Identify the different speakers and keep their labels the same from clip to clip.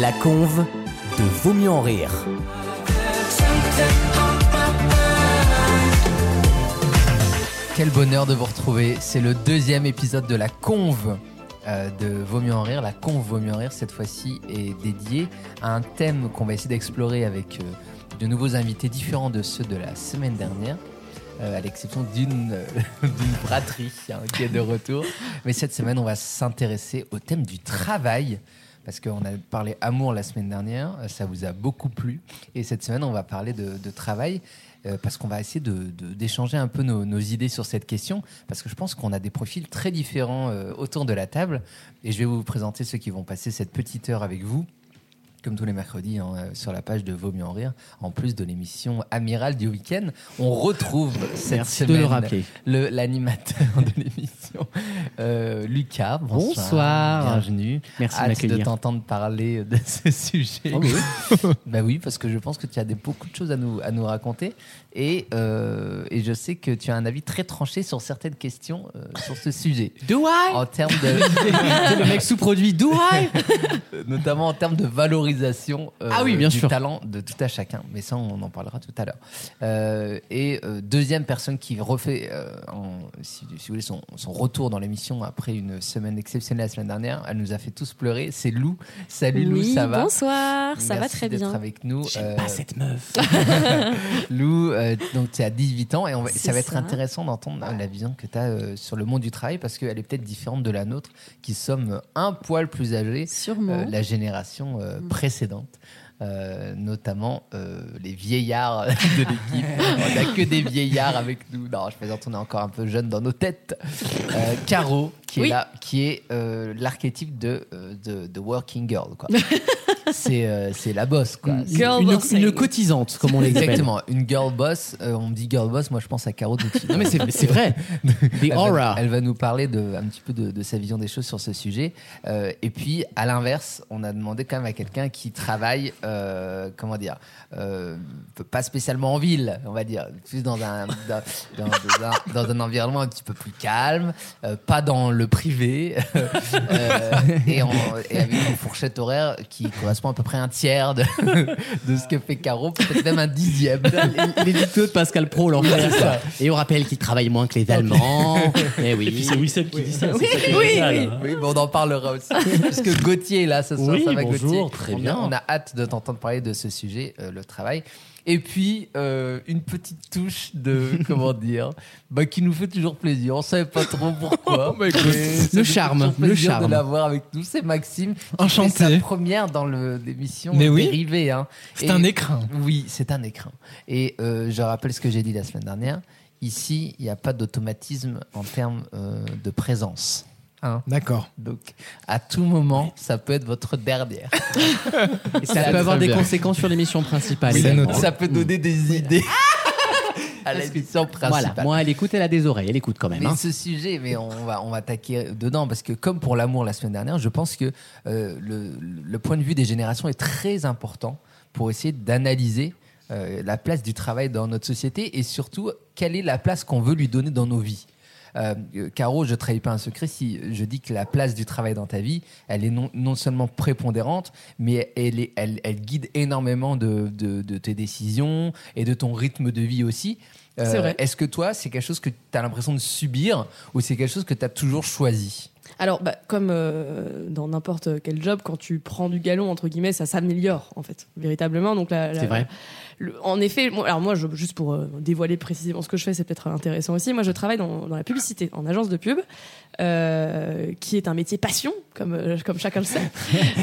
Speaker 1: La conve de Vaut mieux en rire.
Speaker 2: Quel bonheur de vous retrouver. C'est le deuxième épisode de la conve euh, de Vaut mieux en rire. La conve Vaut mieux en rire, cette fois-ci, est dédiée à un thème qu'on va essayer d'explorer avec euh, de nouveaux invités différents de ceux de la semaine dernière. euh, à l'exception d'une euh, d'une braterie hein, qui est de retour. Mais cette semaine, on va s'intéresser au thème du travail, parce qu'on a parlé amour la semaine dernière, euh, ça vous a beaucoup plu. Et cette semaine, on va parler de, de travail, euh, parce qu'on va essayer d'échanger de, d'échanger un peu nos, nos idées sur cette question, parce que je pense qu'on a des profils très différents euh, autour de la table. Et je vais vous présenter ceux qui vont passer cette petite heure avec vous. Comme tous les mercredis, hein, euh, sur la page de Vaut mieux en rire, en plus de l'émission Amiral du week-end, on retrouve cette
Speaker 3: Merci de
Speaker 2: semaine
Speaker 3: le rappeler.
Speaker 2: le- l'animateur de l'émission, euh, Lucas.
Speaker 3: Bonsoir.
Speaker 2: Bienvenue.
Speaker 3: Merci de
Speaker 2: Hâte de
Speaker 3: m'accueillir.
Speaker 2: t'entendre parler de ce sujet.
Speaker 3: Oh, bah
Speaker 2: bah oui, parce que je pense que tu as des, beaucoup de choses à nous, à nous raconter. Et, euh, et je sais que tu as un avis très tranché sur certaines questions euh, sur ce sujet.
Speaker 3: Do I
Speaker 2: En termes de,
Speaker 3: Le mec sous-produit, do I
Speaker 2: notamment en termes de valorisation euh,
Speaker 3: Ah oui, bien
Speaker 2: du
Speaker 3: sûr.
Speaker 2: talent de tout à chacun. Mais ça, on en parlera tout à l'heure. Euh, et euh, deuxième personne qui refait, euh, en- si, si vous voulez, son, son retour dans l'émission après une semaine exceptionnelle la semaine dernière, elle nous a fait tous pleurer. C'est Lou. Salut Lou,
Speaker 4: oui,
Speaker 2: ça va
Speaker 4: bonsoir, ça va
Speaker 2: Merci
Speaker 4: très
Speaker 2: d'être
Speaker 4: bien.
Speaker 2: avec nous. Euh,
Speaker 3: meuf.
Speaker 2: Lou, euh, donc tu as 18 ans et on va-
Speaker 4: C'est
Speaker 2: ça va être
Speaker 4: ça.
Speaker 2: intéressant d'entendre euh, la vision que tu as sur le monde du travail parce qu'elle est peut-être différente de la nôtre qui sommes un poil plus âgés
Speaker 4: Sûrement.
Speaker 2: euh, la génération euh,
Speaker 4: Mm.
Speaker 2: précédente, euh, notamment euh, les vieillards de l'équipe. on n'a que des vieillards avec nous. Non, je plaisante, on est encore un peu jeunes dans nos têtes. Euh, Caro, qui est
Speaker 4: Oui.
Speaker 2: là, qui est euh, l'archétype de, euh, de, de working girl. quoi. c'est euh, c'est la bosse, quoi.
Speaker 3: Une,
Speaker 2: C'est-
Speaker 4: Girl
Speaker 3: une-
Speaker 4: bossing.
Speaker 3: une cotisante, comme on les appelle.
Speaker 2: Exactement, une girl boss. euh, on me dit girl boss, moi je pense à Caro Dutti.
Speaker 3: Non, mais c'est c'est vrai. The
Speaker 2: Elle va-
Speaker 3: aura.
Speaker 2: Elle va nous parler de, un petit peu de, de sa vision des choses sur ce sujet. Euh, et puis, à l'inverse, on a demandé quand même à quelqu'un qui travaille, euh, comment dire, euh, pas spécialement en ville, on va dire, plus dans un, dans, dans- dans un- dans un environnement un petit peu plus calme, euh, pas dans le privé, euh, et, en- et avec une fourchette horaire qui correspond à peu près un tiers de, de ce que fait Caro, peut-être même un dixième.
Speaker 3: Les dictos de Pascal Pro, l'enfer. Et on rappelle qu'il travaille moins que les Allemands. Eh
Speaker 5: Et puis
Speaker 3: oui.
Speaker 5: c'est Wissem qui dit ça.
Speaker 4: Oui,
Speaker 5: c'est ça qui est
Speaker 4: oui,
Speaker 5: génial,
Speaker 4: oui.
Speaker 6: Ah.
Speaker 5: hein.
Speaker 2: Oui, bon, on en parlera aussi. Parce que Gauthier est là ce soir.
Speaker 5: Oui,
Speaker 2: ça va,
Speaker 5: bonjour,
Speaker 2: Gauthier
Speaker 5: très
Speaker 2: On a-
Speaker 5: bien.
Speaker 2: On a hâte de t'entendre parler de ce sujet, euh, le travail. Et puis, euh, une petite touche de, comment dire, bah, qui nous fait toujours plaisir. On ne savait pas trop pourquoi. mais ça nous fait
Speaker 3: charme,
Speaker 2: toujours
Speaker 3: le
Speaker 2: plaisir
Speaker 3: charme.
Speaker 2: de l'avoir avec nous. C'est Maxime. qui fait
Speaker 7: Enchanté.
Speaker 2: sa première dans le- l'émission
Speaker 7: Mais oui.
Speaker 2: dérivée. hein. Et-
Speaker 7: C'est un écrin.
Speaker 2: Oui, c'est un écran. Et euh, je rappelle ce que j'ai dit la semaine dernière. Ici, il n'y a pas d'automatisme en termes euh, de présence. Hein
Speaker 7: D'accord.
Speaker 2: donc, à tout moment, ça peut être votre dernière.
Speaker 3: Et ça peut avoir des conséquences sur l'émission principale.
Speaker 7: Oui, c'est
Speaker 3: également.
Speaker 7: noté.
Speaker 2: ça peut donner des idées à l'émission principale.
Speaker 3: Voilà, moi elle écoute, elle a des oreilles, elle écoute quand même.
Speaker 2: mais
Speaker 3: hein.
Speaker 2: ce sujet, mais on va on va attaquer dedans parce que comme pour l'amour la semaine dernière, je pense que euh, le, le point de vue des générations est très important pour essayer d'analyser euh, la place du travail dans notre société et surtout quelle est la place qu'on veut lui donner dans nos vies. Euh, euh, Caro, je trahis pas un secret si je dis que la place du travail dans ta vie, elle est non, non seulement prépondérante, mais elle, est, elle, elle guide énormément de, de- de tes décisions et de ton rythme de vie aussi. Euh,
Speaker 4: C'est vrai.
Speaker 2: Est-ce que toi, c'est quelque chose que tu as l'impression de subir ou c'est quelque chose que tu as toujours choisi
Speaker 4: Alors, bah, comme euh, dans n'importe quel job, quand tu prends du galon, entre guillemets, ça s'améliore, en fait, véritablement. Donc, la- la-
Speaker 3: C'est vrai.
Speaker 4: le- en effet, moi, alors moi, je- juste pour euh, dévoiler précisément ce que je fais, c'est peut-être intéressant aussi. Moi, je travaille dans, dans la publicité, en agence de pub, euh, qui est un métier passion, comme, euh, comme chacun le sait,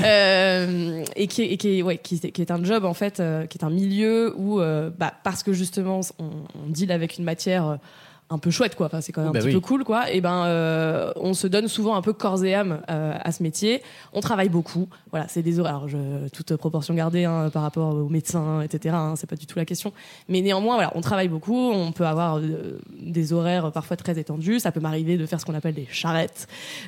Speaker 4: Euh, et, qui est, et qui est- ouais, qui est- qui est un job en fait, euh, qui est un milieu où, euh, bah, parce que justement, on, on deal avec une matière. euh, un peu chouette quoi, enfin, c'est quand même
Speaker 3: Bah
Speaker 4: un petit
Speaker 3: oui.
Speaker 4: peu cool quoi. Et ben euh, on se donne souvent un peu corps et âme euh, à ce métier. On travaille beaucoup. Voilà, c'est des horaires, alors, je, toute proportion gardée hein, par rapport aux médecins, etc. hein, c'est pas du tout la question. Mais néanmoins, voilà, on travaille beaucoup. On peut avoir euh, des horaires parfois très étendus. Ça peut m'arriver de faire ce qu'on appelle des charrettes.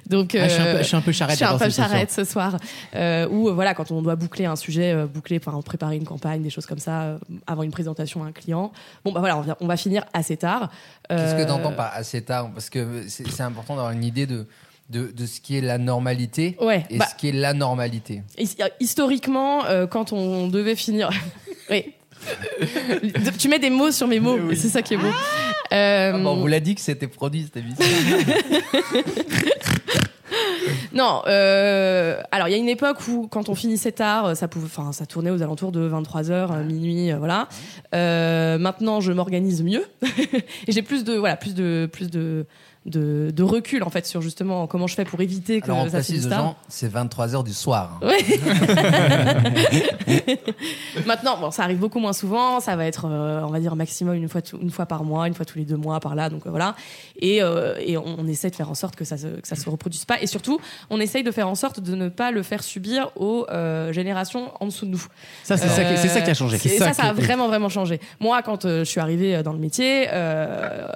Speaker 4: Donc
Speaker 3: Ah, je, suis un
Speaker 4: euh,
Speaker 3: peu, je suis un peu charrette.
Speaker 4: je suis un
Speaker 3: dans
Speaker 4: peu
Speaker 3: cette émission.
Speaker 4: charrette ce soir. Euh, Ou euh, voilà, quand on doit boucler un sujet, euh, boucler, enfin, préparer une campagne, des choses comme ça, euh, avant une présentation à un client. Bon, bah voilà, on, vient- on va finir assez tard.
Speaker 2: Qu'est-ce que
Speaker 4: Euh,
Speaker 2: tu entends par assez tard Parce que c'est c'est important d'avoir une idée de, de, de ce qui est la normalité
Speaker 4: Ouais.
Speaker 2: et
Speaker 4: bah,
Speaker 2: ce qui est la normalité.
Speaker 4: his- historiquement, euh, quand on devait finir. oui. tu mets des mots sur mes mots,
Speaker 2: Mais oui.
Speaker 4: c'est ça qui est beau. Euh,
Speaker 2: Ah bah, on vous l'a dit que c'était produit cette émission.
Speaker 4: Non, euh, alors il y a une époque où quand on finissait tard, euh, ça pouvait, enfin ça tournait aux alentours de 23h, minuit, euh, voilà. Euh, maintenant, je m'organise mieux et j'ai plus de voilà, plus de plus de, de de recul en fait sur justement comment je fais pour éviter que
Speaker 2: Alors on
Speaker 4: ça finisse
Speaker 2: précise aux
Speaker 4: tard.
Speaker 2: gens, c'est 23h du soir.
Speaker 4: Ouais. Maintenant, bon, ça arrive beaucoup moins souvent. Ça va être, euh, on va dire, maximum une fois, tou- une fois par mois, une fois tous les deux mois, par là. Donc euh, voilà. Et, euh, et on, on essaie de faire en sorte que ça, se, que ça se reproduise pas. Et surtout, on essaye de faire en sorte de ne pas le faire subir aux euh, générations en dessous de nous.
Speaker 3: Ça, Ah, c'est ça, qui- c'est ça qui a
Speaker 4: Euh,
Speaker 3: changé.
Speaker 4: c'est- ça, ça a vraiment, vraiment changé. Moi, quand euh, je suis arrivée euh, dans le métier, euh,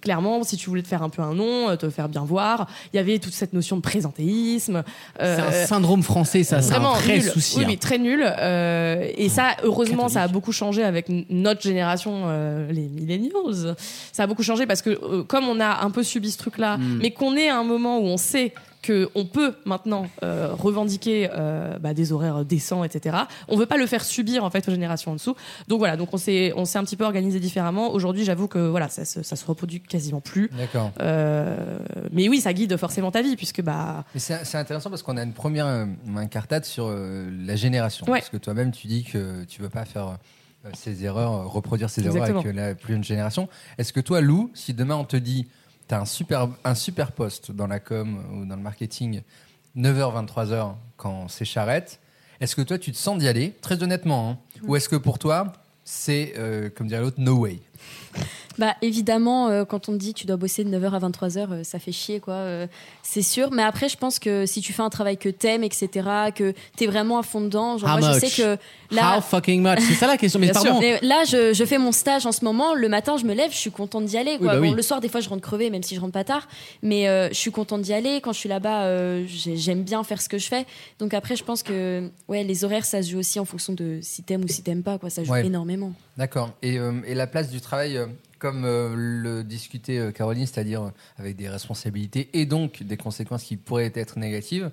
Speaker 4: clairement, si tu voulais te faire un peu un nom, euh, te faire bien voir, il y avait toute cette notion de présentéisme. euh,
Speaker 3: C'est un syndrome français, ça. C'est un
Speaker 4: vraiment
Speaker 3: vrai
Speaker 4: nul.
Speaker 3: souci.
Speaker 4: Oui,
Speaker 3: hein.
Speaker 4: oui, très nul. Euh, et ça, heureusement, ça a
Speaker 3: Catholique.
Speaker 4: beaucoup changé avec n- notre génération, euh, les millennials. Ça a beaucoup changé parce que euh, comme on a un peu subi ce truc-là,
Speaker 3: Mm.
Speaker 4: mais qu'on est à un moment où on sait que on peut maintenant euh, revendiquer euh, bah, des horaires décents, etc. On veut pas le faire subir en fait aux générations en dessous. Donc voilà, donc on s'est on s'est un petit peu organisé différemment. Aujourd'hui, j'avoue que voilà, ça, se- ça se reproduit quasiment plus.
Speaker 2: D'accord.
Speaker 4: Euh, mais oui, ça guide forcément ta vie puisque bah
Speaker 2: Mais c'est c'est intéressant parce qu'on a une première euh, incartade sur euh, la génération.
Speaker 4: Ouais.
Speaker 2: Parce que toi-même, tu dis que tu veux pas faire euh, ces erreurs, euh, reproduire ces erreurs
Speaker 4: Exactement.
Speaker 2: avec euh, la plus jeune génération. Est-ce que toi, Lou, si demain on te dit, tu as un super, un super poste dans la com ou dans le marketing, 9h, 23h, quand c'est charrette, est-ce que toi, tu te sens d'y aller, très honnêtement hein Ou est-ce que pour toi, c'est, euh, comme dirait l'autre, no way
Speaker 5: Bah évidemment, euh, quand on te dit tu dois bosser de 9h à 23h, euh, ça fait chier quoi, euh, c'est sûr. Mais après, je pense que si tu fais un travail que t'aimes, etc., que t'es vraiment à fond dedans, genre
Speaker 3: How
Speaker 5: moi je
Speaker 3: much
Speaker 5: sais que
Speaker 3: How
Speaker 5: là,
Speaker 3: fucking much C'est ça la question. Ah, Mais
Speaker 4: Bien
Speaker 3: pardon.
Speaker 5: mais là je, je fais mon stage en ce moment, le matin je me lève, je suis contente d'y aller. Quoi.
Speaker 3: bah
Speaker 5: Bon,
Speaker 3: oui.
Speaker 5: Le soir, des fois je rentre crevée, même si je rentre pas tard, mais euh, je suis contente d'y aller. Quand je suis là-bas, euh, j'ai- j'aime bien faire ce que je fais. Donc après, je pense que ouais, les horaires, ça se joue aussi en fonction de si t'aimes ou si t'aimes pas, quoi. ça joue
Speaker 2: Ouais.
Speaker 5: énormément.
Speaker 2: D'accord. Et, euh, et la place du travail, euh, comme euh, le discutait euh, Caroline, c'est-à-dire euh, avec des responsabilités et donc des conséquences qui pourraient être négatives,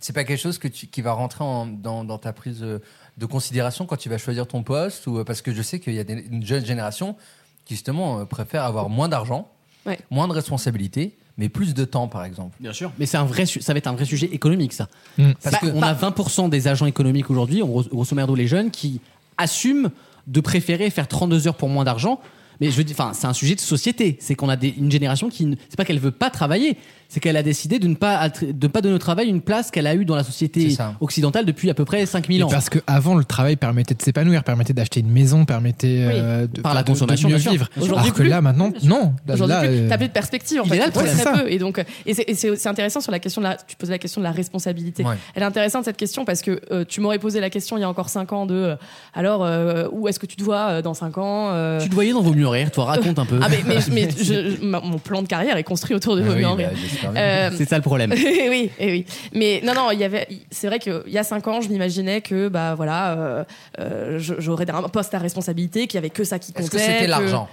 Speaker 2: c'est pas quelque chose que tu- qui va rentrer en- dans, dans ta prise euh, de considération quand tu vas choisir ton poste ou euh, parce que je sais qu'il y a des, une jeune génération qui justement euh, préfère avoir moins d'argent,
Speaker 4: Ouais.
Speaker 2: moins de responsabilités, mais plus de temps, par exemple.
Speaker 3: Bien sûr. Mais c'est un vrai, su- ça va être un vrai sujet économique, ça.
Speaker 2: Parce
Speaker 3: Bah,
Speaker 2: que
Speaker 3: on a 20% des agents économiques aujourd'hui, en gros- grosso merdo les jeunes, qui assument de préférer faire 32 heures pour moins d'argent. Mais je dis, enfin, c'est un sujet de société. C'est qu'on a des- une génération qui, ne- c'est pas qu'elle veut pas travailler, c'est qu'elle a décidé de ne pas attri- de ne pas donner au travail une place qu'elle a eue dans la
Speaker 2: C'est
Speaker 3: société
Speaker 2: ça.
Speaker 3: occidentale depuis à peu près 5000
Speaker 7: Et
Speaker 3: ans.
Speaker 7: parce que avant le travail permettait de s'épanouir, permettait d'acheter une maison, permettait euh, de,
Speaker 3: Par la
Speaker 7: de- de
Speaker 3: consommation,
Speaker 7: mieux
Speaker 3: bien sûr.
Speaker 7: vivre.
Speaker 3: Aujourd'hui,
Speaker 7: Alors que
Speaker 3: plus.
Speaker 7: là maintenant, non. Là,
Speaker 4: Aujourd'hui,
Speaker 7: là,
Speaker 4: plus.
Speaker 7: euh,
Speaker 4: t'as plus de perspective en
Speaker 3: il
Speaker 4: fait.
Speaker 3: est là, le
Speaker 4: Très,
Speaker 7: problème.
Speaker 4: très
Speaker 7: C'est ça.
Speaker 4: peu. Et donc, et c'est- et c'est c'est intéressant sur la question de la. Tu posais la question de la responsabilité.
Speaker 2: Ouais.
Speaker 4: Elle est intéressante cette question parce que euh, tu m'aurais posé la question il y a encore 5 ans de. euh, alors, euh, où est-ce que tu te vois euh, dans 5 ans euh,
Speaker 3: Tu te voyais dans vos murs rire, toi, raconte un peu.
Speaker 4: Ah mais, mais, mais je- je- ma- mon plan de carrière est construit autour de
Speaker 2: Ah
Speaker 4: vos
Speaker 2: oui,
Speaker 4: murs en
Speaker 2: bah,
Speaker 4: rire.
Speaker 2: j'espère bien.
Speaker 4: Euh,
Speaker 3: c'est ça le problème.
Speaker 4: Eh oui, eh oui. Mais non, non, il y avait. C'est vrai qu'il y a cinq ans, je m'imaginais que bah voilà, euh, euh, je- j'aurais un poste à responsabilité, qu'il y avait que ça qui comptait.
Speaker 2: Est-ce que c'était
Speaker 4: que-
Speaker 2: l'argent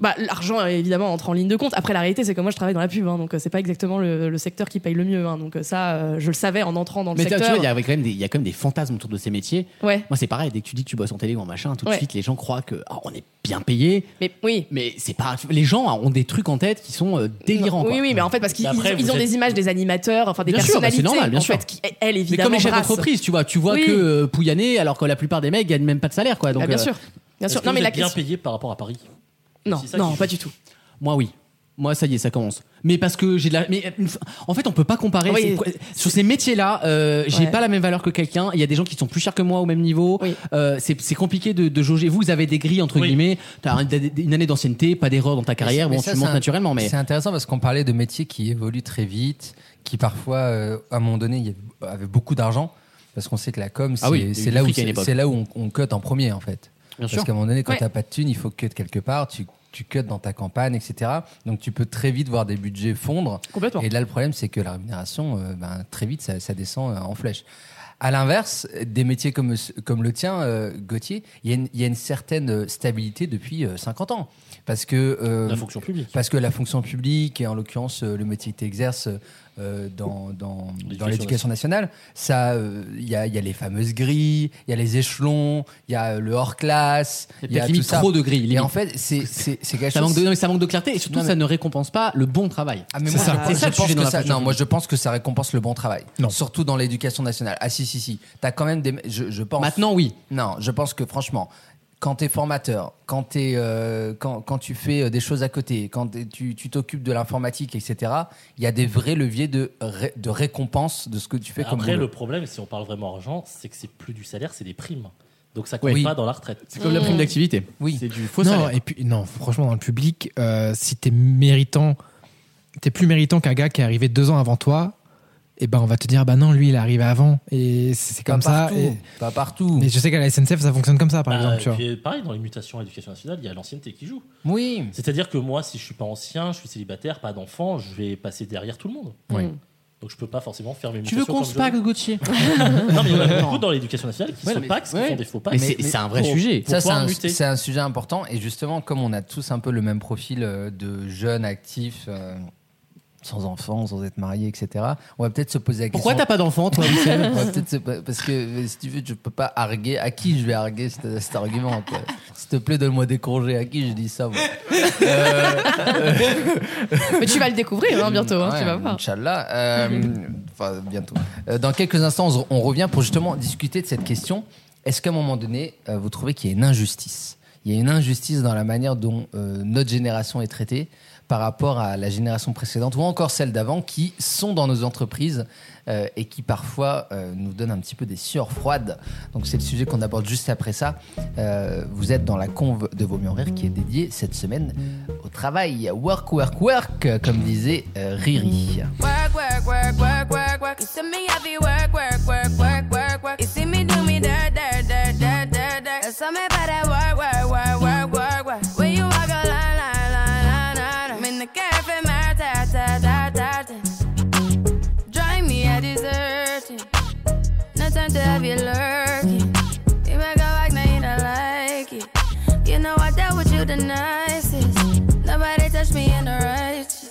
Speaker 4: bah, l'argent évidemment entre en ligne de compte. Après la réalité c'est que moi je travaille dans la pub, hein, donc euh, c'est pas exactement le, le secteur qui paye le mieux. hein. donc euh, ça, euh, je le savais en entrant dans le
Speaker 3: Mais tu
Speaker 4: secteur.
Speaker 3: vois, il y a quand même des, il y a quand même des fantasmes autour de ces métiers.
Speaker 4: Ouais,
Speaker 3: Moi, c'est pareil. Dès que tu dis que tu bosses en télé ou en machin, tout de
Speaker 4: Ouais.
Speaker 3: suite, les gens croient que ah, on est bien payé.
Speaker 4: mais oui.
Speaker 3: Mais c'est pas. Les gens ah, ont des trucs en tête qui sont euh, délirants.
Speaker 4: Non,
Speaker 3: quoi.
Speaker 4: oui, oui, mais en fait parce qu'ils
Speaker 3: Et après,
Speaker 4: ils- ils
Speaker 3: vous
Speaker 4: ont
Speaker 3: êtes-
Speaker 4: des images des animateurs, enfin des
Speaker 3: Bien sûr, bah,
Speaker 4: personnalités
Speaker 3: c'est normal, bien
Speaker 4: en
Speaker 3: sûr.
Speaker 4: fait qui elles
Speaker 3: Mais
Speaker 4: évidemment
Speaker 3: comme les chefs
Speaker 4: brassent.
Speaker 3: d'entreprise, tu vois, tu vois
Speaker 4: Oui.
Speaker 3: que euh, Pouyanné, alors que la plupart des mecs gagnent même pas de salaire, quoi. Donc,
Speaker 4: Bah, bien
Speaker 3: euh,
Speaker 4: sûr, bien sûr.
Speaker 6: Est-ce que
Speaker 4: Non
Speaker 6: vous
Speaker 4: mais la
Speaker 6: êtes bien
Speaker 4: question.
Speaker 6: payé par rapport à Paris.
Speaker 4: Non,
Speaker 6: C'est ça
Speaker 4: non,
Speaker 6: qui-
Speaker 4: pas du tout.
Speaker 3: moi, oui. Moi, ça y est, ça commence. Mais parce que j'ai de la. Mais euh, une fois- en fait, on peut pas comparer.
Speaker 4: Oui.
Speaker 3: C'est quoi- Sur ces métiers-là, euh, j'ai
Speaker 4: Ouais.
Speaker 3: pas la même valeur que quelqu'un. Il y a des gens qui sont plus chers que moi au même niveau.
Speaker 4: Oui.
Speaker 3: Euh, c'est c'est compliqué de, de jauger. Vous, vous avez des grilles entre
Speaker 6: Oui.
Speaker 3: guillemets. T'as un- une année d'ancienneté, pas d'erreur dans ta carrière.
Speaker 2: Mais
Speaker 3: Bon,
Speaker 2: ça,
Speaker 3: tu
Speaker 2: c'est
Speaker 3: montes
Speaker 2: un-
Speaker 3: naturellement, mais
Speaker 2: C'est intéressant parce qu'on parlait de métiers qui évoluent très vite, qui parfois, euh, à un moment donné, il y avait- avaient beaucoup d'argent. Parce qu'on sait que la com, c'est
Speaker 3: Ah oui, il y a eu
Speaker 2: c'est
Speaker 3: du
Speaker 2: là, où
Speaker 3: fric à une
Speaker 2: c'est
Speaker 3: époque.
Speaker 2: c'est là où on, on cut en premier, en fait.
Speaker 3: bien
Speaker 2: Parce
Speaker 3: sûr.
Speaker 2: qu'à un moment donné, quand
Speaker 4: Ouais.
Speaker 2: t'as pas de thune, il faut cut quelque part, tu, tu cut dans ta campagne, etc. Donc tu peux très vite voir des budgets fondre.
Speaker 4: Complètement.
Speaker 2: Et là, le problème, c'est que la rémunération, euh, ben, très vite, ça, ça descend euh, en flèche. À l'inverse, des métiers comme, comme le tien, euh, Gauthier, il y, a une- il y a une certaine euh, stabilité depuis euh, 50 ans. Parce que, euh,
Speaker 6: La fonction publique.
Speaker 2: parce que la fonction publique, et en l'occurrence euh, le métier que tu exerces, euh, dans, dans,
Speaker 6: L'éducation
Speaker 2: dans l'éducation nationale. Ça, euh, il y, a, il y a les fameuses grilles, il y a les échelons, il y a le hors classe, il y a
Speaker 3: peut-être
Speaker 2: tout
Speaker 3: limite
Speaker 2: ça.
Speaker 3: trop de grilles.
Speaker 2: Et en
Speaker 3: limite.
Speaker 2: fait, c'est c'est- c'est quelque
Speaker 3: Ça
Speaker 2: chose.
Speaker 3: manque, de, non, mais ça manque de clarté et surtout
Speaker 2: Non, mais-
Speaker 3: ça ne récompense pas le bon travail.
Speaker 2: Ah, mais
Speaker 7: C'est
Speaker 2: moi,
Speaker 7: ça.
Speaker 2: je pense-
Speaker 3: C'est ça le
Speaker 2: je pense
Speaker 3: sujet
Speaker 2: que
Speaker 3: dans la
Speaker 2: ça-
Speaker 3: fonction
Speaker 2: non, moi je pense que ça récompense le bon travail.
Speaker 7: Non.
Speaker 2: Surtout dans l'éducation nationale. Ah si si si. T'as quand même des. Je, je pense.
Speaker 3: Maintenant, oui.
Speaker 2: Non, je pense que franchement, quand t'es formateur, quand, t'es, euh, quand, quand tu fais euh, des choses à côté, quand t'es- tu tu t'occupes de l'informatique, etc., il y a des vrais leviers de, ré- de récompense de ce que tu fais comme
Speaker 6: Après,
Speaker 2: boulot.
Speaker 6: le problème, si on parle vraiment argent, c'est que c'est plus du salaire, c'est des primes. Donc ça compte
Speaker 3: Oui.
Speaker 6: pas dans la retraite.
Speaker 3: C'est comme la
Speaker 2: Mmh.
Speaker 3: prime d'activité.
Speaker 2: Oui.
Speaker 3: C'est du faux
Speaker 7: non,
Speaker 3: salaire.
Speaker 7: et puis non, franchement, dans le public, euh, si t'es méritant, t'es plus méritant qu'un gars qui est arrivé deux ans avant toi, et ben on va te dire, bah non, lui, il est arrivé avant, et c'est c'est
Speaker 2: Pas
Speaker 7: comme ça.
Speaker 2: partout,
Speaker 7: Et,
Speaker 2: Pas partout.
Speaker 7: et je sais qu'à la SNCF, ça fonctionne comme ça, par
Speaker 6: Bah,
Speaker 7: exemple,
Speaker 6: et
Speaker 7: tu vois.
Speaker 6: puis, pareil, dans les mutations à l'éducation nationale, il y a l'ancienneté qui joue.
Speaker 2: Oui.
Speaker 6: C'est-à-dire que moi, si je suis pas ancien, je suis célibataire, pas d'enfant, je vais passer derrière tout le monde.
Speaker 2: Oui.
Speaker 6: Donc je peux pas forcément faire mes
Speaker 3: Tu
Speaker 6: mutations.
Speaker 3: veux qu'on
Speaker 6: comme
Speaker 3: se
Speaker 6: je
Speaker 3: pague, Gauthier
Speaker 6: veux. Non, mais il y en a beaucoup dans l'éducation nationale qui
Speaker 3: Ouais,
Speaker 6: se
Speaker 3: mais-
Speaker 6: paxent, qui
Speaker 3: ouais.
Speaker 6: font des faux pas.
Speaker 3: Mais c'est c'est un vrai
Speaker 6: pour-
Speaker 3: sujet.
Speaker 6: pour
Speaker 2: Ça, c'est
Speaker 6: pouvoir
Speaker 2: un,
Speaker 6: muter.
Speaker 2: c'est un sujet important. Et justement, comme on a tous un peu le même profil euh, de jeunes actifs, euh, sans enfants, sans être mariés, etc., on va peut-être se poser la
Speaker 3: Pourquoi t'as
Speaker 2: question.
Speaker 3: pas d'enfant, toi, Michel
Speaker 2: On va peut-être se- Parce que euh, si tu veux, je peux pas arguer. À qui je vais arguer cet, cet argument quoi S'il te plaît, donne-moi des congés. À qui je dis ça moi
Speaker 4: Mais tu vas le découvrir hein, bientôt, hein,
Speaker 2: Ouais,
Speaker 4: tu vas voir.
Speaker 2: Inch'Allah. Euh, Enfin, bientôt. Euh, dans quelques instants, on- on revient pour justement discuter de cette question. Est-ce qu'à un moment donné, euh, vous trouvez qu'il y a une injustice Il y a une injustice dans la manière dont euh, notre génération est traitée par rapport à la génération précédente ou encore celle d'avant qui sont dans nos entreprises euh, et qui parfois euh, nous donnent un petit peu des sueurs froides. Donc c'est le sujet qu'on aborde juste après ça. Euh, vous êtes dans la conve de Vaut mieux en rire qui est dédiée cette semaine au travail. Work, work, work, euh, comme disait euh, Riri.
Speaker 8: Work, work, work, work, work, work. You see me happy, work, work, work, work, work, work. You see me do me dirt, dirt, dirt, dirt, dirt, dirt. There's something about that work, work, work, work, work, work. When you walk a line, line, line, line, line, I'm in the cafe, my ta, ta, ta, ta, ta. Drive me a dessert. No time to have you lurking. You make a like, now you don't like it. You know I dealt with you the nicest. Nobody touched me in the righteous.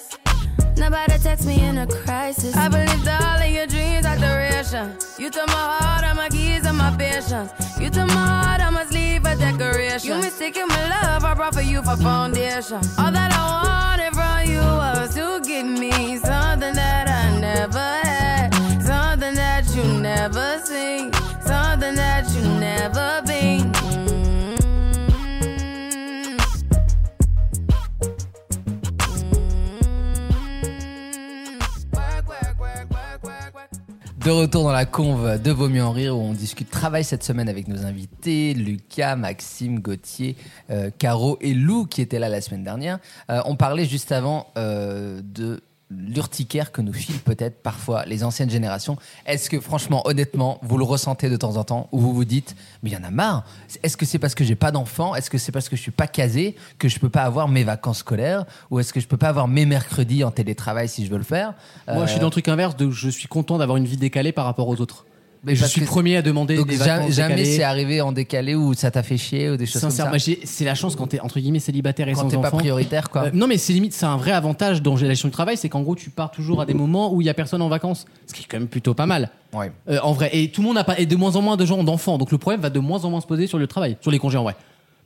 Speaker 8: Nobody text me in a crisis. I believed all of your dreams are duration. You took my heart, all my keys, and my patience. You took my heart, I must leave a decoration. You mistaken my love, I brought for you for foundation. All that I wanted from you was to give me something that I never had, something that you never seen, something that you never been. Mm. Work, work, work, work, work, work.
Speaker 2: De retour dans la conve de Vaut mieux en rire où on discute travail cette semaine avec nos invités Lucas, Maxime, Gauthier, euh, Caro et Lou qui étaient là la semaine dernière. Euh, on parlait juste avant euh, de l'urticaire que nous filent peut-être parfois les anciennes générations. Est-ce que franchement, honnêtement, vous le ressentez de temps en temps ou vous vous dites mais il y en a marre Est-ce que c'est parce que j'ai pas d'enfant Est-ce que c'est parce que je suis pas casé que je peux pas avoir mes vacances scolaires ou est-ce que je peux pas avoir mes mercredis en télétravail si je veux le faire
Speaker 3: Moi, je suis
Speaker 2: Euh,
Speaker 3: dans le truc inverse de je suis content d'avoir une vie décalée par rapport aux autres.
Speaker 2: Euh, mais
Speaker 3: je
Speaker 2: parce
Speaker 3: suis
Speaker 2: que-
Speaker 3: premier à demander
Speaker 2: Donc
Speaker 3: des
Speaker 2: ja-
Speaker 3: vacances
Speaker 2: jamais
Speaker 3: décalées.
Speaker 2: c'est arrivé en décalé ou ça t'a fait chier ou des choses
Speaker 3: Sincère,
Speaker 2: comme
Speaker 3: moi,
Speaker 2: ça.
Speaker 3: j'ai- c'est la chance quand t'es entre guillemets célibataire et
Speaker 2: Quand
Speaker 3: sans
Speaker 2: t'es pas
Speaker 3: enfant.
Speaker 2: prioritaire quoi.
Speaker 3: Euh, non, mais c'est limite, c'est un vrai avantage dans la gestion du travail, c'est qu'en gros, tu pars toujours à des moments où il y a personne en vacances, ce qui est quand même plutôt pas mal.
Speaker 2: Ouais.
Speaker 3: Euh, en vrai, et tout le monde n'a pas, et de moins en moins de gens ont d'enfants, donc le problème va de moins en moins se poser sur le travail, sur les congés en vrai.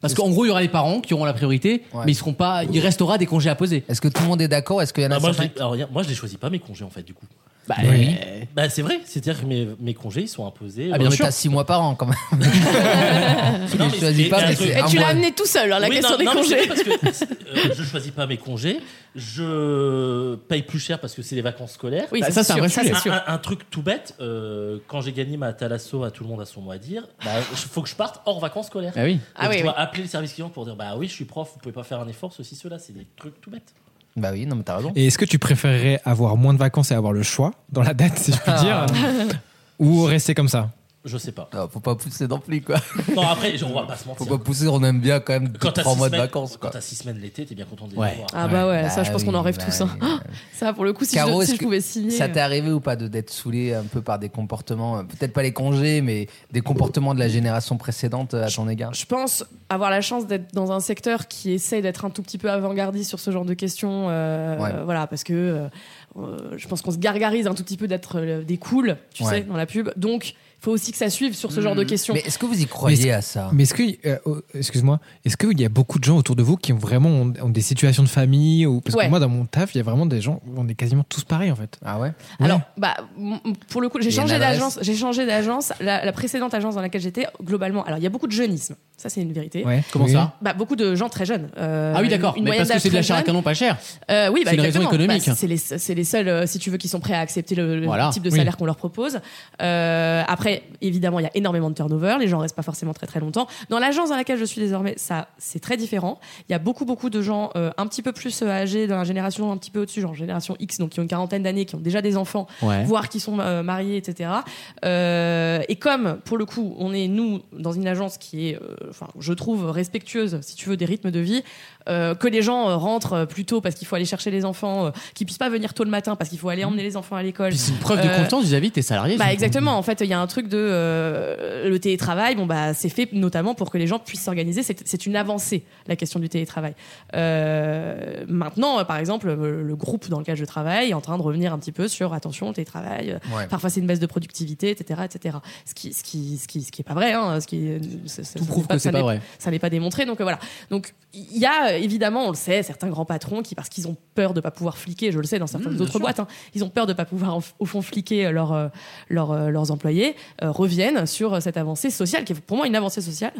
Speaker 3: Parce qu'en gros, il y aura les parents qui auront la priorité,
Speaker 2: Ouais.
Speaker 3: mais ils seront pas, il restera des congés à poser.
Speaker 2: Est-ce que tout le monde est d'accord Est-ce qu'il y en a
Speaker 6: Ah, moi, je
Speaker 2: certains
Speaker 6: les- alors, regarde, moi, je les choisis pas mes congés en fait du coup.
Speaker 3: Bah,
Speaker 2: Oui.
Speaker 3: euh,
Speaker 6: Bah c'est vrai, c'est-à-dire que mes, mes congés ils sont imposés.
Speaker 3: Ah, bien
Speaker 6: Euh,
Speaker 2: Mais
Speaker 3: sûr.
Speaker 2: T'as 6 mois par an quand même. tu
Speaker 6: Non,
Speaker 2: les
Speaker 6: mais
Speaker 2: choisis
Speaker 6: c'est-
Speaker 2: pas,
Speaker 6: c'est un
Speaker 2: mais
Speaker 6: truc-
Speaker 2: c'est
Speaker 4: Et
Speaker 2: un
Speaker 3: Ah,
Speaker 4: tu l'as
Speaker 2: mois.
Speaker 4: amené tout seul, alors la
Speaker 6: Oui,
Speaker 4: question
Speaker 6: non,
Speaker 4: des
Speaker 6: non, mais
Speaker 4: congés.
Speaker 6: c'est parce que euh, je choisis pas mes congés, je paye plus cher parce que c'est les vacances scolaires.
Speaker 4: Oui,
Speaker 3: Bah, ça, c'est un
Speaker 4: sûr,
Speaker 3: vrai
Speaker 4: ça,
Speaker 3: sujet.
Speaker 4: c'est
Speaker 6: Un,
Speaker 4: sûr.
Speaker 6: un- un truc tout bête, euh, quand j'ai gagné ma thalasso à tout le monde à son mot à dire, bah, il faut que je parte hors vacances scolaires.
Speaker 2: Eh
Speaker 3: bah oui.
Speaker 4: Ah
Speaker 6: Donc,
Speaker 4: oui,
Speaker 6: je
Speaker 4: oui.
Speaker 6: dois appeler le service client pour dire bah oui je suis prof, vous pouvez pas faire un effort, ceci, cela, c'est des trucs tout bêtes.
Speaker 2: Bah oui, non mais t'as raison.
Speaker 7: Et est-ce que tu
Speaker 3: Ah.
Speaker 7: préférerais avoir moins de vacances et avoir le choix dans la date, si je puis dire, ou rester comme ça
Speaker 6: Je sais pas.
Speaker 2: Non, faut pas pousser non plus, quoi.
Speaker 6: Non, après, on va pas se
Speaker 2: Faut
Speaker 6: mentir.
Speaker 2: pas pousser, on aime bien quand même
Speaker 6: Quand t'as
Speaker 2: 3
Speaker 6: six
Speaker 2: mois de
Speaker 6: semaines-
Speaker 2: vacances,
Speaker 6: Quand
Speaker 2: quoi.
Speaker 6: t'as 6 semaines l'été, t'es bien content de les
Speaker 7: Ouais.
Speaker 6: avoir.
Speaker 4: Ah bah ouais, ça
Speaker 2: Bah
Speaker 4: je pense qu'on en
Speaker 2: oui,
Speaker 4: rêve
Speaker 2: bah
Speaker 4: tous. hein.
Speaker 2: oui.
Speaker 4: Ça pour le coup, si,
Speaker 2: Caro,
Speaker 4: je,
Speaker 2: est-ce
Speaker 4: si je
Speaker 2: que
Speaker 4: pouvais signer. euh,
Speaker 2: Ça t'est arrivé ou pas de d'être saoulé un peu par des comportements, euh, peut-être pas les congés, mais des comportements de la génération précédente euh, à ton
Speaker 3: Hein.
Speaker 2: égard
Speaker 4: Je pense avoir la chance d'être dans un secteur qui essaie d'être un tout petit peu avant-gardiste sur ce genre de questions. euh,
Speaker 2: Ouais.
Speaker 4: Voilà, parce que euh, euh, je pense qu'on se gargarise un tout petit peu d'être euh, des cools, tu
Speaker 2: Ouais.
Speaker 4: sais, dans la pub. Donc, il faut aussi que ça suive sur ce genre de
Speaker 3: Mmh.
Speaker 4: questions.
Speaker 2: Mais est-ce que vous y croyez
Speaker 7: Mais
Speaker 2: à
Speaker 4: Hein.
Speaker 2: ça
Speaker 7: Mais est-ce que, euh, oh, excuse-moi, est-ce qu'il y a beaucoup de gens autour de vous qui ont vraiment ont, ont des situations de famille ou parce
Speaker 4: Ouais.
Speaker 7: que moi dans mon taf il y a vraiment des gens on est quasiment tous pareils en fait.
Speaker 2: Ah ouais
Speaker 4: Alors, bah, m- m- pour le coup, j'ai
Speaker 2: Il y a une
Speaker 4: changé
Speaker 2: adresse.
Speaker 4: d'agence. J'ai changé d'agence. La, la précédente agence dans laquelle j'étais, globalement, alors il y a beaucoup de jeunisme. Ça, c'est une vérité.
Speaker 7: Ouais.
Speaker 3: Comment
Speaker 7: Oui.
Speaker 3: ça
Speaker 4: Bah, beaucoup de gens très jeunes. euh,
Speaker 3: Ah oui, d'accord.
Speaker 4: une
Speaker 3: Mais
Speaker 4: moyenne
Speaker 3: parce que
Speaker 4: d'âge
Speaker 3: c'est de la
Speaker 4: très
Speaker 3: chair à
Speaker 4: jeune.
Speaker 3: canon pas chère.
Speaker 4: Euh, oui, bah,
Speaker 3: C'est une raison
Speaker 4: exactement.
Speaker 3: économique.
Speaker 4: Bah, c'est les, c'est les seuls, euh, si tu veux, qui sont prêts à accepter le, le
Speaker 3: Voilà,
Speaker 4: type de
Speaker 7: oui.
Speaker 4: salaire qu'on leur propose. Euh, après, évidemment, il y a énormément de turnover. Les gens restent pas forcément très très longtemps. Dans l'agence dans laquelle je suis désormais, ça, c'est très différent. Il y a beaucoup beaucoup de gens euh, un petit peu plus euh, âgés, dans la génération un petit peu au-dessus, genre génération X, donc qui ont une quarantaine d'années, qui ont déjà des enfants
Speaker 3: Ouais.
Speaker 4: voire qui sont euh, mariés, etc. Euh, et comme, pour le coup, on est, nous, dans une agence qui est, euh, enfin, je trouve, respectueuse, si tu veux, des rythmes de vie, euh, que les gens euh, rentrent euh, plus tôt parce qu'il faut aller chercher les enfants, euh, qu'ils puissent pas venir tôt le matin parce qu'il faut aller emmener les enfants à l'école.
Speaker 3: Puis c'est une preuve de
Speaker 4: Euh,
Speaker 3: confiance vis-à-vis de tes salariés.
Speaker 4: Bah exactement, en fait, il y a un truc de euh, le télétravail, bon bah c'est fait notamment pour que les gens puissent s'organiser, c'est c'est une avancée la question du télétravail. Euh, maintenant, euh, par exemple, euh, le groupe dans lequel je travaille est en train de revenir un petit peu sur attention, le télétravail, euh,
Speaker 2: Ouais.
Speaker 4: parfois c'est une baisse de productivité, etc. etc. Ce, qui, ce, qui, ce, qui, ce qui est pas vrai, hein, ce qui ça- ça-
Speaker 3: Tout
Speaker 4: ça
Speaker 3: prouve
Speaker 4: n'est pas-
Speaker 3: que c'est
Speaker 4: ça
Speaker 3: pas
Speaker 4: n'est-
Speaker 3: vrai.
Speaker 4: ça n'est pas démontré. Donc euh, voilà. Donc il y a euh, évidemment, on le sait, certains grands patrons qui, parce qu'ils ont peur de pas pouvoir fliquer, je le sais dans
Speaker 3: Mmh,
Speaker 4: certaines autres boîtes, hein, ils ont peur de pas pouvoir en- au fond fliquer euh, leurs euh, leurs, euh, leurs employés, euh, reviennent sur euh, cette avancée sociale qui est pour moi une avancée sociale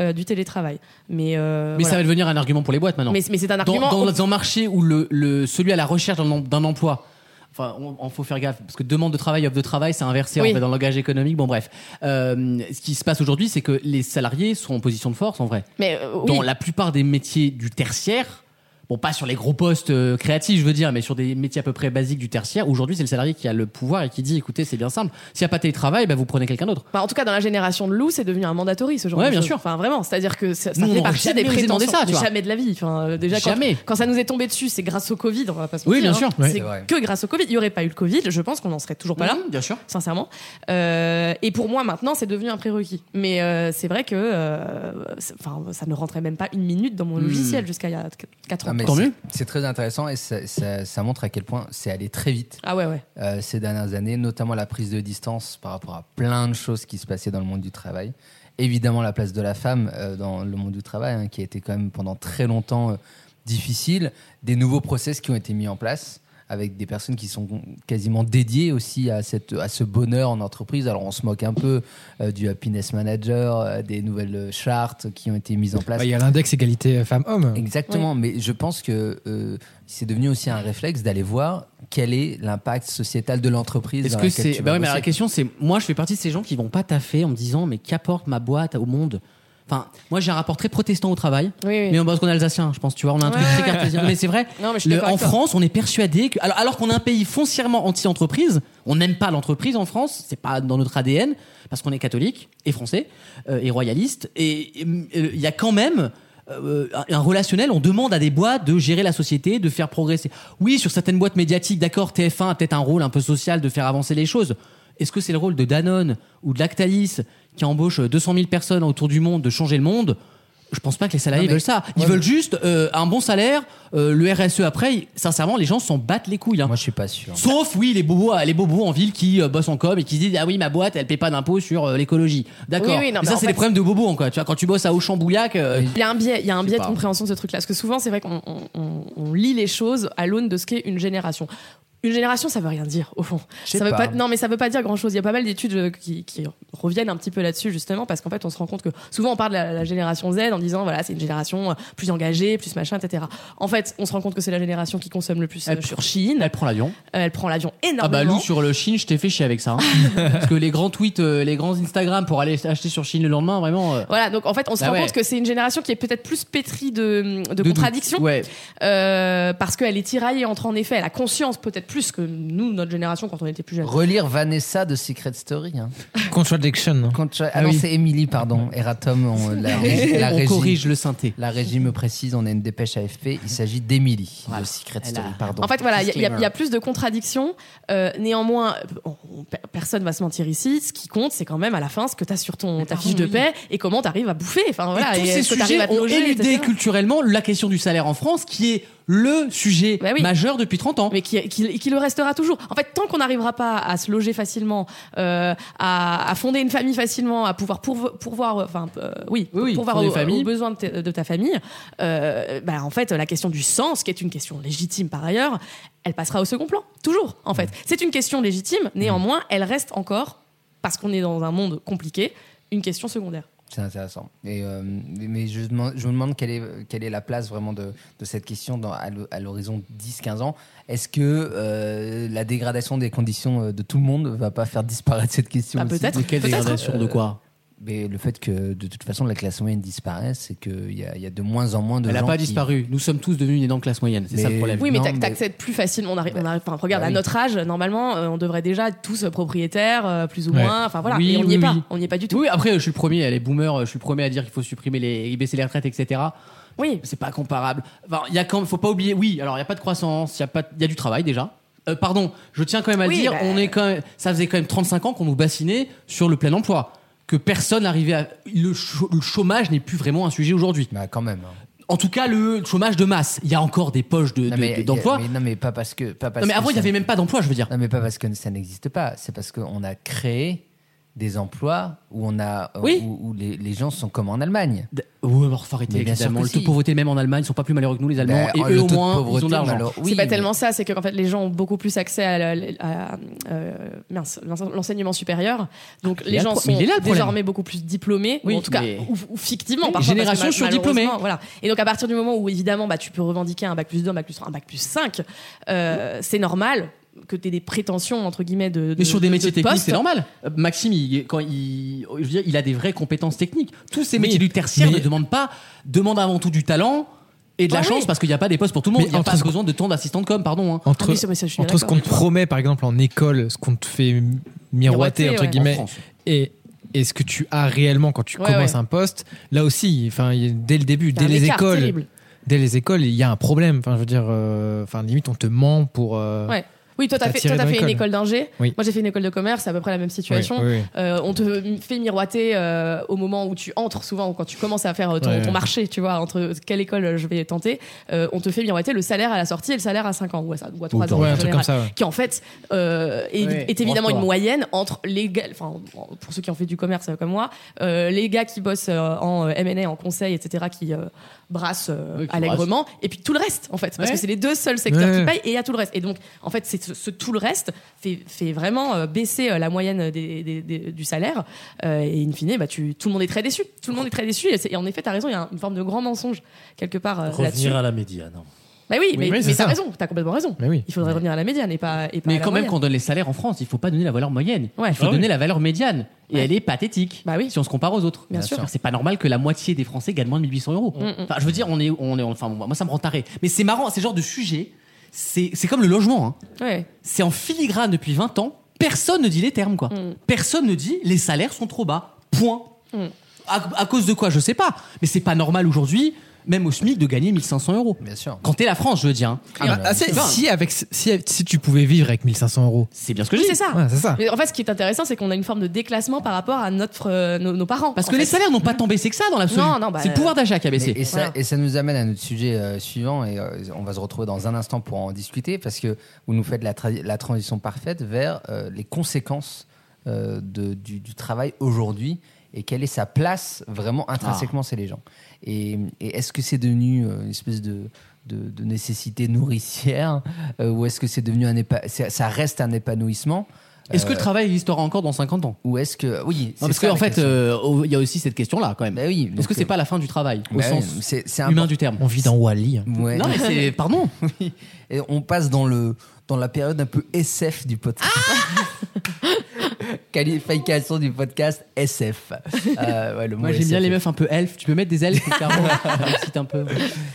Speaker 4: euh, du télétravail. Mais, euh,
Speaker 3: Mais
Speaker 4: voilà.
Speaker 3: ça va devenir un argument pour les boîtes maintenant.
Speaker 4: mais, mais c'est un
Speaker 3: dans,
Speaker 4: argument.
Speaker 3: dans-
Speaker 4: au-
Speaker 3: dans un marché où le, le- celui à la recherche d'un, em- d'un emploi, enfin, on, on faut faire gaffe parce que demande de travail, offre de travail, c'est inversé
Speaker 4: Oui.
Speaker 3: en fait, dans le langage économique. Bon, bref, Euh, ce qui se passe aujourd'hui, c'est que les salariés sont en position de force en vrai.
Speaker 4: mais euh, oui.
Speaker 3: Dans la plupart des métiers du tertiaire, bon, pas sur les gros postes euh, créatifs, je veux dire, mais sur des métiers à peu près basiques du tertiaire, aujourd'hui, c'est le salarié qui a le pouvoir et qui dit, écoutez, c'est bien simple. S'il n'y a pas télétravail, ben, vous prenez quelqu'un d'autre.
Speaker 4: Bah, en tout cas, dans la génération de loup, c'est devenu un mandatory ce genre
Speaker 3: Ouais,
Speaker 4: de
Speaker 3: bien
Speaker 4: choses.
Speaker 3: sûr.
Speaker 4: Enfin, vraiment, c'est-à-dire que ça, ça
Speaker 3: Nous, on
Speaker 4: fait
Speaker 3: n'aurait
Speaker 4: partie
Speaker 3: jamais
Speaker 4: des
Speaker 3: osé demander ça,
Speaker 4: prétentions.
Speaker 3: tu
Speaker 4: Mais
Speaker 3: vois.
Speaker 4: jamais de la vie. Enfin, euh, déjà, quand-
Speaker 3: Jamais.
Speaker 4: Quand, ça nous est tombé dessus, c'est grâce au Covid. On va pas se
Speaker 3: Oui,
Speaker 4: mentir,
Speaker 3: bien sûr.
Speaker 4: hein.
Speaker 3: Ouais.
Speaker 4: C'est
Speaker 2: C'est vrai.
Speaker 4: que grâce au Covid. Il n'y aurait pas eu le Covid, je pense qu'on n'en serait toujours pas là.
Speaker 3: Mmh, Bien sûr.
Speaker 4: Sincèrement. Euh, et pour moi, maintenant, c'est devenu un prérequis. Mais euh, c'est vrai que euh, c'est- enfin, ça ne rentrait même pas une minute dans mon
Speaker 3: Mmh.
Speaker 4: logiciel jusqu'à il y a 4
Speaker 2: Hmm.
Speaker 4: ans.
Speaker 2: Ah, mais
Speaker 3: Tant
Speaker 2: c'est-
Speaker 3: mieux.
Speaker 2: C'est très intéressant et ça, ça- ça montre à quel point c'est allé très vite
Speaker 4: Ah ouais, ouais.
Speaker 2: euh, ces dernières années, notamment la prise de distance par rapport à plein de choses qui se passaient dans le monde du travail. Évidemment, la place de la femme euh, dans le monde du travail, hein, qui a été quand même pendant très longtemps euh, difficile. Des nouveaux process qui ont été mis en place avec des personnes qui sont quasiment dédiées aussi à, cette, à ce bonheur en entreprise. Alors, on se moque un peu euh, du happiness manager, euh, des nouvelles euh, chartes qui ont été mises en place.
Speaker 7: Bah, il y a l'index égalité femmes
Speaker 3: Hein.
Speaker 7: hommes.
Speaker 2: Exactement, mais je pense que euh, c'est devenu aussi un réflexe d'aller voir quel est l'impact sociétal de l'entreprise.
Speaker 3: Est-ce
Speaker 2: dans
Speaker 3: que
Speaker 2: laquelle
Speaker 3: c'est.
Speaker 2: tu vas
Speaker 3: Bah ouais, mais alors la
Speaker 2: bosser.
Speaker 3: question, c'est. Moi, je fais partie de ces gens qui vont pas taffer en me disant, mais qu'apporte ma boîte au monde Enfin, moi, j'ai un rapport très protestant au travail.
Speaker 4: Oui, oui.
Speaker 3: Mais on pense qu'on est alsacien, je pense, tu vois. On a un truc
Speaker 4: Ouais,
Speaker 3: très
Speaker 4: ouais.
Speaker 3: cartésien. Non, Mais c'est vrai.
Speaker 4: Non, mais je suis
Speaker 3: Le-
Speaker 4: d'accord
Speaker 3: en
Speaker 4: avec toi.
Speaker 3: France, on est persuadé que. Alors, alors qu'on est un pays foncièrement anti-entreprise, on n'aime pas l'entreprise en France, c'est pas dans notre ADN, parce qu'on est catholique et français euh, et royaliste. Et et, euh, il y a quand même. euh, un relationnel, on demande à des boîtes de gérer la société, de faire progresser. Oui, sur certaines boîtes médiatiques, d'accord, TF1 a peut-être un rôle un peu social de faire avancer les choses. Est-ce que c'est le rôle de Danone ou de Lactalis qui embauche 200 000 personnes autour du monde de changer le monde Je pense pas que les salariés
Speaker 2: Non, mais-
Speaker 3: veulent ça. Ils
Speaker 2: Ouais,
Speaker 3: veulent juste euh, un bon salaire, euh, le RSE après. ils- Sincèrement, les gens s'en battent les couilles. hein.
Speaker 2: Moi, je suis pas sûr.
Speaker 3: Sauf, oui, les bobos, les bobos en ville qui euh, bossent en com et qui se disent Ah oui, ma boîte, elle paie pas d'impôts sur euh, l'écologie. D'accord.
Speaker 4: Oui, oui,
Speaker 3: Mais
Speaker 4: non, mais
Speaker 3: ça,
Speaker 4: en
Speaker 3: c'est
Speaker 4: fait-
Speaker 3: des problèmes de bobos, hein, quoi. Tu vois, quand tu bosses à Auchan-Bouillac. euh,
Speaker 4: Il y a un biais, il y a un
Speaker 3: C'est
Speaker 4: biais de
Speaker 3: pas-
Speaker 4: compréhension de ce truc-là. Parce que souvent, c'est vrai qu'on on- on- on lit les choses à l'aune de ce qu'est une génération. Une génération, ça veut rien dire, au fond.
Speaker 2: Je sais
Speaker 4: Ça veut
Speaker 2: pas.
Speaker 4: pas- non, mais ça veut pas dire grand-chose. Il y a pas mal d'études euh, qui, qui reviennent un petit peu là-dessus, justement, parce qu'en fait, on se rend compte que souvent, on parle de la, la génération Z en disant, voilà, c'est une génération euh, plus engagée, plus machin, etc. En fait, on se rend compte que c'est la génération qui consomme le plus euh,
Speaker 3: Elle-
Speaker 4: sur Chine.
Speaker 3: Elle prend l'avion.
Speaker 4: Euh, Elle prend l'avion
Speaker 3: Ah bah
Speaker 4: énormément.
Speaker 3: Lou sur le Chine, je t'ai fait chier avec ça. hein. Parce que les grands tweets, euh, les grands Instagram pour aller acheter sur Chine le lendemain, vraiment. euh,
Speaker 4: voilà, donc en fait, on se
Speaker 3: Bah
Speaker 4: rend
Speaker 3: ouais.
Speaker 4: compte que c'est une génération qui est peut-être plus pétrie de, de
Speaker 3: de doute.
Speaker 4: contradictions,
Speaker 3: Ouais.
Speaker 4: euh, parce qu'elle est tiraillée entre, en effet, elle a conscience peut-être plus que nous, notre génération, quand on était plus jeunes.
Speaker 2: Relire Vanessa de Secret Story. hein.
Speaker 7: Contradiction. non
Speaker 2: Quand tu- ah,
Speaker 7: Ah
Speaker 2: non,
Speaker 7: oui.
Speaker 2: c'est Émilie, pardon. Eratom, on- la, régie- la
Speaker 3: on
Speaker 2: régie-
Speaker 3: corrige le synthé.
Speaker 2: La régie me précise, on a une dépêche AFP, il s'agit d'Émilie, de Secret
Speaker 3: Elle
Speaker 2: Story,
Speaker 3: a-
Speaker 2: pardon.
Speaker 4: En fait, voilà, il y a- il y, a-
Speaker 3: Disclaimer.
Speaker 4: il y a plus de contradictions. Euh, néanmoins, on- on- pe- personne va se mentir ici. Ce qui compte, c'est quand même à la fin ce que tu as sur ton, ta fiche de paix et comment tu arrives à bouffer. Enfin, voilà,
Speaker 3: et tous ces
Speaker 4: ce que t'arrives
Speaker 3: sujets
Speaker 4: à te
Speaker 3: ont
Speaker 4: loger,
Speaker 3: éludé
Speaker 4: etc.
Speaker 3: culturellement la question du salaire en France, qui est le sujet
Speaker 4: Bah oui.
Speaker 3: majeur depuis 30 ans.
Speaker 4: mais qui, qui- qui le restera toujours. En fait, tant qu'on n'arrivera pas à se loger facilement, euh, à, à fonder une famille facilement, à pouvoir pourvo- pourvoir, enfin, euh, oui,
Speaker 3: Oui, oui,
Speaker 4: pourvoir
Speaker 3: fonder
Speaker 4: aux,
Speaker 3: une famille.
Speaker 4: aux besoins de, ta- de ta famille, euh, bah, en fait, la question du sens, qui est une question légitime par ailleurs, elle passera au second plan, toujours, en fait. C'est une question légitime, néanmoins, elle reste encore, parce qu'on est dans un monde compliqué, une question secondaire.
Speaker 2: C'est intéressant. Et, euh, mais je, demande- je me demande quelle est, quelle est la place vraiment de, de cette question dans- à l'ho- à l'horizon 10-15 ans. Est-ce que euh, la dégradation des conditions euh, de tout le monde va pas faire disparaître cette question
Speaker 4: Ah,
Speaker 2: aussi
Speaker 4: peut-être.
Speaker 3: Mais quelle dégradation de quoi
Speaker 2: Mais le fait que de toute façon la classe moyenne disparaisse et qu'il y, a- il y a de moins en moins de
Speaker 3: Elle
Speaker 2: gens.
Speaker 3: n'a pas
Speaker 2: qui-
Speaker 3: disparu. Nous sommes tous devenus une énorme classe moyenne. C'est
Speaker 2: Mais-
Speaker 3: ça le problème.
Speaker 4: Oui, mais
Speaker 2: Non,
Speaker 4: t'ac-
Speaker 2: mais-
Speaker 4: t'accèdes plus facilement. On arrive, on arrive- enfin, regarde,
Speaker 2: Bah
Speaker 4: à
Speaker 2: oui.
Speaker 4: notre âge, normalement, euh, on devrait déjà être tous euh, propriétaires, euh, plus ou
Speaker 7: Ouais.
Speaker 4: moins. Enfin voilà,
Speaker 3: Oui,
Speaker 4: et on n'y est
Speaker 3: oui,
Speaker 4: pas.
Speaker 3: oui.
Speaker 4: On n'y est pas du tout.
Speaker 3: Oui, après, je suis le premier, les boomers, je suis le premier à dire qu'il faut supprimer les, baisser les retraites, etc.
Speaker 4: Oui.
Speaker 3: C'est pas comparable. Enfin, il y a quand, faut pas oublier. Oui, alors il y a pas de croissance, il y a pas, il y a du travail déjà. Euh, pardon, je tiens quand même à le
Speaker 4: Oui,
Speaker 3: dire,
Speaker 4: bah-
Speaker 3: on est quand même- ça faisait quand même 35 ans qu'on nous bassinait sur le plein emploi, que personne n'arrivait à. Le, chô- le chômage n'est plus vraiment un sujet aujourd'hui.
Speaker 2: Bah, quand même. hein.
Speaker 3: En tout cas, le chômage de masse. Il y a encore des poches de-
Speaker 2: Non,
Speaker 3: de-
Speaker 2: mais-
Speaker 3: de- d'emploi.
Speaker 2: mais-
Speaker 3: non,
Speaker 2: non, mais pas parce que. Pas parce
Speaker 3: mais
Speaker 2: que
Speaker 3: avant, il y
Speaker 2: ça-
Speaker 3: avait même pas d'emploi, je veux dire.
Speaker 2: Non, mais pas parce que ça n'existe pas. C'est parce qu'on a créé des emplois où on a euh,
Speaker 3: Oui.
Speaker 2: où, où les, les gens sont comme en Allemagne.
Speaker 3: D- Ouais, alors faut arrêter
Speaker 2: Mais
Speaker 3: avec
Speaker 2: bien
Speaker 3: les
Speaker 2: sûr
Speaker 3: Allemands.
Speaker 2: que
Speaker 3: Le taux
Speaker 2: si.
Speaker 3: de pauvreté, même en Allemagne, ils sont pas plus malheureux que nous, les Allemands.
Speaker 2: Bah,
Speaker 3: et
Speaker 2: le
Speaker 3: eux, au
Speaker 2: taux de
Speaker 3: moins, ils
Speaker 2: pauvreté,
Speaker 3: ont de l'argent.
Speaker 2: malheureux- oui,
Speaker 4: c'est pas
Speaker 2: mais-
Speaker 4: tellement ça, c'est que en fait, les gens ont beaucoup plus accès à, la- à, euh, mince, l'enseignement supérieur. Donc
Speaker 3: il est
Speaker 4: les
Speaker 3: là
Speaker 4: gens
Speaker 3: le pro-
Speaker 4: sont
Speaker 3: mais il est là, le problème.
Speaker 4: désormais beaucoup plus diplômés,
Speaker 3: Oui,
Speaker 4: ou en tout cas,
Speaker 3: mais-
Speaker 4: ou, ou fictivement.
Speaker 3: Oui,
Speaker 4: parfois, parce que
Speaker 3: génération
Speaker 4: mal-
Speaker 3: surdiplômée.
Speaker 4: malheureusement, Voilà. Et donc à partir du moment où évidemment bah, tu peux revendiquer un bac plus 2, un bac plus 3, un bac plus 5, euh, c'est normal que tu aies des prétentions, entre guillemets, de. de-
Speaker 3: Mais sur des
Speaker 4: de-
Speaker 3: métiers
Speaker 4: de
Speaker 3: techniques,
Speaker 4: poste.
Speaker 3: c'est normal. Euh, Maxime, il, quand il, je veux dire, il a des vraies compétences techniques. Tous ces
Speaker 7: Oui,
Speaker 3: métiers du tertiaire
Speaker 7: mais-
Speaker 3: ne demandent pas, demandent avant tout du talent et de la
Speaker 2: Bah
Speaker 4: Ah oui.
Speaker 3: chance parce qu'il n'y a pas des postes pour tout le monde.
Speaker 7: Mais
Speaker 3: Il n'y a
Speaker 7: entre
Speaker 3: pas
Speaker 7: ce-
Speaker 3: besoin de tant d'assistants de com, pardon. hein.
Speaker 2: Bah,
Speaker 4: Ah
Speaker 7: Entre,
Speaker 4: oui, c'est- mais ça, je suis bien
Speaker 7: entre ce
Speaker 4: d'accord.
Speaker 7: qu'on te promet, par exemple, en école, ce qu'on te fait mi-
Speaker 4: Miroiter,
Speaker 7: miroiter, entre
Speaker 4: ouais.
Speaker 3: En
Speaker 7: guillemets,
Speaker 3: France.
Speaker 7: et, et ce que tu as réellement quand tu
Speaker 4: Ouais,
Speaker 7: commences
Speaker 4: ouais.
Speaker 7: un poste, là aussi, enfin, il y a- dès le début,
Speaker 4: Il y a
Speaker 7: dès
Speaker 4: un
Speaker 7: les
Speaker 4: écart
Speaker 7: écoles,
Speaker 4: terrible.
Speaker 7: dès les écoles, il y a un problème. Enfin, je veux dire, euh, enfin, limite, on te ment pour. euh,
Speaker 4: Ouais. Oui, toi, t'as
Speaker 7: T'as
Speaker 4: fait,
Speaker 7: tiré
Speaker 4: toi, t'as
Speaker 7: dans
Speaker 4: fait une
Speaker 7: l'école.
Speaker 4: école d'ingé.
Speaker 7: Oui.
Speaker 4: Moi, j'ai fait une école de commerce, c'est à peu près la même situation.
Speaker 7: oui, oui.
Speaker 4: Euh, on te mi- fait miroiter euh, au moment où tu entres, souvent ou quand tu commences à faire euh, ton,
Speaker 7: Ouais,
Speaker 4: ton
Speaker 7: ouais.
Speaker 4: marché, tu vois, entre quelle école euh, je vais tenter, euh, on te fait miroiter le salaire à la sortie et le salaire à 5 ans ou à, ça- ou à 3 ans.
Speaker 7: Ouais,
Speaker 4: en
Speaker 7: un truc
Speaker 4: général.
Speaker 7: comme ça. ouais.
Speaker 4: Qui en fait euh, est,
Speaker 3: Ouais,
Speaker 4: est évidemment
Speaker 3: branche-toi.
Speaker 4: une moyenne entre les gars, enfin pour ceux qui ont fait du commerce euh, comme moi, euh, les gars qui bossent euh, en euh, M&A, en conseil, etc., qui euh, brassent euh,
Speaker 3: Ouais, qui
Speaker 4: allègrement, et puis tout le reste en fait, parce
Speaker 3: Ouais.
Speaker 4: que c'est les deux seuls secteurs
Speaker 7: Ouais.
Speaker 4: qui payent et il y a tout le reste. Et donc en fait, c'est ce, ce tout le reste fait, fait vraiment euh, baisser euh, la moyenne des- des- des- du salaire euh, et in fine, bah, tu, tout le monde est très déçu. Tout le monde est très déçu et, c'est- et en effet, t'as raison, il y a une forme de grand mensonge quelque part euh, là-dessus.
Speaker 6: Revenir à la médiane.
Speaker 4: Bah oui, mais,
Speaker 7: oui,
Speaker 4: mais
Speaker 7: c'est
Speaker 4: t'as
Speaker 7: ça.
Speaker 4: raison, t'as complètement raison.
Speaker 7: Mais oui.
Speaker 4: Il faudrait revenir à la médiane et pas, et pas à
Speaker 3: Mais
Speaker 4: la
Speaker 3: quand même,
Speaker 4: moyenne.
Speaker 3: quand on donne les salaires en France, il faut pas donner la valeur moyenne.
Speaker 4: Ouais. Bah
Speaker 3: Il faut
Speaker 6: Ah oui.
Speaker 3: donner la valeur médiane. Et
Speaker 4: Ouais.
Speaker 3: elle est pathétique.
Speaker 4: Bah oui.
Speaker 3: Si on se compare aux autres.
Speaker 4: Bien sûr.
Speaker 3: Enfin, C'est pas normal que la moitié des Français gagnent moins de 1800 euros.
Speaker 4: Mm, mm.
Speaker 3: Enfin, je veux dire, on est, on est, enfin, moi, ça me rend taré. Mais c'est marrant, ces genres de sujets, c'est, c'est comme le logement, hein.
Speaker 4: Ouais.
Speaker 3: c'est en filigrane depuis 20 ans. Personne ne dit les termes, quoi.
Speaker 4: Mm.
Speaker 3: Personne ne dit les salaires sont trop bas. Point.
Speaker 4: Mm.
Speaker 3: À, à cause de quoi Je sais pas. Mais c'est pas normal aujourd'hui, même au SMIC, de gagner 1500 euros.
Speaker 2: Bien sûr.
Speaker 3: Quand t'es la France, je veux dire. hein.
Speaker 7: Ah bah, ah, c'est-
Speaker 3: Enfin,
Speaker 7: si, avec, si, si tu pouvais vivre avec 1500 euros.
Speaker 3: c'est bien ce que je
Speaker 4: Oui,
Speaker 3: dis.
Speaker 4: c'est ça.
Speaker 7: Ouais, c'est ça.
Speaker 4: Ah. Mais en fait, ce qui est intéressant, c'est qu'on a une forme de déclassement par rapport à notre, euh, nos, nos parents.
Speaker 3: Parce
Speaker 4: en
Speaker 3: que les
Speaker 4: fait.
Speaker 3: salaires n'ont pas tant baissé que ça dans l'absolu.
Speaker 4: Non, non, bah,
Speaker 3: c'est le pouvoir d'achat qui a baissé.
Speaker 2: Et, et ça,
Speaker 4: Voilà.
Speaker 2: et ça nous amène à notre sujet euh, suivant, et euh, on va se retrouver dans un instant pour en discuter, parce que vous nous faites la, tra- la transition parfaite vers euh, les conséquences euh, de- du, du travail aujourd'hui, et quelle est sa place vraiment intrinsèquement
Speaker 3: Ah.
Speaker 2: chez les gens. Et, et est-ce que c'est devenu euh, une espèce de, de- de nécessité nourricière, euh, ou est-ce que c'est devenu un épa- c'est- ça reste un épanouissement
Speaker 3: Est-ce que
Speaker 2: euh,
Speaker 3: le travail existera encore dans 50 ans
Speaker 2: ou est-ce que oui c'est
Speaker 3: Non, Parce
Speaker 2: ça,
Speaker 3: qu'en
Speaker 2: la
Speaker 3: fait,
Speaker 2: question.
Speaker 3: euh, au- il y a aussi cette question-là quand même.
Speaker 2: Bah oui,
Speaker 3: Est-ce
Speaker 2: donc,
Speaker 3: que c'est
Speaker 2: euh,
Speaker 3: pas la fin du travail au
Speaker 2: bah oui,
Speaker 3: sens
Speaker 2: c'est c'est
Speaker 3: humain
Speaker 2: important.
Speaker 3: du terme
Speaker 7: On vit dans Wally. hein.
Speaker 2: Ouais.
Speaker 3: Non, mais c'est pardon. Ah
Speaker 2: Et on passe dans le dans la période un peu SF du podcast. Qualification du podcast SF. Euh, ouais, le
Speaker 3: Moi
Speaker 2: mot
Speaker 3: j'aime bien
Speaker 2: SF.
Speaker 3: les meufs un peu elfes. Tu peux mettre des elfes, clairement. un petit un peu.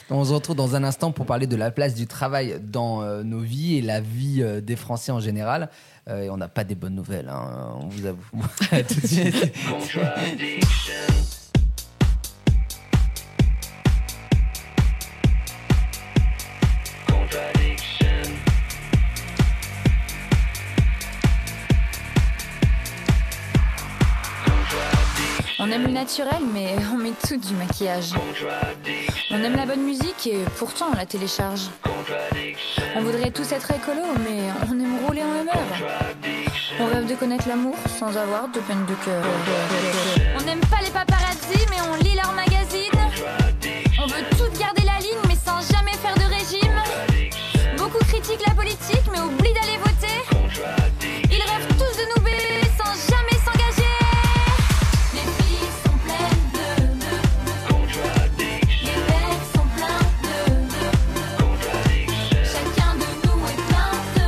Speaker 2: On se retrouve dans un instant pour parler de la place du travail dans euh, nos vies et la vie euh, des Français en général. Euh, et on n'a pas des bonnes nouvelles, hein, on vous avoue. À tout de suite.
Speaker 8: On aime le naturel, mais on met tout du maquillage. On aime la bonne musique et pourtant on la télécharge. On voudrait tous être écolo, mais on aime rouler en humeur. On rêve de connaître l'amour sans avoir de peine de cœur. On n'aime pas les paparazzi, mais on lit leurs magazines. On veut toutes garder la ligne, mais sans jamais faire de régime. Beaucoup critiquent la politique, mais oublient d'aller voter. Ils rêvent tous de nous bébés sans jamais s'engager. Les filles sont pleines de Les mecs sont pleins de Chacun de nous est plein de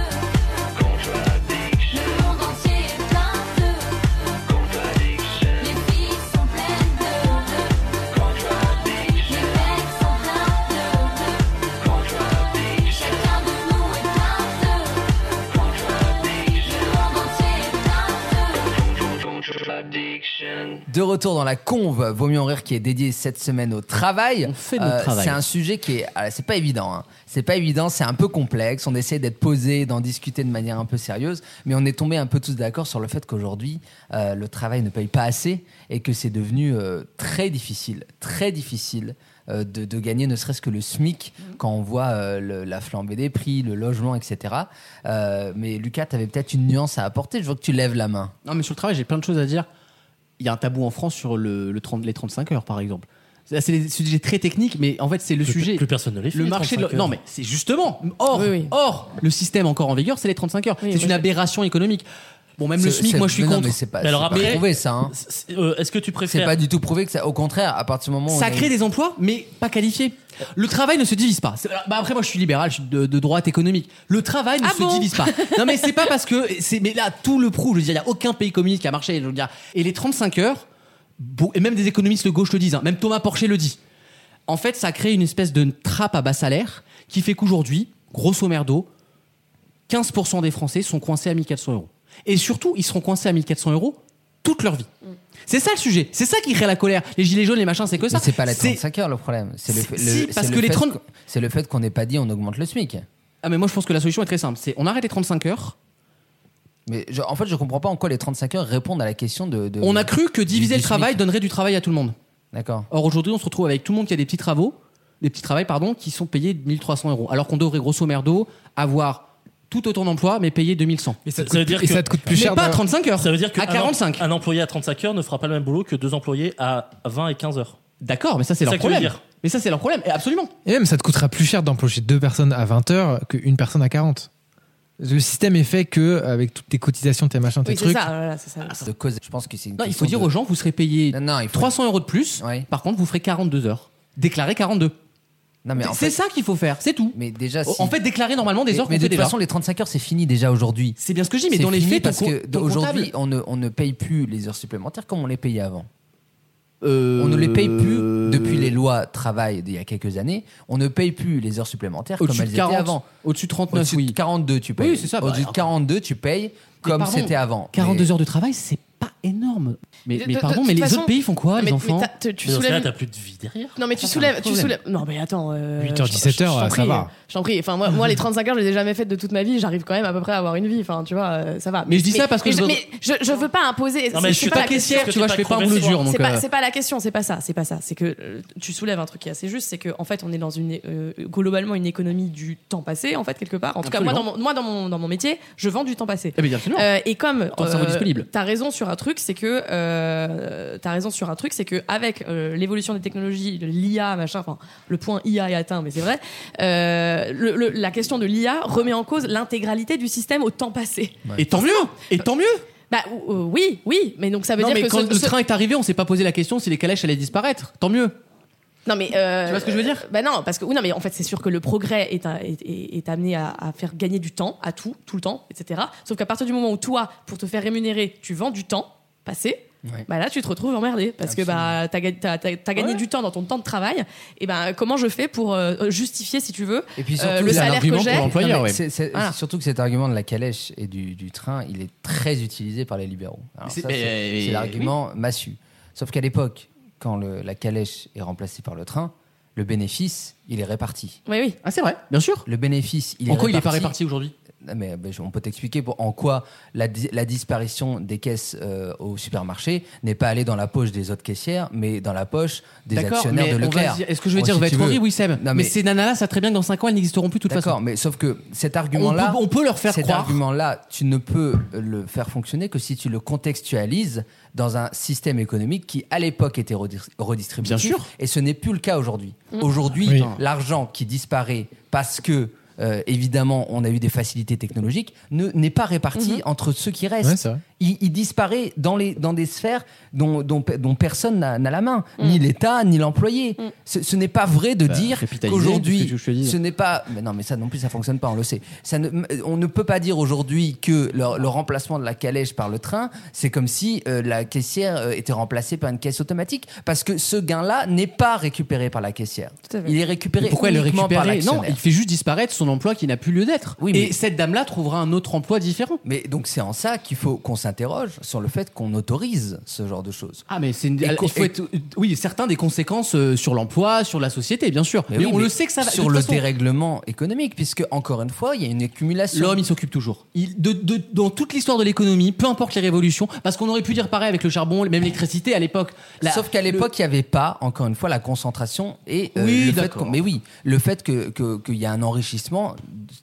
Speaker 8: Le monde entier est plein de Les filles sont pleines de Les mecs sont pleins de Chacun de nous est plein de Le monde entier est plein de
Speaker 2: De retour dans la conve, Vaut mieux en rire qui est dédiée cette semaine au travail. Euh,
Speaker 3: On fait notre travail.
Speaker 2: C'est un sujet qui est, ah, c'est pas évident. hein. C'est pas évident, c'est un peu complexe. On essaie d'être posé, d'en discuter de manière un peu sérieuse, mais on est tombé un peu tous d'accord sur le fait qu'aujourd'hui euh, le travail ne paye pas assez et que c'est devenu euh, très difficile, très difficile. euh, De, de gagner ne serait-ce que le SMIC quand on voit euh, le- la flambée des prix, le logement, etc. Euh, mais Lucas, tu avais peut-être une nuance à apporter. Je vois que tu lèves la main.
Speaker 3: Non, mais sur le travail, j'ai plein de choses à dire. Il y a un tabou en France sur le, le 30 les 35 heures, par exemple. C'est c'est des sujets très techniques, mais en fait, c'est le
Speaker 6: Plus-
Speaker 3: sujet.
Speaker 6: Plus personne ne les fait.
Speaker 3: Le marché de
Speaker 6: 35
Speaker 3: l'o- Non,
Speaker 6: heures.
Speaker 3: mais c'est justement. Or,
Speaker 4: Oui, oui.
Speaker 3: or, le système encore en vigueur, c'est les 35 heures.
Speaker 4: Oui,
Speaker 3: c'est
Speaker 4: moi,
Speaker 3: une
Speaker 4: je-
Speaker 3: aberration économique. Bon, même le
Speaker 2: C'est-
Speaker 3: SMIC,
Speaker 2: c'est-
Speaker 3: moi, je suis
Speaker 2: mais non,
Speaker 3: contre.
Speaker 2: mais c'est pas,
Speaker 6: Mais alors
Speaker 2: c'est pas
Speaker 6: après-
Speaker 2: prouvé, ça. hein.
Speaker 6: C'est- euh, Est-ce que tu
Speaker 2: C'est
Speaker 6: préfères
Speaker 2: pas du tout prouvé que ça. Au contraire, à partir du moment où. on
Speaker 3: ça
Speaker 2: a
Speaker 3: crée
Speaker 2: une-
Speaker 3: des emplois, mais pas qualifiés. Le travail ne se divise pas. C'est- alors, bah après, moi, je suis libéral, je suis de, de droite économique. Le travail ne
Speaker 4: Ah
Speaker 3: se
Speaker 4: bon
Speaker 3: divise pas. Non, mais c'est pas parce que. c'est Mais là, tout le prouve. Je veux dire, il n'y a aucun pays communiste qui a marché. Je veux dire, et les 35 heures, bon, et même des économistes de gauche le disent, hein, même Thomas Porcher le dit. En fait, ça crée une espèce de trappe à bas salaire qui fait qu'aujourd'hui, grosso merdo, 15% des Français sont coincés à 1400 euros. Et surtout, ils seront coincés à 1400 euros toute leur vie. C'est ça le sujet. C'est ça qui crée la colère. Les gilets jaunes, les machins, c'est que
Speaker 2: Mais
Speaker 3: ça.
Speaker 2: C'est pas la
Speaker 3: C'est-
Speaker 2: 35 heures le problème. C'est le,
Speaker 3: Si,
Speaker 2: fait-
Speaker 3: si,
Speaker 2: le-
Speaker 3: parce
Speaker 2: c'est
Speaker 3: que
Speaker 2: le
Speaker 3: les
Speaker 2: fait
Speaker 3: 30
Speaker 2: qu'on- C'est le fait qu'on n'ait pas dit on augmente le SMIC.
Speaker 3: Ah mais moi je pense que la solution est très simple, c'est on arrête les 35 heures.
Speaker 2: Mais je- en fait, je comprends pas en quoi les 35 heures répondent à la question de. de-
Speaker 3: On a cru que diviser
Speaker 2: du
Speaker 3: le travail donnerait du travail à tout le monde.
Speaker 2: D'accord.
Speaker 3: Or aujourd'hui on se retrouve avec tout le monde qui a des petits travaux, des petits travails pardon, qui sont payés de 1300 euros, alors qu'on devrait grosso merdo avoir tout autant d'emplois mais payer 2100.
Speaker 7: Et ça te
Speaker 6: Ça veut
Speaker 7: coûte,
Speaker 6: dire
Speaker 7: et
Speaker 6: que-
Speaker 7: ça te coûte plus
Speaker 3: mais
Speaker 7: cher.
Speaker 3: pas à
Speaker 7: de-
Speaker 3: 35 heures.
Speaker 6: Ça veut dire que
Speaker 3: à 45.
Speaker 6: Un, un employé à 35 heures ne fera pas le même boulot que deux employés à 20 et 15 heures.
Speaker 3: D'accord, mais ça c'est
Speaker 6: C'est
Speaker 3: leur
Speaker 6: ça que je veux
Speaker 3: problème.
Speaker 6: dire.
Speaker 3: Mais ça c'est leur problème, Et absolument.
Speaker 7: Et même, ça te coûtera plus cher d'employer deux personnes à 20 heures qu'une personne à 40. Le système est fait que, avec toutes tes cotisations, tes machins, tes
Speaker 4: Oui, c'est
Speaker 7: trucs,
Speaker 4: ça, voilà, c'est ça.
Speaker 2: De cause. Je pense que c'est. une
Speaker 3: Non, il
Speaker 2: question
Speaker 3: faut dire
Speaker 2: de-
Speaker 3: aux gens vous serez payé
Speaker 2: Non, non, il faut.
Speaker 3: 300 euros de plus.
Speaker 2: Ouais.
Speaker 3: Par contre vous ferez 42 heures. Déclarer 42.
Speaker 2: Non, mais en
Speaker 3: c'est
Speaker 2: fait.
Speaker 3: ça qu'il faut faire, c'est tout.
Speaker 2: Mais déjà. si-
Speaker 3: En fait déclarer normalement des
Speaker 2: mais-
Speaker 3: heures qu'on
Speaker 2: mais de
Speaker 3: fait
Speaker 2: toute
Speaker 3: déjà.
Speaker 2: façon, les 35 heures, c'est fini déjà aujourd'hui.
Speaker 3: C'est bien ce que je dis, mais
Speaker 2: C'est
Speaker 3: dans les
Speaker 2: fini
Speaker 3: faits, ton
Speaker 2: parce
Speaker 3: com-
Speaker 2: que
Speaker 3: ton
Speaker 2: aujourd'hui,
Speaker 3: comptable-
Speaker 2: on ne, on ne paye plus les heures supplémentaires comme on les payait avant.
Speaker 3: Euh,
Speaker 2: On ne les paye plus depuis les lois travail d'il y a quelques années. On ne paye plus les heures supplémentaires comme
Speaker 3: Au-dessus
Speaker 2: elles
Speaker 3: de
Speaker 2: étaient
Speaker 3: 40,
Speaker 2: avant.
Speaker 3: Au-dessus de 39,
Speaker 2: Au-dessus
Speaker 3: oui.
Speaker 2: de 42, tu payes.
Speaker 3: Oui, c'est ça, bah,
Speaker 2: Au-dessus de
Speaker 3: alors-
Speaker 2: 42, tu payes comme
Speaker 3: pardon,
Speaker 2: c'était avant.
Speaker 3: 42
Speaker 2: Mais-
Speaker 3: heures de travail, c'est pas énorme. Mais,
Speaker 4: De-
Speaker 3: mais
Speaker 4: de- de
Speaker 3: pardon,
Speaker 4: toute
Speaker 3: mais les
Speaker 4: façon-
Speaker 3: autres pays font quoi, les
Speaker 4: mais,
Speaker 3: enfants
Speaker 4: mais t'as- tu- tu
Speaker 6: Mais dans ce cas-là,
Speaker 4: soulèves
Speaker 6: t'as plus de vie derrière.
Speaker 4: Non mais tu
Speaker 3: Ça, c'est un
Speaker 4: soulèves, tu
Speaker 3: problème.
Speaker 4: soulèves. Non mais attends. euh,
Speaker 7: 8 heures,
Speaker 4: je-
Speaker 7: 17 heures,
Speaker 4: je t'en
Speaker 7: ça
Speaker 4: prie,
Speaker 7: va.
Speaker 4: Je t'en prie. Enfin moi, moi les 35 heures, je les ai jamais faites de toute ma vie. J'arrive quand même à peu près à avoir une vie. Enfin tu vois, euh, ça va.
Speaker 3: Mais je dis ça parce que
Speaker 4: mais je,
Speaker 3: je-
Speaker 4: mais je, je veux pas imposer. c'est-
Speaker 6: Non, mais je
Speaker 4: c'est
Speaker 6: suis
Speaker 4: pas
Speaker 6: pas
Speaker 4: la question.
Speaker 6: caissière,
Speaker 3: tu vois, je fais pas un boulot
Speaker 6: Conversement.
Speaker 3: dur. Donc,
Speaker 4: C'est pas,
Speaker 3: euh,
Speaker 4: c'est pas la question, c'est pas ça, c'est pas ça. C'est que euh, tu soulèves un truc qui est assez juste, c'est que en fait on est dans une euh, globalement une économie du temps passé en fait quelque part. En tout cas moi dans
Speaker 3: Absolument.
Speaker 4: mon, moi dans mon dans mon métier, je vends du temps passé.
Speaker 3: Eh bien, absolument.
Speaker 4: Euh, et comme euh,
Speaker 3: Ton cerveau disponible.
Speaker 4: t'as raison sur un truc, c'est que euh, t'as raison sur un truc, c'est que avec euh, l'évolution des technologies, de l'IA, machin, enfin le point IA est atteint, mais c'est vrai. euh, le- le- la question de l'IA remet en cause l'intégralité du système au temps passé.
Speaker 3: Et tant mieux Et tant mieux
Speaker 4: Bah ou- euh, oui, oui, mais donc ça veut
Speaker 3: Non,
Speaker 4: dire
Speaker 3: mais
Speaker 4: que
Speaker 3: quand
Speaker 4: ce-
Speaker 3: le
Speaker 4: ce-
Speaker 3: train est arrivé, on s'est pas posé la question si les calèches allaient disparaître. Tant mieux
Speaker 4: Non mais euh,
Speaker 3: Tu vois ce que je veux dire
Speaker 4: Bah non, parce que oui, non mais en fait c'est sûr que le progrès est, un- est, est- est amené à, à faire gagner du temps à tout, tout le temps, etc. Sauf qu'à partir du moment où toi, pour te faire rémunérer, tu vends du temps passé.
Speaker 2: Ouais.
Speaker 4: Bah là, tu te retrouves emmerdé parce que bah t'as ga- t'as t'as- t'as gagné
Speaker 6: Ouais.
Speaker 4: du temps dans ton temps de travail. Et ben comment je fais pour euh, justifier, si tu veux,
Speaker 2: Et puis
Speaker 4: euh,
Speaker 2: surtout,
Speaker 4: le
Speaker 2: c'est un
Speaker 4: salaire que
Speaker 2: argument
Speaker 4: j'ai
Speaker 2: pour
Speaker 9: Employeur,
Speaker 2: Eh, Non, mais
Speaker 9: ouais.
Speaker 2: c'est- c'est-
Speaker 4: Voilà.
Speaker 2: Surtout que cet argument de la calèche et du, du train, il est très utilisé par les libéraux. Alors
Speaker 9: C'est-
Speaker 2: ça,
Speaker 9: mais-
Speaker 2: C'est
Speaker 9: mais-
Speaker 2: c'est l'argument massu. Sauf qu'à l'époque, quand le- la calèche est remplacée par le train, le bénéfice, il est réparti.
Speaker 4: Oui, oui.
Speaker 3: Ah, c'est vrai, bien sûr.
Speaker 2: Le bénéfice, il
Speaker 3: en
Speaker 2: est
Speaker 3: quoi il est pas
Speaker 2: réparti.
Speaker 3: réparti aujourd'hui
Speaker 2: Non, mais ben, je- on peut t'expliquer pour- en quoi la, di- la disparition des caisses euh, au supermarché n'est pas allée dans la poche des autres caissières, mais dans la poche des
Speaker 3: D'accord,
Speaker 2: actionnaires
Speaker 3: mais
Speaker 2: de
Speaker 3: on va
Speaker 2: Leclerc.
Speaker 3: dire- est-ce que je veux
Speaker 2: Bon,
Speaker 3: dire,
Speaker 2: si
Speaker 3: va
Speaker 2: tu
Speaker 3: être
Speaker 2: veux.
Speaker 3: horrible, oui, Seb.
Speaker 2: Non,
Speaker 3: mais,
Speaker 2: mais-
Speaker 3: ces nanas-là, ça très bien que dans 5 ans, elles n'existeront plus de toute
Speaker 2: D'accord,
Speaker 3: façon.
Speaker 2: mais sauf que
Speaker 3: On
Speaker 2: cet
Speaker 3: peut,
Speaker 2: argument-là,
Speaker 3: on peut leur faire
Speaker 2: cet
Speaker 3: croire.
Speaker 2: argument-là, tu ne peux le faire fonctionner que si tu le contextualises dans un système économique qui, à l'époque, était redis-
Speaker 3: Bien
Speaker 2: redistributif.
Speaker 3: sûr.
Speaker 2: Et ce n'est plus le cas aujourd'hui. Aujourd'hui,
Speaker 7: Oui.
Speaker 2: l'argent qui disparaît parce que, euh, évidemment, on a eu des facilités technologiques, ne- n'est pas réparti entre ceux qui restent.
Speaker 7: Ouais, c'est vrai.
Speaker 2: il, il disparaît dans, les, dans des sphères dont, dont, pe- dont personne n'a n'a la main,
Speaker 4: Mm.
Speaker 2: ni l'État, ni l'employé. Ce, ce n'est pas vrai de
Speaker 9: Bah,
Speaker 2: dire
Speaker 9: capitaliser,
Speaker 2: qu'aujourd'hui,
Speaker 9: qu'est-ce que je te dis
Speaker 2: ce n'est pas. Mais non, mais ça non plus, ça fonctionne pas, on le sait. Ça ne- on ne peut pas dire aujourd'hui que le, le remplacement de la calèche par le train, c'est comme si euh, la caissière euh, était remplacée par une caisse automatique, parce que ce gain-là n'est pas récupéré par la caissière.
Speaker 4: Tout à fait.
Speaker 2: Il est récupéré
Speaker 3: Mais pourquoi elle le
Speaker 2: uniquement par
Speaker 3: récupérer Non,
Speaker 2: l'actionnaire.
Speaker 3: il fait juste disparaître son emploi qui n'a plus lieu d'être.
Speaker 2: Oui, mais-
Speaker 3: Et cette dame-là trouvera un autre emploi différent.
Speaker 2: Mais donc c'est en ça qu'il faut qu'on s'interroge sur le fait qu'on autorise ce genre de choses.
Speaker 3: Ah, mais c'est une...
Speaker 2: Et
Speaker 3: alors,
Speaker 2: co-
Speaker 3: il faut
Speaker 2: et-
Speaker 3: être. Oui, certains des conséquences euh, sur l'emploi, sur la société, bien sûr. Mais,
Speaker 2: oui,
Speaker 3: on le sait que ça va. de
Speaker 2: sur
Speaker 3: toute
Speaker 2: le
Speaker 3: façon,
Speaker 2: dérèglement économique, puisque encore une fois, il y a une accumulation.
Speaker 3: L'homme, il s'occupe toujours. Il, de, de- dans toute l'histoire de l'économie, peu importe les révolutions, parce qu'on aurait pu dire pareil avec le charbon, même l'électricité à l'époque. La-
Speaker 2: Sauf qu'à l'époque, il n'y avait pas, encore une fois, la concentration et euh,
Speaker 3: Oui,
Speaker 2: le fait
Speaker 3: d'accord.
Speaker 2: qu'on- mais oui, le fait que- que- qu'il y a un enrichissement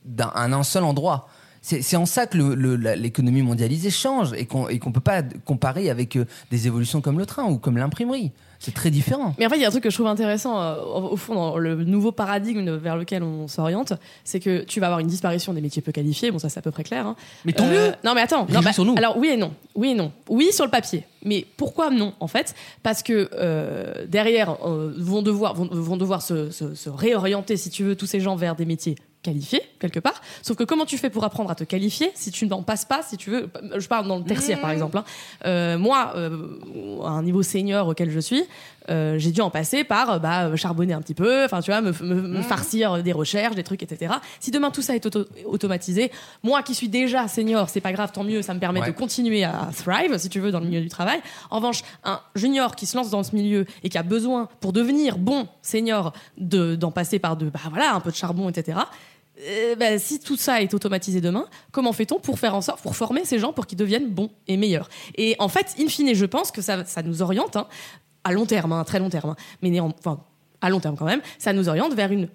Speaker 2: d'un un, un seul endroit. C'est c'est en ça que le- le- la- l'économie mondialisée change et qu'on ne peut pas comparer avec euh, des évolutions comme le train ou comme l'imprimerie. C'est très différent.
Speaker 4: Mais en fait, il y a un truc que je trouve intéressant, euh, au au fond, dans le nouveau paradigme vers lequel on s'oriente, c'est que tu vas avoir une disparition des métiers peu qualifiés, bon, ça c'est à peu près clair. hein.
Speaker 3: Mais tant
Speaker 4: Euh,
Speaker 3: mieux
Speaker 4: Non, mais attends. Non,
Speaker 3: Réjouissons-nous.
Speaker 4: bah, alors oui et non. Oui et non. Oui sur le papier. Mais pourquoi non en fait Parce que euh, derrière euh, vont devoir vont, vont devoir se, se- se réorienter si tu veux tous ces gens vers des métiers qualifiés quelque part. Sauf que comment tu fais pour apprendre à te qualifier si tu n'en passes pas Si tu veux, je parle dans le tertiaire par exemple. hein. Euh, moi, euh, à un niveau senior auquel je suis, euh, j'ai dû en passer par euh, bah, charbonner un petit peu, enfin tu vois, me, me- me farcir des recherches, des trucs, etc. Si demain tout ça est auto- automatisé, moi qui suis déjà senior, c'est pas grave, tant mieux, ça me permet
Speaker 2: Ouais.
Speaker 4: de continuer à thrive, si tu veux, dans le milieu du travail. En revanche, un junior qui se lance dans ce milieu et qui a besoin, pour devenir bon senior, de- d'en passer par de, bah voilà, un peu de charbon, etc. Euh, bah, si tout ça est automatisé demain, comment fait-on pour faire en sorte, pour former ces gens pour qu'ils deviennent bons et meilleurs Et en fait, in fine, je pense que ça, ça nous oriente, hein, à long terme, hein, très long terme, hein, mais néanmoins, enfin, à long terme quand même, ça nous oriente vers une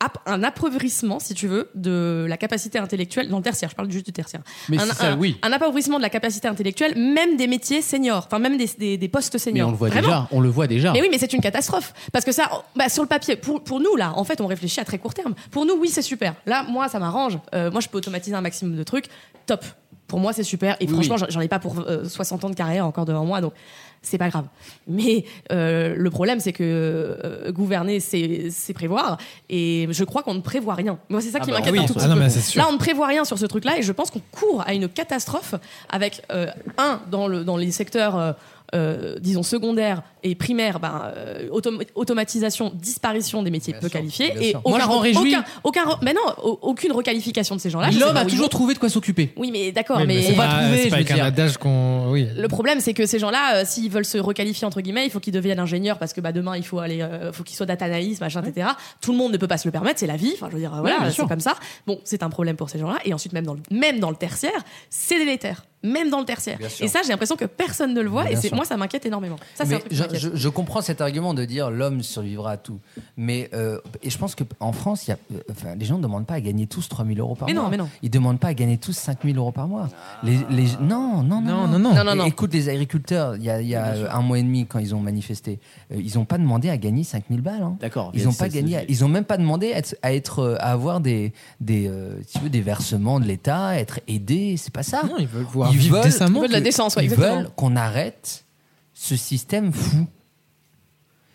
Speaker 4: ap- un appauvrissement, si tu veux, de la capacité intellectuelle dans le tertiaire. Je parle juste du tertiaire.
Speaker 3: Mais
Speaker 4: un,
Speaker 3: c'est ça,
Speaker 4: un-
Speaker 3: oui.
Speaker 4: un appauvrissement de la capacité intellectuelle, même des métiers seniors, enfin même des, des- des postes
Speaker 3: Mais
Speaker 4: seniors.
Speaker 3: on le voit
Speaker 4: Vraiment.
Speaker 3: déjà, on le voit déjà.
Speaker 4: Mais oui, mais c'est une catastrophe. Parce que ça, bah, sur le papier, pour, pour nous, là, en fait, on réfléchit à très court terme. Pour nous, oui, c'est super. Là, moi, ça m'arrange. Euh, moi, je peux automatiser un maximum de trucs. Top. Pour moi, c'est super. Et
Speaker 3: Oui,
Speaker 4: franchement,
Speaker 3: oui.
Speaker 4: j'en- j'en ai pas pour euh, 60 ans de carrière encore devant moi, donc c'est pas grave. Mais euh, le problème, c'est que euh, gouverner, c'est c'est prévoir. Et je crois qu'on ne prévoit rien. Moi, c'est ça qui
Speaker 9: bah,
Speaker 4: m'inquiète
Speaker 9: oui.
Speaker 4: un tout
Speaker 7: Ah
Speaker 4: petit
Speaker 7: non,
Speaker 4: peu.
Speaker 7: mais c'est sûr.
Speaker 4: Là, on ne prévoit rien sur ce truc-là et je pense qu'on court à une catastrophe avec, euh, un, dans, le, dans les secteurs, euh, euh, disons, secondaires et primaires, ben, euh, autom- automatisation, disparition des métiers
Speaker 2: Bien
Speaker 4: peu
Speaker 2: sûr,
Speaker 4: qualifiés.
Speaker 2: bien
Speaker 4: Et
Speaker 2: sûr.
Speaker 3: Moi, je m'en réjouis.
Speaker 4: Aucun, aucun re- mais non, au- aucune requalification de ces gens-là. Je sais
Speaker 3: L'homme
Speaker 4: pas
Speaker 3: a
Speaker 4: où ils
Speaker 3: toujours
Speaker 4: vont.
Speaker 3: trouvé de quoi s'occuper.
Speaker 4: Oui, mais d'accord,
Speaker 7: Oui,
Speaker 4: mais.
Speaker 7: c'est
Speaker 3: on va
Speaker 7: pas-
Speaker 3: trouver,
Speaker 7: C'est
Speaker 3: je
Speaker 7: pas
Speaker 3: veux
Speaker 7: avec un
Speaker 3: dire.
Speaker 7: adage qu'on. Oui.
Speaker 4: Le problème, c'est que ces gens-là, euh, s'ils veulent se requalifier entre guillemets, il faut qu'ils deviennent ingénieurs parce que bah, demain, il faut aller, euh, faut qu'ils soient data analyst, machin, etc. Tout le monde ne peut pas se le permettre, c'est la vie. Enfin, je veux dire, euh, voilà,
Speaker 3: bien sûr.
Speaker 4: c'est comme ça. Bon, c'est un problème pour ces gens-là. Et ensuite, même dans le, même dans le tertiaire, c'est délétère. Même dans le tertiaire.
Speaker 2: Bien sûr.
Speaker 4: Et ça, j'ai l'impression que personne ne le voit.
Speaker 2: Bien
Speaker 4: et c'est,
Speaker 2: sûr.
Speaker 4: moi, ça m'inquiète énormément. Ça, c'est
Speaker 2: Mais
Speaker 4: un truc qui
Speaker 2: je,
Speaker 4: m'inquiète.
Speaker 2: je- je comprends cet argument de dire l'homme survivra à tout. Mais euh, et je pense qu'en France, il y a, euh, enfin, les gens ne demandent pas à gagner tous 3 000 euros par
Speaker 4: Mais non,
Speaker 2: mois.
Speaker 4: mais non.
Speaker 2: Ils ne demandent pas à gagner tous 5 000 euros par mois. Les, les- non, non, non,
Speaker 7: Non,
Speaker 2: non,
Speaker 7: non, non.
Speaker 4: Non, non, non.
Speaker 2: Et- Écoute, les agriculteurs, il y a, il y a, euh, un mois et demi, quand ils ont manifesté, euh, ils n'ont pas demandé à gagner 5 000 balles. hein.
Speaker 3: D'accord.
Speaker 2: Ils
Speaker 3: mais
Speaker 2: n'ont
Speaker 3: ça,
Speaker 2: pas
Speaker 3: c'est-
Speaker 2: gagné, à- ils ont même pas demandé à être, à, être, euh, à avoir des, des, euh, si tu veux, des versements de l'État, à être aidés, c'est pas ça.
Speaker 7: Non, ils veulent voir
Speaker 2: Ils
Speaker 7: vivre
Speaker 2: veulent-
Speaker 7: décemment.
Speaker 4: Ils veulent de la
Speaker 2: que-
Speaker 4: décence, ouais,
Speaker 2: ils
Speaker 4: exactement.
Speaker 2: veulent qu'on arrête ce système fou.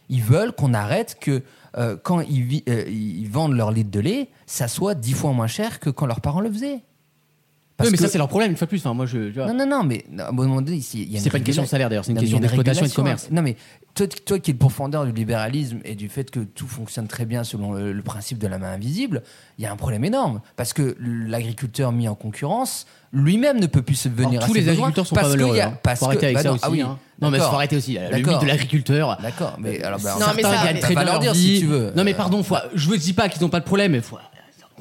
Speaker 2: Ils veulent qu'on arrête que euh, quand ils, vi- euh, ils vendent leur litre de lait, ça soit dix fois moins cher que quand leurs parents le faisaient. Parce
Speaker 3: Oui, mais ça,
Speaker 2: que-
Speaker 3: c'est leur problème, une fois de plus. Enfin, moi, je. tu vois.
Speaker 2: non, non, non, mais non, à un moment donné, ici, il y a
Speaker 3: C'est pas une question de
Speaker 2: régulation.
Speaker 3: salaire, d'ailleurs, c'est une
Speaker 2: Non, mais
Speaker 3: question
Speaker 2: il y a
Speaker 3: d'exploitation et de
Speaker 2: régulation.
Speaker 3: commerce.
Speaker 2: Non, mais toi, toi qui es le pourfendeur du libéralisme et du fait que tout fonctionne très bien selon le, le principe de la main invisible, il y a un problème énorme. Parce que l'agriculteur mis en concurrence, lui-même ne peut plus subvenir
Speaker 3: Alors,
Speaker 2: à
Speaker 3: tous
Speaker 2: ses
Speaker 3: les
Speaker 2: besoins
Speaker 3: agriculteurs sont
Speaker 2: parce
Speaker 3: pas
Speaker 2: qu'il y a-
Speaker 3: malheureux. hein.
Speaker 2: parce
Speaker 3: faut arrêter
Speaker 2: que-
Speaker 3: avec
Speaker 2: bah
Speaker 3: ça
Speaker 2: non,
Speaker 3: aussi.
Speaker 2: ah oui,
Speaker 3: hein. Non, mais faut
Speaker 2: d'accord.
Speaker 3: arrêter aussi. Le mythe
Speaker 2: D'accord.
Speaker 3: de l'agriculteur.
Speaker 2: D'accord, mais alors,
Speaker 3: ben,
Speaker 2: bah,
Speaker 4: Non,
Speaker 2: enfin,
Speaker 4: mais
Speaker 3: Certains
Speaker 4: ça-
Speaker 3: gagnent
Speaker 4: mais-
Speaker 3: très
Speaker 2: va
Speaker 3: bien
Speaker 2: leur
Speaker 3: leur
Speaker 2: dire,
Speaker 3: vie.
Speaker 2: si tu veux.
Speaker 3: Non, mais
Speaker 2: Euh,
Speaker 3: pardon, faut- je ne dis pas qu'ils n'ont pas de problème, mais faut-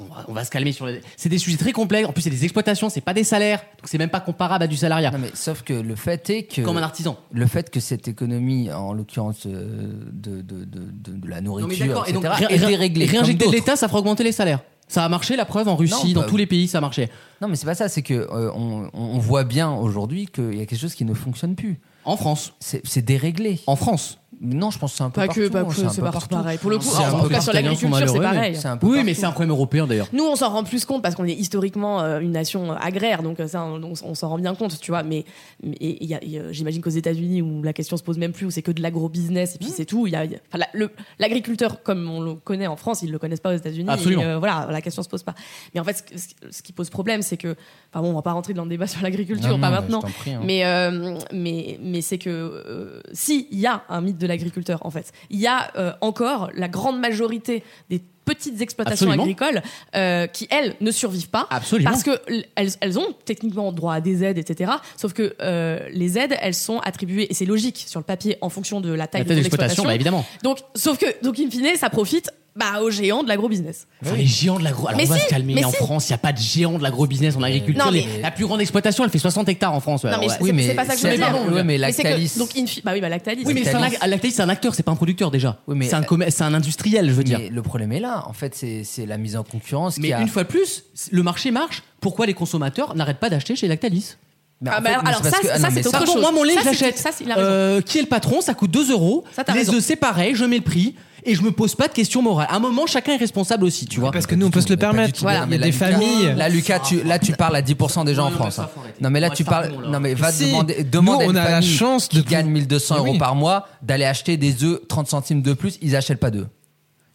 Speaker 3: on, va, on va se calmer sur les. C'est des sujets très complexes. En plus, c'est des exploitations, c'est pas des salaires. Donc, c'est même pas comparable à du salariat.
Speaker 2: non, euh, mais sauf que le fait est que.
Speaker 3: Comme un artisan.
Speaker 2: le fait que cette économie, en l'occurrence euh, de, de, de, de- de la
Speaker 3: Non, mais
Speaker 2: nourriture,
Speaker 3: d'accord. Et donc,
Speaker 2: etc.,
Speaker 3: ré-
Speaker 2: est
Speaker 3: ré-
Speaker 2: déréglée. comme
Speaker 3: réinjecter de
Speaker 2: d'autres.
Speaker 3: l'État, ça fera augmenter les salaires. Ça a marché, la preuve, en Russie,
Speaker 2: Non,
Speaker 3: dans
Speaker 2: pas-
Speaker 3: tous les pays, ça marchait.
Speaker 2: Non, mais c'est pas ça. C'est que euh, on, on voit bien aujourd'hui qu'il y a quelque chose qui ne fonctionne plus.
Speaker 3: En France.
Speaker 2: C'est c'est déréglé.
Speaker 3: En France.
Speaker 2: Non, je pense que c'est un peu
Speaker 4: Pas
Speaker 2: partout. hein,
Speaker 4: que, pas que,
Speaker 2: c'est un
Speaker 4: c'est
Speaker 2: peu
Speaker 4: pas
Speaker 2: partout.
Speaker 4: pareil. Pour le coup,
Speaker 3: C'est
Speaker 4: alors,
Speaker 3: un
Speaker 4: en tout
Speaker 3: peu
Speaker 4: cas, sur
Speaker 3: les Italiens sont
Speaker 4: l'agriculture, c'est
Speaker 3: malheureux, mais
Speaker 4: pareil.
Speaker 2: C'est un peu
Speaker 3: Oui, mais
Speaker 2: partout.
Speaker 3: c'est un problème européen d'ailleurs.
Speaker 4: Nous, on s'en rend plus compte parce qu'on est historiquement euh, une nation euh, agraire, donc euh, ça, on, on s- on s'en rend bien compte, tu vois. Mais, mais il y a- il y a- j'imagine qu'aux États-Unis, où la question se pose même plus, où c'est que de l'agro-business
Speaker 2: Mmh.
Speaker 4: et puis c'est tout. il y a- il y a- enfin, la- le- L'agriculteur, comme on le connaît en France, ils le connaissent pas aux États-Unis.
Speaker 3: Absolument.
Speaker 4: Et, euh, voilà, la question se pose pas. Mais en fait, ce- ce, ce qui pose problème, c'est que, enfin bon, on va pas rentrer dans le débat sur l'agriculture,
Speaker 2: Non,
Speaker 4: pas
Speaker 2: non, mais
Speaker 4: maintenant.
Speaker 2: je t'en prie, hein.
Speaker 4: Mais, euh, mais, mais c'est que euh, si, il y a un mythe de l'agriculteur, en fait. Il y a euh, encore la grande majorité des petites exploitations
Speaker 3: Absolument.
Speaker 4: agricoles euh, qui, elles, ne survivent pas.
Speaker 3: Absolument.
Speaker 4: Parce que l- elles, elles ont techniquement droit à des aides, etc. Sauf que euh, les aides, elles sont attribuées, et c'est logique sur le papier, en fonction de la taille
Speaker 3: La
Speaker 4: de
Speaker 3: taille
Speaker 4: ton
Speaker 3: d'exploitation,
Speaker 4: exploitation.
Speaker 3: bah évidemment.
Speaker 4: donc, sauf que, donc, in fine, ça profite bah, aux géants de l'agro-business.
Speaker 3: Enfin, les géants de l'agro. Alors
Speaker 4: Mais
Speaker 3: on va
Speaker 4: si,
Speaker 3: se calmer.
Speaker 4: mais
Speaker 3: en
Speaker 4: si.
Speaker 3: France, il n'y a pas de géants de l'agro-business en agriculture.
Speaker 4: Non, mais-
Speaker 3: Les- La plus grande exploitation, elle fait 60 hectares en France. ouais.
Speaker 4: Non, mais
Speaker 3: Bah, Ouais.
Speaker 4: c'est- c'est pas ça que je veux
Speaker 2: c'est-
Speaker 4: dire.
Speaker 2: pardon, ouais, mais
Speaker 4: c'est
Speaker 2: Lactalis.
Speaker 4: que, donc, in fi- bah oui, bah, Lactalis.
Speaker 3: Oui, mais c'est un, ag- l'actalis, c'est un acteur, c'est pas un producteur déjà.
Speaker 2: Oui, mais-
Speaker 3: c'est, un commer- c'est un industriel, je veux dire.
Speaker 2: Mais le problème est là. En fait, c'est c'est la mise en concurrence
Speaker 3: Mais
Speaker 2: qui a.
Speaker 3: une fois de plus, le marché marche. Pourquoi les consommateurs n'arrêtent pas d'acheter chez Lactalis
Speaker 2: Mais en
Speaker 4: Ah, bah,
Speaker 2: fait,
Speaker 4: alors,
Speaker 2: mais
Speaker 4: alors
Speaker 2: c'est
Speaker 4: ça,
Speaker 2: parce que- ah, non,
Speaker 4: ça
Speaker 2: mais
Speaker 4: c'est autre
Speaker 3: Pardon,
Speaker 4: chose.
Speaker 3: moi mon lait,
Speaker 4: Ça,
Speaker 3: je
Speaker 4: c'est-
Speaker 3: l'achète.
Speaker 4: Ça, c'est la raison.
Speaker 3: Euh, qui est le patron Ça coûte 2 euros.
Speaker 4: Ça, t'as
Speaker 3: les
Speaker 4: raison.
Speaker 3: œufs, c'est pareil, je mets le prix et je me pose pas de questions morales. À un moment, chacun est responsable aussi, tu vois.
Speaker 7: Parce que nous, on peut se le permettre.
Speaker 2: Voilà.
Speaker 7: Il y a des familles.
Speaker 2: Là, Lucas, tu, là, tu parles à 10% des gens
Speaker 3: Non,
Speaker 2: en
Speaker 3: non, mais
Speaker 2: France.
Speaker 3: ça,
Speaker 2: hein.
Speaker 3: faut arrêter.
Speaker 2: Non, mais là,
Speaker 3: Ouais,
Speaker 2: tu
Speaker 3: ça,
Speaker 2: parles.
Speaker 3: bon, là.
Speaker 2: Non, mais va
Speaker 7: Si.
Speaker 2: demander. Demande
Speaker 7: Nous,
Speaker 2: à une
Speaker 7: on a la
Speaker 2: famille
Speaker 7: chance
Speaker 2: qui
Speaker 7: de pou-
Speaker 2: gagne 1200
Speaker 7: Mais
Speaker 2: euros
Speaker 7: oui.
Speaker 2: par mois d'aller acheter des œufs 30 centimes de plus. Ils achètent pas d'œufs.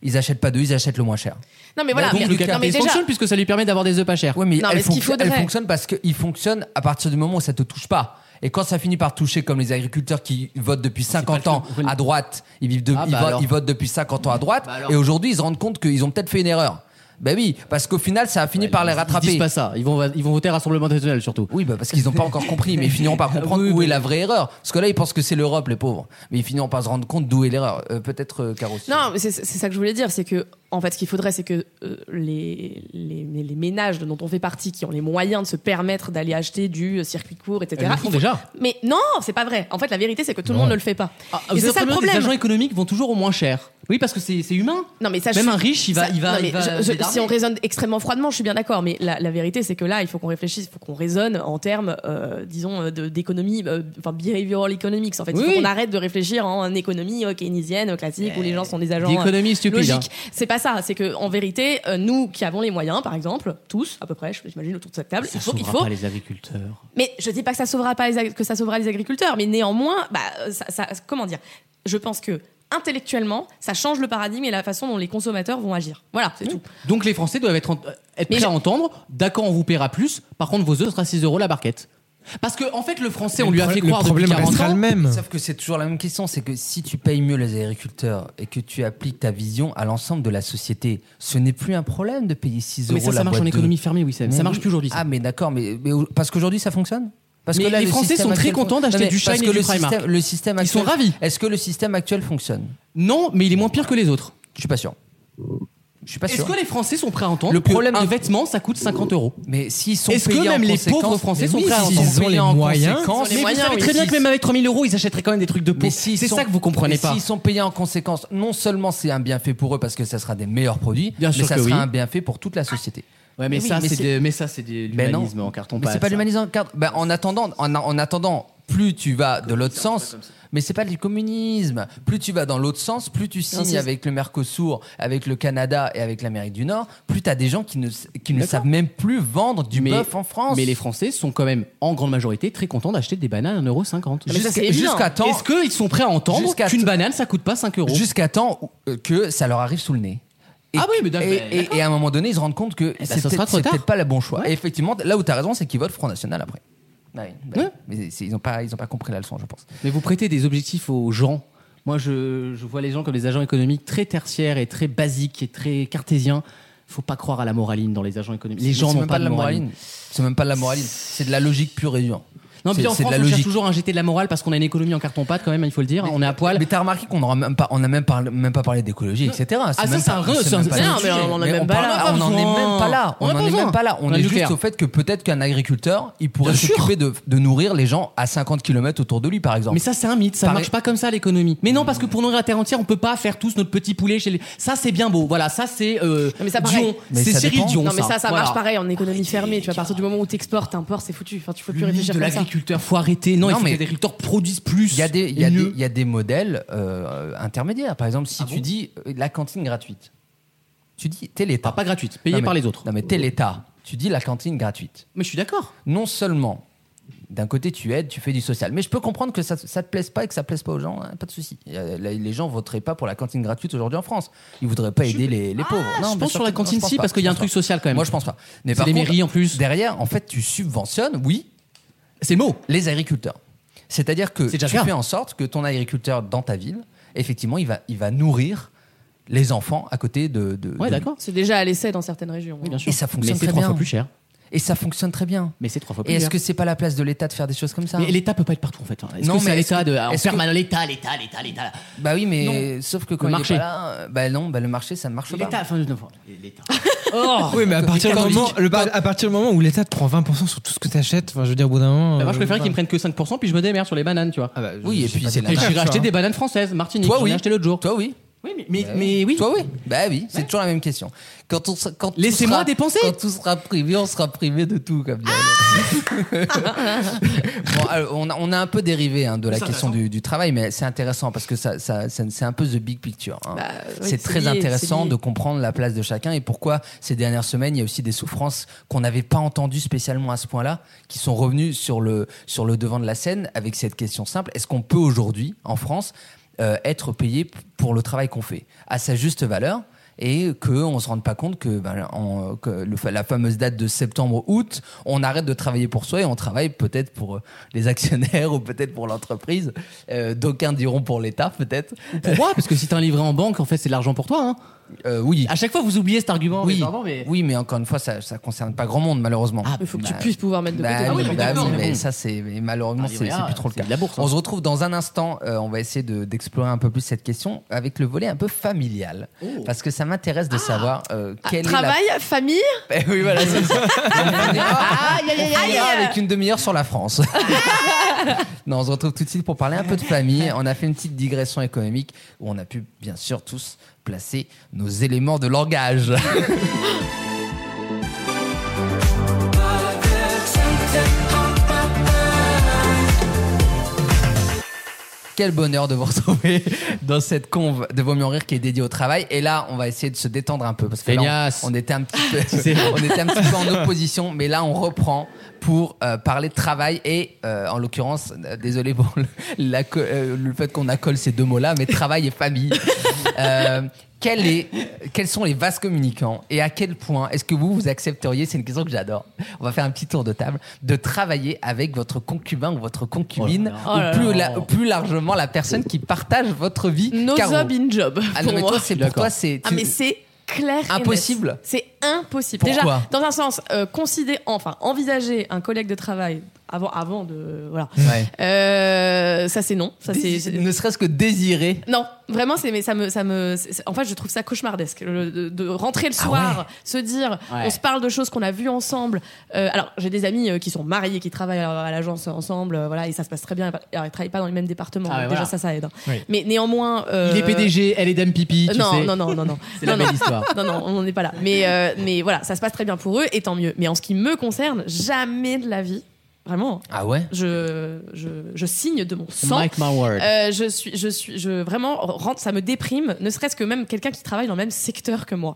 Speaker 2: Ils achètent pas d'œufs, ils achètent le moins cher.
Speaker 4: Non, mais voilà.
Speaker 3: Donc
Speaker 4: mais-
Speaker 3: le
Speaker 4: non, mais
Speaker 3: capitalisme
Speaker 4: déjà-
Speaker 3: fonctionne puisque ça lui permet d'avoir des œufs pas chers.
Speaker 2: Oui, mais,
Speaker 4: Non,
Speaker 2: elle,
Speaker 4: mais ce qu'il
Speaker 2: fonctionne- elle
Speaker 4: faudrait-
Speaker 2: fonctionne parce qu'il fonctionne à partir du moment où ça te touche pas. Et quand ça finit par toucher, comme les agriculteurs qui votent depuis
Speaker 3: c'est pas
Speaker 2: 50
Speaker 3: le
Speaker 2: ans
Speaker 3: truc.
Speaker 2: à droite, ils, vivent de-
Speaker 3: Ah,
Speaker 2: ils
Speaker 3: bah
Speaker 2: votent,
Speaker 3: alors.
Speaker 2: ils votent depuis 50 ans à droite,
Speaker 3: Bah alors.
Speaker 2: et aujourd'hui ils se rendent compte qu'ils ont peut-être fait une erreur. Ben oui, parce qu'au final ça a fini par les
Speaker 3: Ils
Speaker 2: rattraper.
Speaker 3: disent pas ça. Ils vont, ils vont voter Rassemblement national surtout.
Speaker 2: Oui, bah parce qu'ils n'ont pas encore compris, mais ils finiront par comprendre
Speaker 3: Oui,
Speaker 2: où
Speaker 3: oui.
Speaker 2: est la vraie erreur. Parce que là, ils pensent que c'est l'Europe, les pauvres. Mais ils finiront par se rendre compte d'où est l'erreur. Euh, Peut-être euh, Caro. si-
Speaker 4: Non, mais c'est c'est ça que je voulais dire, c'est que en fait, ce qu'il faudrait, c'est que euh, les, les, mais les ménages dont on fait partie, qui ont les moyens de se permettre d'aller acheter du euh, circuit court, etc.
Speaker 3: Ils le
Speaker 4: il
Speaker 3: font
Speaker 4: faut-
Speaker 3: déjà.
Speaker 4: Mais non, c'est pas vrai. En fait, la vérité, c'est que tout le monde ne le fait pas.
Speaker 3: Ah,
Speaker 4: Et
Speaker 3: vous
Speaker 4: c'est
Speaker 3: êtes
Speaker 4: ça
Speaker 3: très
Speaker 4: le
Speaker 3: bien, Les
Speaker 4: problème.
Speaker 3: agents économiques vont toujours au moins cher. Oui, parce que c'est c'est humain.
Speaker 4: Non, mais ça, je
Speaker 3: Même
Speaker 4: suis-
Speaker 3: un riche, il va,
Speaker 4: Ça-
Speaker 3: il va,
Speaker 4: non, mais
Speaker 3: il va
Speaker 4: je- je-
Speaker 3: s'édarmer.
Speaker 4: si on raisonne extrêmement froidement, je suis bien d'accord, mais la, la vérité, c'est que là, il faut qu'on réfléchisse, il faut qu'on raisonne en termes, euh, disons, euh, de- d'économie, euh, enfin, behavioral economics, en fait. Il
Speaker 3: Oui.
Speaker 4: faut qu'on arrête de réfléchir en économie euh, keynésienne, euh, classique, où les gens sont des agents. euh,
Speaker 3: D'économie stupide.
Speaker 4: logique. C'est pas ça. C'est que en vérité, euh, nous qui avons les moyens, par exemple, tous à peu près, je- j'imagine autour de cette table,
Speaker 3: Ça
Speaker 4: Ah, il faut, il
Speaker 3: sauvera
Speaker 4: faut.
Speaker 3: pas les agriculteurs.
Speaker 4: Mais je dis pas que ça sauvera pas les, ag- que ça sauvera les agriculteurs, mais néanmoins, bah, euh, ça, ça- comment dire Je pense que intellectuellement, ça change le paradigme et la façon dont les consommateurs vont agir. Voilà, c'est tout.
Speaker 3: Donc les Français doivent être, en- être
Speaker 4: Mais
Speaker 3: prêts
Speaker 4: je-
Speaker 3: à entendre. D'accord, on vous paiera plus. Par contre, vos œufs sera 6 euros la barquette. Parce que en fait, le Français, on lui a fait
Speaker 7: Le
Speaker 3: croire
Speaker 7: problème
Speaker 3: depuis 40
Speaker 7: restera le
Speaker 3: ans.
Speaker 7: même.
Speaker 2: Sauf que c'est toujours la même question, c'est que si tu payes mieux les agriculteurs et que tu appliques ta vision à l'ensemble de la société, ce n'est plus un problème de payer 6 euros
Speaker 3: Mais ça,
Speaker 2: la
Speaker 3: ça marche
Speaker 2: boîte
Speaker 3: en
Speaker 2: de-
Speaker 3: économie fermée, oui, ça, ça
Speaker 2: Mais
Speaker 3: marche
Speaker 2: oui.
Speaker 3: plus aujourd'hui. ça.
Speaker 2: Ah, mais d'accord, mais, mais au- parce qu'aujourd'hui ça fonctionne parce
Speaker 3: Mais les
Speaker 2: le
Speaker 3: Français
Speaker 2: système
Speaker 3: sont très
Speaker 2: actuel fon-
Speaker 3: contents d'acheter
Speaker 2: Non, mais
Speaker 3: du Shine
Speaker 2: parce
Speaker 3: et
Speaker 2: que
Speaker 3: du
Speaker 2: le
Speaker 3: Primark.
Speaker 2: système, le système
Speaker 3: Ils sont
Speaker 2: actuel-
Speaker 3: ravis.
Speaker 2: Est-ce que le système actuel fonctionne
Speaker 3: Non, mais il est moins pire que les autres.
Speaker 2: Je suis pas sûr. Je suis pas
Speaker 3: Est-ce
Speaker 2: sûr.
Speaker 3: que les Français sont prêts à entendre
Speaker 2: Le
Speaker 3: le
Speaker 2: problème
Speaker 3: problème un
Speaker 2: de-
Speaker 3: vêtement, ça coûte 50 euros
Speaker 2: Mais s'ils sont
Speaker 3: Est-ce que
Speaker 2: payés en
Speaker 3: même les pauvres
Speaker 2: conséquence-
Speaker 3: Français
Speaker 2: Mais
Speaker 3: sont
Speaker 2: oui,
Speaker 3: prêts à
Speaker 2: s'ils
Speaker 3: entendre
Speaker 2: sont
Speaker 7: Ils ont
Speaker 2: payés
Speaker 7: les
Speaker 2: en
Speaker 7: moyens.
Speaker 2: conséquence-
Speaker 4: les
Speaker 3: Mais vous
Speaker 4: moyens,
Speaker 3: savez
Speaker 4: oui.
Speaker 3: très bien
Speaker 2: S'ils-
Speaker 3: que même avec 3000 euros, ils achèteraient quand même des trucs de
Speaker 2: Mais
Speaker 3: pauvres.
Speaker 2: s'ils
Speaker 3: C'est
Speaker 2: sont-
Speaker 3: ça que vous comprenez
Speaker 2: mais
Speaker 3: pas.
Speaker 2: S'ils sont payés en conséquence, non seulement c'est un bienfait pour eux parce que ça sera des meilleurs produits,
Speaker 3: Bien
Speaker 2: mais
Speaker 3: sûr
Speaker 2: ça
Speaker 3: que
Speaker 2: sera
Speaker 3: oui.
Speaker 2: un bienfait pour toute la société.
Speaker 3: Ouais, mais,
Speaker 2: Oui,
Speaker 3: ça,
Speaker 2: mais
Speaker 3: c'est
Speaker 2: c'est-
Speaker 3: des- mais ça, c'est de
Speaker 2: Mais non.
Speaker 3: l'humanisme en carton
Speaker 2: Mais
Speaker 3: pâte,
Speaker 2: c'est pas
Speaker 3: bah, ça.
Speaker 2: l'humanisme. en carte- Ben, en attendant, en, en attendant plus tu vas de l'autre sens, mais c'est pas du communisme. Plus tu vas dans l'autre sens, plus tu
Speaker 4: Non,
Speaker 2: signes
Speaker 4: c'est-
Speaker 2: avec le Mercosur, avec le Canada et avec l'Amérique du Nord, plus t'as des gens qui ne, qui ne
Speaker 3: D'accord.
Speaker 2: savent même plus vendre du
Speaker 3: Mais-
Speaker 2: bœuf en France.
Speaker 3: Mais les Français sont quand même, en grande majorité, très contents d'acheter des bananes à 1,50€.
Speaker 4: mais ça,
Speaker 2: Jusqu'à
Speaker 4: c'est évident.
Speaker 2: jusqu'à temps,
Speaker 3: Est-ce qu'ils sont prêts à entendre
Speaker 2: Jusqu'à
Speaker 3: qu'une
Speaker 2: t-
Speaker 3: banane, ça coûte pas 5 euros
Speaker 2: jusqu'à temps où- euh, que ça leur arrive sous le nez. Et-
Speaker 3: Ah oui, mais d'accord,
Speaker 2: et,
Speaker 3: bah,
Speaker 2: et-
Speaker 3: d'accord.
Speaker 2: et à un moment donné, ils se rendent compte que
Speaker 3: ben,
Speaker 2: c'est
Speaker 3: ça sera
Speaker 2: peut-être
Speaker 3: trop
Speaker 2: c'est
Speaker 3: tard.
Speaker 2: peut-être pas le bon choix.
Speaker 3: Ouais.
Speaker 2: Et effectivement, là où t'as raison, c'est qu'ils votent Front National après. Bah oui, bah oui.
Speaker 3: Ouais.
Speaker 2: Mais c'est- ils n'ont pas, ils ont pas compris la leçon, je pense.
Speaker 3: Mais vous prêtez des objectifs aux gens. Moi, je, je vois les gens comme des agents économiques très tertiaires et très basiques et très cartésiens. Faut pas croire à la moraline dans les agents économiques. Les
Speaker 2: Mais
Speaker 3: gens
Speaker 2: c'est
Speaker 3: n'ont
Speaker 2: même
Speaker 3: pas de moraline.
Speaker 2: C'est même pas de la moraline. C'est de la logique pure et dure.
Speaker 3: Non,
Speaker 2: C'est-
Speaker 3: puis en
Speaker 2: c'est de
Speaker 3: France,
Speaker 2: la
Speaker 3: on cherche
Speaker 2: logique.
Speaker 3: toujours à injecter de la morale parce qu'on a une économie en carton-pâte quand même, il faut le dire. Ah, on est à poil.
Speaker 2: Mais t'as remarqué qu'on n'a même pas, on a même, parlé- même pas parlé d'écologie, etc.
Speaker 3: Ah, ça,
Speaker 2: même
Speaker 3: c'est
Speaker 2: pas-
Speaker 3: un vrai- c'est
Speaker 2: même
Speaker 3: un-
Speaker 2: pas
Speaker 3: c'est
Speaker 2: le
Speaker 3: un-
Speaker 2: sujet.
Speaker 4: mais on en est même pas
Speaker 2: parle
Speaker 4: là.
Speaker 2: On en est même pas là.
Speaker 3: On
Speaker 2: On
Speaker 3: en a
Speaker 2: en
Speaker 3: pas
Speaker 2: est
Speaker 3: besoin.
Speaker 2: même pas là.
Speaker 3: On a
Speaker 2: On est
Speaker 3: du
Speaker 2: juste
Speaker 3: nucléaire.
Speaker 2: au fait que peut-être qu'un agriculteur, il pourrait
Speaker 3: Bien sûr.
Speaker 2: s'occuper de, de nourrir les gens à 50 km autour de lui, par exemple.
Speaker 3: Mais ça, c'est un mythe. Ça
Speaker 2: Pareil.
Speaker 3: marche pas comme ça, l'économie. Mais non, parce que pour nourrir la terre entière, on peut pas faire tous notre petit poulet chez les. Ça, c'est bien beau. Voilà, ça, c'est euh,
Speaker 4: Non, mais ça, pareil.
Speaker 3: Dion.
Speaker 2: Mais
Speaker 3: C'est
Speaker 2: ça
Speaker 3: Cyril
Speaker 2: dépend.
Speaker 3: Dion.
Speaker 4: Non, mais ça, ça
Speaker 3: Voilà.
Speaker 4: marche pareil en économie fermée. Tu vois, à partir du moment où t'exportes, t'importes, c'est foutu. Enfin, tu peux plus
Speaker 3: Le mythe
Speaker 4: réfléchir
Speaker 3: de
Speaker 4: comme ça.
Speaker 3: l'agriculteur, faut arrêter. Non,
Speaker 2: Non,
Speaker 3: il faut que
Speaker 2: mais-
Speaker 3: les agriculteurs produisent plus.
Speaker 2: Il y a des, il y a
Speaker 3: et
Speaker 2: des,
Speaker 3: mieux.
Speaker 2: il y a des modèles euh, intermédiaires. Par exemple, si
Speaker 3: Ah
Speaker 2: tu
Speaker 3: bon
Speaker 2: dis euh, la cantine gratuite, tu dis t'es l'État.
Speaker 3: Ah, pas gratuite, payée
Speaker 2: Non, mais-
Speaker 3: par les autres.
Speaker 2: Non, mais t'es l'État. Tu dis la cantine gratuite.
Speaker 3: Mais je suis d'accord.
Speaker 2: Non seulement, d'un côté, tu aides, tu fais du social. Mais je peux comprendre que ça, ça te plaise pas et que ça plaise pas aux gens. hein, pas de souci. Euh, la- Les gens voteraient pas pour la cantine gratuite aujourd'hui en France. Ils voudraient pas aider les, les pauvres. Non,
Speaker 3: je pense
Speaker 2: mais
Speaker 3: sur la
Speaker 2: surtout- non,
Speaker 3: cantine
Speaker 2: je pense
Speaker 3: si,
Speaker 2: pas,
Speaker 3: parce qu'il y a
Speaker 2: je
Speaker 3: un
Speaker 2: pense
Speaker 3: truc
Speaker 2: pas.
Speaker 3: social quand même.
Speaker 2: Moi, je pense pas. Mais
Speaker 3: C'est
Speaker 2: par
Speaker 3: les
Speaker 2: contre,
Speaker 3: mairies, en plus.
Speaker 2: Derrière, en fait, tu subventionnes, oui,
Speaker 3: C'est mot.
Speaker 2: les agriculteurs. C'est-à-dire que
Speaker 3: C'est déjà
Speaker 2: tu
Speaker 3: bien.
Speaker 2: fais en sorte que ton agriculteur dans ta ville, effectivement, il va, il va nourrir les enfants à côté de. de-
Speaker 3: Ouais,
Speaker 2: de-
Speaker 3: d'accord.
Speaker 4: C'est déjà à l'essai dans certaines régions.
Speaker 3: Oui,
Speaker 4: hein.
Speaker 3: bien sûr.
Speaker 2: Et ça fonctionne
Speaker 3: Mais c'est
Speaker 2: très
Speaker 3: trois
Speaker 2: bien.
Speaker 3: fois plus cher.
Speaker 2: Et ça fonctionne très bien.
Speaker 3: Mais c'est trois fois plus
Speaker 2: Et est-ce
Speaker 3: cher.
Speaker 2: que c'est pas la place de l'État de faire des choses comme ça hein
Speaker 3: Mais l'État peut pas être partout en fait. Est-ce
Speaker 2: Non,
Speaker 3: que c'est
Speaker 2: mais
Speaker 3: à
Speaker 2: est-ce
Speaker 3: l'État
Speaker 2: que-
Speaker 3: de. En
Speaker 2: est-ce que-
Speaker 3: permanence, l'État, l'État, l'État, l'État.
Speaker 2: Bah oui, mais sauf que quand
Speaker 3: Le
Speaker 2: il est
Speaker 3: marché.
Speaker 2: pas là, euh, bah non, bah le marché ça ne marche
Speaker 3: L'État,
Speaker 2: pas.
Speaker 3: enfin, je- enfin, l'État.
Speaker 7: Oui, mais à partir, du
Speaker 2: Quand
Speaker 7: moment,
Speaker 2: tu-
Speaker 7: le bar- à partir du moment où l'État te prend 20% sur tout ce que t'achètes, enfin, je veux dire, au bout d'un moment.
Speaker 3: Bah, Moi, je
Speaker 7: euh,
Speaker 3: préférais qu'ils me prennent que 5% puis je me démerde sur les bananes, tu vois.
Speaker 7: Ah bah, je-
Speaker 2: Oui, et
Speaker 7: je sais
Speaker 2: puis
Speaker 7: pas
Speaker 2: c'est
Speaker 7: si
Speaker 2: la hein.
Speaker 3: Et
Speaker 7: t'achètes,
Speaker 3: je suis
Speaker 7: tu
Speaker 3: racheté
Speaker 7: vois.
Speaker 3: des bananes françaises, Martinique.
Speaker 2: Toi,
Speaker 3: j'en ai
Speaker 2: oui.
Speaker 3: acheté l'autre jour.
Speaker 2: Toi Bah oui,
Speaker 3: Oui, mais, mais, mais oui.
Speaker 2: toi oui. Bah oui, c'est toujours la même question. Quand on sera- quand tout
Speaker 3: Laissez-moi
Speaker 2: sera-
Speaker 3: dépenser.
Speaker 2: Quand tout sera privé, on sera privé de tout comme dirait
Speaker 3: Ah.
Speaker 2: l'autre. Bon, alors, on, a, on a un peu dérivé hein, de la
Speaker 3: C'est
Speaker 2: question du, du travail, mais c'est intéressant parce que ça, ça- ça- c'est un peu the big picture. hein.
Speaker 4: Bah, oui,
Speaker 2: c'est très
Speaker 4: lié, c'est
Speaker 2: intéressant
Speaker 4: lié.
Speaker 2: de comprendre la place de chacun et pourquoi ces dernières semaines, il y a aussi des souffrances qu'on n'avait pas entendues spécialement à ce point-là, qui sont revenues sur le, sur le devant de la scène avec cette question simple. Est-ce qu'on peut aujourd'hui, en France, euh, être payé p- pour le travail qu'on fait à sa juste valeur et qu'on ne se rende pas compte que, ben, en- que le fa- la fameuse date de septembre-août, on arrête de travailler pour soi et on travaille peut-être pour euh, les actionnaires ou peut-être pour l'entreprise. Euh, D'aucuns diront pour l'État, peut-être.
Speaker 3: Pourquoi Parce que si t'as un livret en banque, en fait, c'est de l'argent pour toi. Hein.
Speaker 2: Euh, oui.
Speaker 3: À chaque fois, vous oubliez cet argument.
Speaker 2: Oui,
Speaker 3: mais pardon, mais-
Speaker 2: oui, mais encore une fois, ça, ça concerne pas grand monde malheureusement.
Speaker 3: Ah,
Speaker 4: Il faut que tu
Speaker 2: Bah,
Speaker 4: puisses pouvoir mettre de
Speaker 2: bah
Speaker 4: côté.
Speaker 3: Ah
Speaker 2: oui,
Speaker 3: oui, mais
Speaker 2: bah
Speaker 3: d'accord,
Speaker 2: oui,
Speaker 3: mais
Speaker 2: mais
Speaker 3: bon.
Speaker 2: ça c'est mais malheureusement
Speaker 3: Un
Speaker 2: c'est
Speaker 3: livret A,
Speaker 2: c'est plus trop
Speaker 3: Ah,
Speaker 2: le
Speaker 3: c'est
Speaker 2: cas.
Speaker 3: de la bourse, hein.
Speaker 2: On se retrouve dans un instant. euh, on va essayer de- d'explorer un peu plus cette question avec le volet un peu familial, parce que ça m'intéresse de savoir euh,
Speaker 4: Ah,
Speaker 2: quelle
Speaker 4: Travail,
Speaker 2: est
Speaker 4: famille.
Speaker 2: la. Eh oui voilà. c'est ça. On finira- on
Speaker 4: aïe,
Speaker 2: finira
Speaker 4: aïe.
Speaker 2: avec une demi-heure sur la France. non, on se retrouve tout de suite pour parler un peu de famille. On a fait une petite digression économique où on a pu bien sûr tous placer nos éléments de langage. Quel bonheur de vous retrouver dans cette conve de Vaut mieux en rire qui est dédiée au travail. Et là, on va essayer de se détendre un peu parce que là, on-
Speaker 3: Feignasse.
Speaker 2: on, était un petit peu, on était un petit peu en opposition, mais là, on reprend pour euh, parler de travail et euh, en l'occurrence, euh, désolé pour le, la co- euh, le fait qu'on accole ces deux mots-là, mais travail et famille. Euh, quel est, quels sont les vases communicants et à quel point est-ce que vous vous accepteriez, c'est une question que j'adore, on va faire un petit tour de table, de travailler avec votre concubin ou votre concubine
Speaker 4: Oh là là.
Speaker 2: ou plus, la- plus largement la personne qui partage votre vie.
Speaker 4: No
Speaker 2: Caro.
Speaker 4: job in job.
Speaker 2: Ah
Speaker 4: pour
Speaker 2: non, mais
Speaker 4: moi.
Speaker 2: toi, c'est pour toi, c'est.
Speaker 4: Ah
Speaker 2: tu-
Speaker 4: mais c'est clair. et
Speaker 2: Impossible.
Speaker 4: net. C'est impossible.
Speaker 2: Pourquoi
Speaker 4: Déjà, dans un sens, euh, considérer, enfin, envisager un collègue de travail avant, avant de, voilà.
Speaker 2: Ouais.
Speaker 4: Euh, ça c'est non. Ça c'est.
Speaker 2: Dési- Ne serait-ce que désirer.
Speaker 4: Non, vraiment, c'est mais ça me, ça me, c'est- c'est- en fait, je trouve ça cauchemardesque le- de, de rentrer le soir, se dire,
Speaker 3: Ouais.
Speaker 4: on se parle de choses qu'on a vues ensemble. Euh, alors, j'ai des amis euh, qui sont mariés, qui travaillent à, à l'agence ensemble, euh, voilà, et ça se passe très bien. Alors, ils travaillent pas dans les mêmes départements,
Speaker 3: Ah ouais,
Speaker 4: donc
Speaker 3: voilà.
Speaker 4: déjà ça, ça aide. hein.
Speaker 7: Oui.
Speaker 4: Mais néanmoins, euh,
Speaker 3: Il est PDG, elle est dame pipi.
Speaker 4: euh,
Speaker 3: Tu
Speaker 4: non,
Speaker 3: sais.
Speaker 4: non, non, non, non,
Speaker 3: C'est
Speaker 4: non,
Speaker 3: la
Speaker 4: non.
Speaker 3: belle histoire.
Speaker 4: Non, non, on n'en est pas là. Mais, euh, mais voilà, ça se passe très bien pour eux et tant mieux. Mais en ce qui me concerne, jamais de la vie, Vraiment.
Speaker 2: Ah ouais
Speaker 4: Je, je, je signe de mon sang.
Speaker 3: Mike my word.
Speaker 4: Euh, je suis, je suis, je vraiment rentre, ça me déprime. Ne serait-ce que même quelqu'un qui travaille dans le même secteur que moi.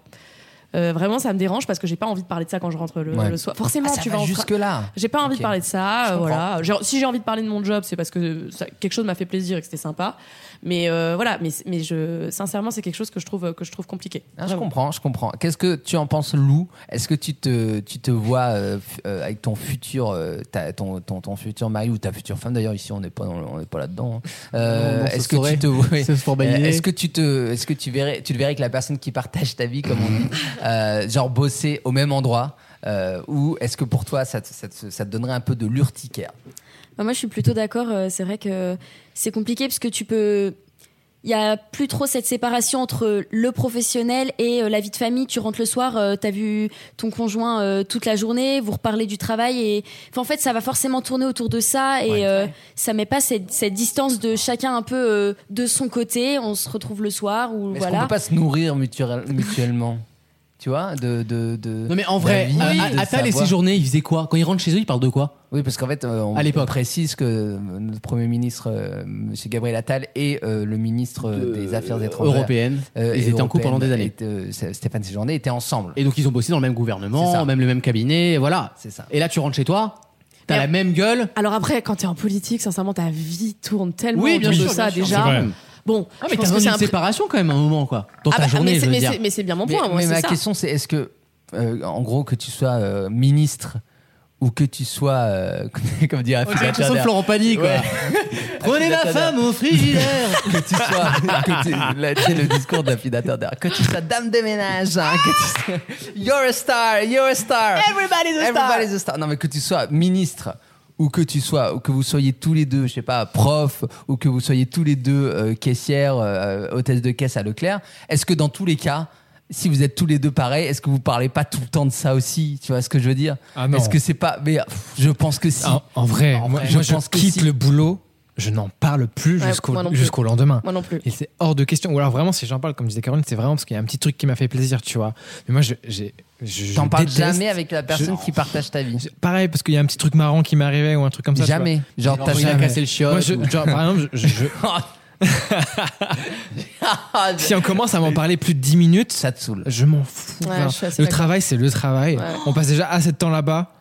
Speaker 4: Euh, vraiment, ça me dérange parce que j'ai pas envie de parler de ça quand je rentre le,
Speaker 2: Ouais.
Speaker 4: le soir. Forcément,
Speaker 2: Ah, ça
Speaker 4: tu
Speaker 2: va
Speaker 4: vas en tra-
Speaker 2: jusque là.
Speaker 4: J'ai pas envie
Speaker 2: Ok.
Speaker 4: de parler de
Speaker 2: Je
Speaker 4: ça,
Speaker 2: comprends.
Speaker 4: voilà. J'ai- Si j'ai envie de parler de mon job, c'est parce que ça- quelque chose m'a fait plaisir et que c'était sympa. Mais euh, voilà, mais, mais je, sincèrement, c'est quelque chose que je trouve que je trouve compliqué.
Speaker 2: Ah, je
Speaker 4: Vraiment.
Speaker 2: comprends, je comprends. Qu'est-ce que tu en penses, Lou Est-ce que tu te, tu te vois euh, f- euh, avec ton futur, euh, ta- ton, ton, ton futur mari ou ta future femme D'ailleurs, ici, on n'est pas, dans le- on n'est pas là-dedans. hein. Euh,
Speaker 3: Non, non, ce
Speaker 2: Est-ce que
Speaker 3: serait-
Speaker 2: tu te vois Euh,
Speaker 3: C'est formalisé.
Speaker 2: Est-ce que tu te, est-ce que tu verrais, tu le verrais avec la personne qui partage ta vie, comme on dit, euh, genre bosser au même endroit, euh, ou est-ce que pour toi ça, te- ça te- ça te donnerait un peu de l'urticaire
Speaker 5: Bah, moi, je suis plutôt d'accord. euh, C'est vrai que c'est compliqué parce que tu peux. Il y a plus trop cette séparation entre le professionnel et euh, la vie de famille. Tu rentres le soir, euh, t'as vu ton conjoint euh, toute la journée, vous reparlez du travail et enfin, en fait, ça va forcément tourner autour de ça et euh, ça met pas cette, cette distance de chacun un peu euh, de son côté. On se retrouve le soir ou
Speaker 2: Est-ce qu'on
Speaker 5: voilà.
Speaker 2: peut pas se nourrir mutuel- mutuellement Tu vois, de, de, de-
Speaker 3: Non mais en vrai, euh,
Speaker 2: d'avis,
Speaker 3: à-
Speaker 2: de
Speaker 3: à- Attal et ses
Speaker 2: savoir.
Speaker 3: journées, ils faisaient quoi Quand ils rentrent chez eux, ils parlent de quoi
Speaker 2: Oui, parce qu'en fait, euh, on
Speaker 3: À l'époque.
Speaker 2: on précise que euh, notre Premier ministre, euh, M. Gabriel Attal, et euh, le ministre euh, des Affaires étrangères
Speaker 3: Européennes.
Speaker 2: euh,
Speaker 3: ils
Speaker 2: et
Speaker 3: étaient en couple pendant des années.
Speaker 2: et, euh, Stéphane Séjourné étaient ensemble.
Speaker 3: Et donc ils ont bossé dans le même
Speaker 2: C'est ça.
Speaker 3: gouvernement, même le même cabinet, et voilà.
Speaker 2: C'est ça.
Speaker 3: Et là tu rentres chez toi, t'as
Speaker 4: Mais-
Speaker 3: la même gueule.
Speaker 4: Alors après, quand t'es en politique, sincèrement, ta vie tourne tellement
Speaker 3: Oui, bien
Speaker 4: autour
Speaker 3: sûr,
Speaker 4: de ça
Speaker 3: bien sûr.
Speaker 7: C'est
Speaker 4: déjà.
Speaker 7: vrai.
Speaker 4: Bon,
Speaker 3: Ah mais
Speaker 4: je
Speaker 3: t'as
Speaker 4: pense que
Speaker 3: besoin
Speaker 4: c'est
Speaker 3: d'une
Speaker 4: un prix-
Speaker 3: séparation quand même à un moment quoi. Dans
Speaker 4: Ah
Speaker 3: ta
Speaker 4: bah,
Speaker 3: journée,
Speaker 4: mais
Speaker 3: je
Speaker 4: c'est-
Speaker 3: veux
Speaker 4: mais
Speaker 3: dire.
Speaker 4: c'est- mais c'est bien mon
Speaker 2: Mais,
Speaker 4: point. moi,
Speaker 2: mais
Speaker 4: c'est
Speaker 2: ma
Speaker 4: ça.
Speaker 2: question, c'est est-ce que, euh, en gros, que tu sois euh, ministre ou que tu sois, euh, comme dirait
Speaker 3: On
Speaker 2: Philippe
Speaker 3: dirait tout ça de
Speaker 2: Lachander,
Speaker 3: Florent Pagny quoi.
Speaker 2: Ouais.
Speaker 3: Prenez ma
Speaker 2: Lachander.
Speaker 3: femme au frigidaire.
Speaker 2: que tu sois, que tu, là, tu sais, le discours d'un d'air, que tu sois dame de ménage, hein, que tu sois, you're a star, you're a star,
Speaker 4: Everybody's a star.
Speaker 2: everybody's a star. Non, mais que tu sois ministre ou que tu sois, ou que vous soyez tous les deux, je sais pas, prof, ou que vous soyez tous les deux euh, caissières, euh, hôtesses de caisse à Leclerc, est-ce que dans tous les cas, si vous êtes tous les deux pareils, est-ce que vous parlez pas tout le temps de ça aussi Tu vois ce que je veux dire
Speaker 7: Ah non. Ah,
Speaker 2: Est-ce que c'est pas Mais pff, je pense que si.
Speaker 7: En, en vrai,
Speaker 2: En
Speaker 7: moi,
Speaker 2: vrai,
Speaker 7: moi,
Speaker 2: je
Speaker 7: je,
Speaker 2: pense que
Speaker 7: quitte
Speaker 2: si.
Speaker 7: le boulot, je n'en parle plus
Speaker 4: Ouais,
Speaker 7: jusqu'au
Speaker 4: moi non plus.
Speaker 7: jusqu'au lendemain.
Speaker 4: Moi non plus.
Speaker 7: Et c'est hors de question. Ou alors vraiment, si j'en parle, comme disait Caroline, c'est vraiment parce qu'il y a un petit truc qui m'a fait plaisir, tu vois. Mais moi, je, j'ai, je, je
Speaker 2: T'en parles
Speaker 7: déteste-
Speaker 2: jamais avec la personne
Speaker 7: Je-
Speaker 2: qui partage ta vie.
Speaker 7: Pareil, parce qu'il y a un petit truc marrant qui m'est arrivé ou un truc comme ça. tu vois.
Speaker 2: Jamais. Genre, t'as
Speaker 3: Il a
Speaker 2: jamais.
Speaker 3: cassé le chiot.
Speaker 7: Moi, je, genre, par exemple, je- je- si on commence à m'en parler plus de 10 minutes,
Speaker 2: Ça te saoule.
Speaker 7: je m'en fous.
Speaker 4: Ouais,
Speaker 7: Enfin,
Speaker 4: je suis assez
Speaker 7: le
Speaker 4: d'accord.
Speaker 7: travail, c'est le travail.
Speaker 4: Ouais.
Speaker 7: On passe déjà assez de temps là-bas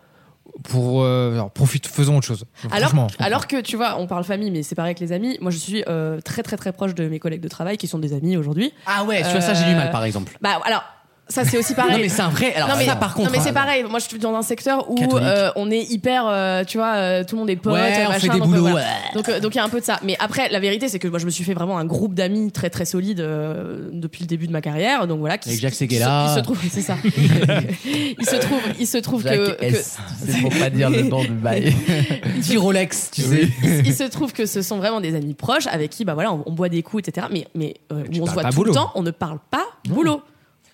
Speaker 7: pour. euh, alors, profite, faisons autre chose.
Speaker 4: Alors,
Speaker 7: Franchement, je comprends.
Speaker 4: alors que tu vois, on parle famille, mais c'est pareil avec les amis. Moi, je suis euh, très très très proche de mes collègues de travail qui sont des amis aujourd'hui.
Speaker 3: Ah ouais, tu vois ça j'ai du mal
Speaker 4: Euh,
Speaker 3: par exemple.
Speaker 4: Bah alors, ça c'est aussi pareil.
Speaker 3: Non mais c'est un vrai. Alors
Speaker 4: Non, mais-
Speaker 3: ça par contre.
Speaker 4: non, mais c'est
Speaker 3: hein,
Speaker 4: pareil. Moi, je suis dans un secteur où
Speaker 3: Catholique.
Speaker 4: euh, on est hyper, euh, tu vois, euh, tout le monde est pote,
Speaker 3: Ouais, on
Speaker 4: machin,
Speaker 3: fait des
Speaker 4: donc, euh,
Speaker 3: boulots.
Speaker 4: voilà.
Speaker 3: ouais.
Speaker 4: Donc, euh, donc il y a un peu de ça. Mais après, la vérité, c'est que moi, je me suis fait vraiment un groupe d'amis très très solide euh, depuis le début de ma carrière. Donc voilà, qui,
Speaker 3: Avec Jacques
Speaker 4: qui- qui
Speaker 3: Séguéla.
Speaker 4: se, qui se trouve, c'est ça. il se trouve, il se trouve que,
Speaker 2: Jacques
Speaker 4: que-
Speaker 2: S. C'est pour pas dire le nom du bail.
Speaker 3: Petit Rolex, tu sais.
Speaker 4: il se trouve que ce sont vraiment des amis proches avec qui, bah voilà, on, on boit des coups, etc. Mais, mais euh,
Speaker 7: tu
Speaker 4: où on se
Speaker 7: parles
Speaker 4: voit
Speaker 7: pas
Speaker 4: tout
Speaker 7: boulot.
Speaker 4: le temps, on ne parle pas boulot.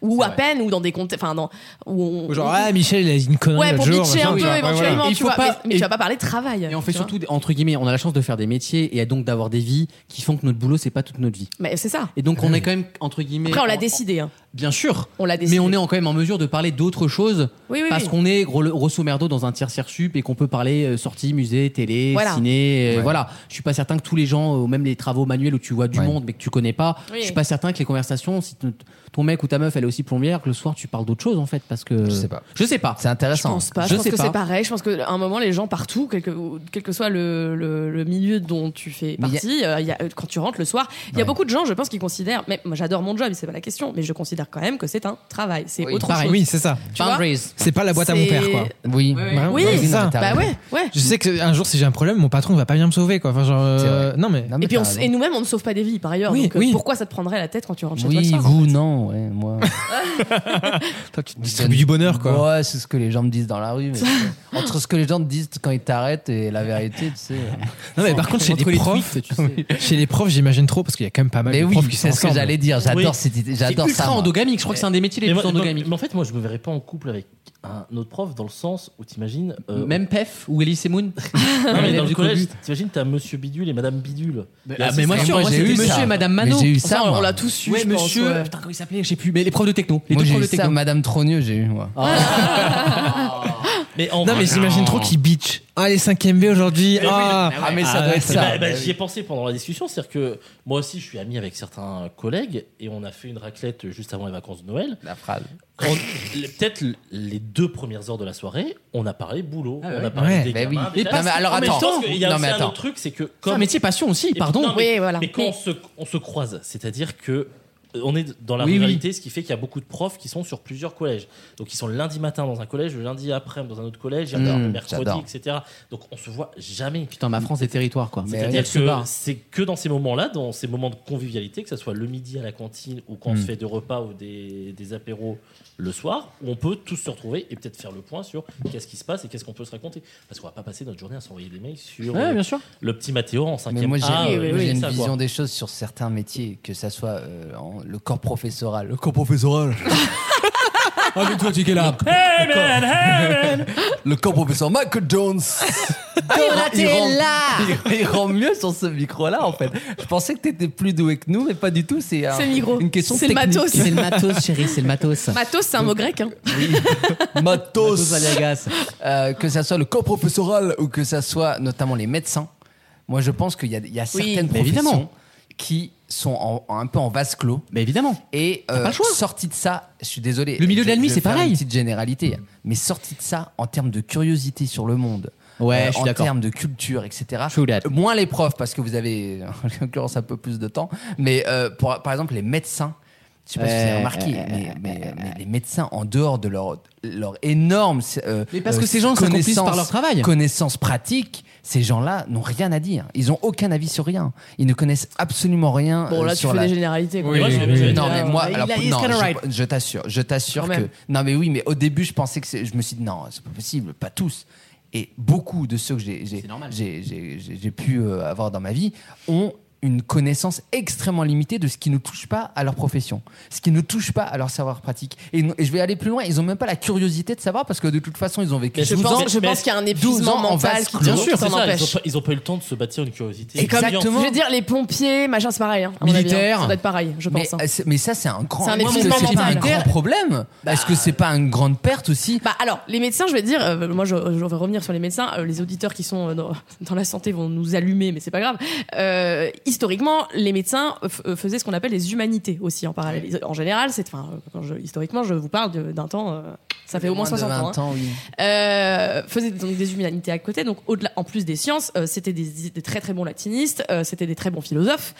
Speaker 4: Ou
Speaker 3: C'est
Speaker 4: à
Speaker 3: vrai.
Speaker 4: peine, ou dans des contextes, enfin, dans, où on.
Speaker 7: Genre, ah, Michel, il a dit une connerie.
Speaker 4: ouais,
Speaker 7: l'autre
Speaker 4: pour
Speaker 7: jour,
Speaker 4: pitcher
Speaker 7: machin,
Speaker 4: un peu
Speaker 7: tu vois. Ouais, voilà.
Speaker 4: éventuellement,
Speaker 3: Il
Speaker 4: tu
Speaker 3: faut
Speaker 4: vois.
Speaker 3: pas-
Speaker 4: mais, mais
Speaker 3: et-
Speaker 4: tu vas pas parler de travail.
Speaker 3: Et on fait
Speaker 4: tu vois.
Speaker 3: surtout, des- entre guillemets, on a la chance de faire des métiers et donc d'avoir des vies qui font que notre boulot, c'est pas toute notre vie.
Speaker 4: Mais c'est ça.
Speaker 3: Et donc, on est quand même, entre guillemets.
Speaker 4: Après, on l'a
Speaker 3: en-
Speaker 4: décidé. hein.
Speaker 3: en- Bien sûr.
Speaker 4: On l'a
Speaker 3: Mais
Speaker 4: décidé.
Speaker 3: on est en- quand même en mesure de parler d'autres choses
Speaker 4: Oui, oui,
Speaker 3: parce
Speaker 4: oui.
Speaker 3: qu'on est gros- grosso merdo dans un tiers sup et qu'on peut parler euh, sortie, musée, télé,
Speaker 4: Voilà.
Speaker 3: ciné. euh,
Speaker 2: Ouais.
Speaker 3: Voilà. Je suis pas certain que tous les gens, euh, même les travaux manuels où tu vois du
Speaker 2: Ouais.
Speaker 3: monde mais que tu connais pas,
Speaker 4: Oui.
Speaker 3: je suis pas certain que les conversations, si t- ton mec ou ta meuf elle est aussi plombière, que le soir tu parles d'autre chose en fait parce que.
Speaker 2: Je sais pas.
Speaker 3: Je sais pas.
Speaker 2: C'est
Speaker 4: Je
Speaker 2: intéressant.
Speaker 4: pense pas. Je,
Speaker 3: Je
Speaker 4: pense
Speaker 3: sais
Speaker 4: que
Speaker 3: pas.
Speaker 4: c'est pareil. Je pense qu'à un moment, les gens partout, quel que, ou- quel que soit le, le- le milieu dont tu fais
Speaker 2: Mais y a-
Speaker 4: partie, euh, y a- euh, quand tu rentres le soir, il y
Speaker 2: Ouais.
Speaker 4: a beaucoup de gens, je pense, qui considèrent. Mais moi, j'adore mon job, c'est pas la question. Mais je considère quand même que c'est un travail. C'est
Speaker 2: Oui,
Speaker 4: autre
Speaker 3: pareil.
Speaker 4: chose.
Speaker 7: Oui, c'est ça.
Speaker 4: Tu vois
Speaker 3: Boundaries.
Speaker 7: C'est pas la boîte à mon
Speaker 4: C'est-
Speaker 7: père, quoi.
Speaker 2: Oui.
Speaker 7: Vraiment,
Speaker 4: Oui,
Speaker 7: ouais, c'est ça.
Speaker 2: t'as
Speaker 4: Bah
Speaker 2: raison.
Speaker 4: ouais, ouais.
Speaker 2: Ah,
Speaker 7: Je sais qu'un jour, si j'ai un problème, mon patron va pas bien me sauver, quoi. Enfin, genre, euh, non, mais.
Speaker 2: Non, mais
Speaker 4: Et puis,
Speaker 2: t'as
Speaker 4: on-
Speaker 2: raison.
Speaker 4: et nous-mêmes, on ne sauve pas des vies par ailleurs.
Speaker 7: Oui,
Speaker 4: donc, euh,
Speaker 7: oui.
Speaker 4: pourquoi ça te prendrait la tête quand tu rentres chez toi le
Speaker 2: Oui,
Speaker 4: soir
Speaker 2: vous, non, ouais, moi.
Speaker 7: Toi, tu te distribues du bonheur, quoi.
Speaker 2: Ouais, c'est ce que les gens me disent dans la rue. mais c'est- entre ce que les gens te disent quand ils t'arrêtent et la vérité, tu sais.
Speaker 7: Non, mais par contre, chez
Speaker 3: Entre
Speaker 7: les
Speaker 3: les
Speaker 7: profs,
Speaker 3: tweets, tu sais.
Speaker 7: chez les profs, j'imagine trop, parce qu'il y a quand même pas mal
Speaker 2: Mais
Speaker 7: de
Speaker 2: oui,
Speaker 7: profs qui sont
Speaker 2: c'est ce que
Speaker 7: ensemble.
Speaker 2: j'allais dire. J'adore
Speaker 6: Oui.
Speaker 2: cette idée.
Speaker 3: C'est
Speaker 2: J'adore ça.
Speaker 3: ultra
Speaker 2: moi.
Speaker 3: endogamique. Je crois que c'est un des métiers les
Speaker 6: Mais,
Speaker 3: plus
Speaker 6: moi- non,
Speaker 3: endogamiques.
Speaker 6: mais en fait, moi, je me verrais pas en couple avec un autre prof dans le sens où t'imagines. euh,
Speaker 3: Même PEF ou Elise Moon
Speaker 6: non, mais
Speaker 3: élève
Speaker 6: dans le
Speaker 3: du
Speaker 6: collège,
Speaker 3: Covid.
Speaker 6: t'imagines, t'as Monsieur Bidule et Madame Bidule.
Speaker 3: Ah,
Speaker 2: c'est
Speaker 3: mais moi,
Speaker 2: ça.
Speaker 3: sûr,
Speaker 2: Moi,
Speaker 3: moi,
Speaker 2: j'ai
Speaker 3: c'était
Speaker 2: eu
Speaker 3: monsieur
Speaker 2: ça.
Speaker 3: et madame
Speaker 2: Mais
Speaker 3: Mano.
Speaker 2: j'ai eu
Speaker 3: Enfin,
Speaker 2: ça,
Speaker 3: on-
Speaker 2: moi.
Speaker 3: on l'a tous su.
Speaker 4: Ouais,
Speaker 3: je pense,
Speaker 4: monsieur.
Speaker 3: ouais. Putain, comment il s'appelait Je sais plus. Mais les profs de techno. Les
Speaker 2: Moi,
Speaker 3: deux
Speaker 2: j'ai
Speaker 3: profs de
Speaker 2: eu ça,
Speaker 3: techno.
Speaker 2: Madame Trogneux, j'ai eu, moi.
Speaker 3: Ah.
Speaker 6: Mais en
Speaker 7: Non, mais j'imagine trop qu'il bitch. Ah, les 5ème V aujourd'hui.
Speaker 6: Oh, Mais oui,
Speaker 7: Ah,
Speaker 2: Ah, mais ça doit être
Speaker 6: Eh
Speaker 2: ça.
Speaker 6: ben, ben, J'y ai pensé pendant la discussion, c'est-à-dire que moi aussi je suis ami avec certains collègues et on a fait une raclette juste avant les vacances de Noël.
Speaker 2: La phrase.
Speaker 6: Quand- les- Peut-être les deux premières heures de la soirée, on a parlé boulot,
Speaker 3: Ah ouais.
Speaker 6: on a parlé
Speaker 7: Ouais.
Speaker 6: des
Speaker 2: Mais bah oui.
Speaker 6: gamins,
Speaker 3: Mais
Speaker 6: des tas-
Speaker 3: pas-
Speaker 2: non, mais alors
Speaker 6: Non, mais je
Speaker 2: attends.
Speaker 6: pense qu'il y a
Speaker 2: non,
Speaker 6: aussi
Speaker 2: mais
Speaker 6: un
Speaker 2: attends.
Speaker 6: autre truc, c'est que
Speaker 3: C'est un
Speaker 6: comme
Speaker 3: métier passion aussi,
Speaker 6: Et puis,
Speaker 3: pardon.
Speaker 6: non, mais,
Speaker 4: Oui, voilà.
Speaker 6: mais quand
Speaker 5: Mais-
Speaker 6: on, se, on se croise, c'est-à-dire que euh, on est dans la
Speaker 3: Oui,
Speaker 6: rivalité, ce qui fait qu'il y a beaucoup de profs qui sont sur plusieurs collèges. Donc ils sont le lundi matin dans un collège, le lundi après-midi dans un autre collège, et
Speaker 2: Mmh,
Speaker 6: le
Speaker 2: j'adore.
Speaker 6: mercredi, etc. Donc on se voit jamais.
Speaker 3: Putain, ma France est territoire, quoi.
Speaker 2: Mais
Speaker 3: elle
Speaker 6: C'est-à-dire
Speaker 3: se
Speaker 6: que
Speaker 3: barre.
Speaker 6: c'est que dans ces moments-là, dans ces moments de convivialité, que ce soit le midi à la cantine ou quand on
Speaker 2: Mm.
Speaker 6: se fait des repas ou des, des apéros le soir, où on peut tous se retrouver et peut-être faire le point sur qu'est-ce qui se passe et qu'est-ce qu'on peut se raconter. Parce qu'on va pas passer notre journée à s'envoyer des mails sur
Speaker 3: Ouais,
Speaker 6: euh,
Speaker 3: bien sûr.
Speaker 6: le petit Mathéo
Speaker 4: Ah,
Speaker 6: en 5
Speaker 2: Mais moi, j'ai
Speaker 4: oui, oui,
Speaker 2: moi, j'ai
Speaker 4: oui,
Speaker 2: une
Speaker 6: ça, quoi.
Speaker 2: vision des choses sur certains métiers, que ça soit euh, en- le corps professoral. Le corps professoral Ah, mais toi, tu es là Le corps professoral, Michael Jones
Speaker 4: Ah,
Speaker 2: il, rend, il- il rend mieux sur ce micro-là, en fait. Je pensais que t'étais plus doué que nous, mais pas du tout. C'est un-
Speaker 4: C'est le micro.
Speaker 2: Ah, une question
Speaker 4: C'est le
Speaker 2: technique.
Speaker 4: matos.
Speaker 3: C'est le matos, chérie, c'est le matos.
Speaker 4: Matos, c'est un mot grec. Hein.
Speaker 2: Euh, Matos.
Speaker 3: Matos Aliagas.
Speaker 2: Euh, que ça soit le corps professoral ou que ça soit notamment les médecins, moi je pense qu'il y a, il y a certaines
Speaker 3: mais
Speaker 2: professions
Speaker 3: évidemment.
Speaker 2: qui sont en- en- un peu en vase clos
Speaker 3: Mais évidemment.
Speaker 2: et euh,
Speaker 3: pas le choix.
Speaker 2: sorti de ça, je suis désolé.
Speaker 3: Le milieu
Speaker 2: je-
Speaker 3: de la nuit,
Speaker 2: je vais
Speaker 3: c'est
Speaker 2: faire
Speaker 3: pareil. Hmm.
Speaker 2: Une petite généralité, mais sorti de ça en termes de curiosité sur le monde, euh,
Speaker 3: Ouais, je suis
Speaker 2: en
Speaker 3: d'accord.
Speaker 2: termes de culture, etc.
Speaker 3: True that.
Speaker 2: Moins les profs parce que vous avez en l'occurrence un peu plus de temps, mais euh, pour- par exemple les médecins. Je sais pas si vous avez
Speaker 3: Ouais,
Speaker 2: remarqué,
Speaker 3: ouais,
Speaker 2: mais, mais- mais les médecins, en dehors de leur, leur énorme. euh,
Speaker 3: Mais parce
Speaker 2: euh,
Speaker 3: que ces gens
Speaker 2: connaissance-
Speaker 3: s'accomplissent par leur travail.
Speaker 2: Connaissance pratique, ces gens-là n'ont rien à dire. Ils n'ont aucun avis sur rien. Ils ne connaissent absolument rien
Speaker 4: Bon,
Speaker 2: euh,
Speaker 4: là, tu
Speaker 2: sur
Speaker 4: fais
Speaker 2: la,
Speaker 4: des généralités. quoi.
Speaker 6: Oui, Moi, je vais- oui, je vais-
Speaker 2: non, mais moi,
Speaker 4: Il
Speaker 2: alors,
Speaker 4: a- il
Speaker 2: non,
Speaker 4: se calme,
Speaker 2: je-
Speaker 4: right.
Speaker 2: je, t'assure, je t'assure
Speaker 4: Quand
Speaker 2: que.
Speaker 4: même.
Speaker 2: Non, mais oui, mais au début, je pensais que c'est- je me suis dit non, c'est pas possible, pas tous. Et beaucoup de ceux que j'ai- j'ai
Speaker 3: C'est normal.
Speaker 2: j'ai- j'ai- j'ai- j'ai pu euh, avoir dans ma vie ont une connaissance extrêmement limitée de ce qui ne touche pas à leur profession, ce qui ne touche pas à leur savoir pratique. Et, non- et je vais aller plus loin, ils n'ont même pas la curiosité de savoir parce que de toute façon, ils ont vécu
Speaker 6: Mais je
Speaker 2: 12
Speaker 6: pense-
Speaker 2: ans.
Speaker 4: Non, je
Speaker 6: Mais-
Speaker 4: pense qu'il y a un
Speaker 2: 12 ans
Speaker 4: épuisement
Speaker 2: en
Speaker 4: mental
Speaker 2: vase
Speaker 4: qui
Speaker 2: clos.
Speaker 4: bien
Speaker 2: Bien
Speaker 4: sûr
Speaker 6: C'est
Speaker 4: t'en
Speaker 6: ça, ils, ont
Speaker 4: empêche.
Speaker 6: pas, ils ont pas eu le temps de se bâtir une curiosité.
Speaker 2: Exactement.
Speaker 4: Je veux dire, les pompiers, machin, c'est pareil. Hein, à mon avis, hein.
Speaker 3: Militaires.
Speaker 4: Ça doit être pareil, je
Speaker 2: Mais,
Speaker 4: pense. hein.
Speaker 2: euh, c'est- mais ça, c'est un grand,
Speaker 4: C'est un
Speaker 2: Est-ce que
Speaker 4: épuisement
Speaker 2: c'est pas un
Speaker 4: mental.
Speaker 2: grand problème. Est-ce que c'est pas une grande perte aussi
Speaker 4: Bah alors, les médecins, je vais te dire, euh, moi je, je vais revenir sur les médecins, Euh, les auditeurs qui sont euh, dans, dans la santé vont nous allumer, mais c'est pas grave. Euh, historiquement, les médecins euh, f- euh, faisaient ce qu'on appelle les humanités aussi en parallèle. Ils- En général, c'est, enfin, euh, quand je- historiquement, je vous parle de- d'un temps, euh, ça fait au moins
Speaker 2: Moins de
Speaker 4: 60 ans. hein.
Speaker 2: 20 ans, oui.
Speaker 4: euh, faisaient donc des humanités à côté. Donc au-delà, en plus des sciences, euh, c'était des, des très très bons latinistes, euh, c'était des très bons philosophes.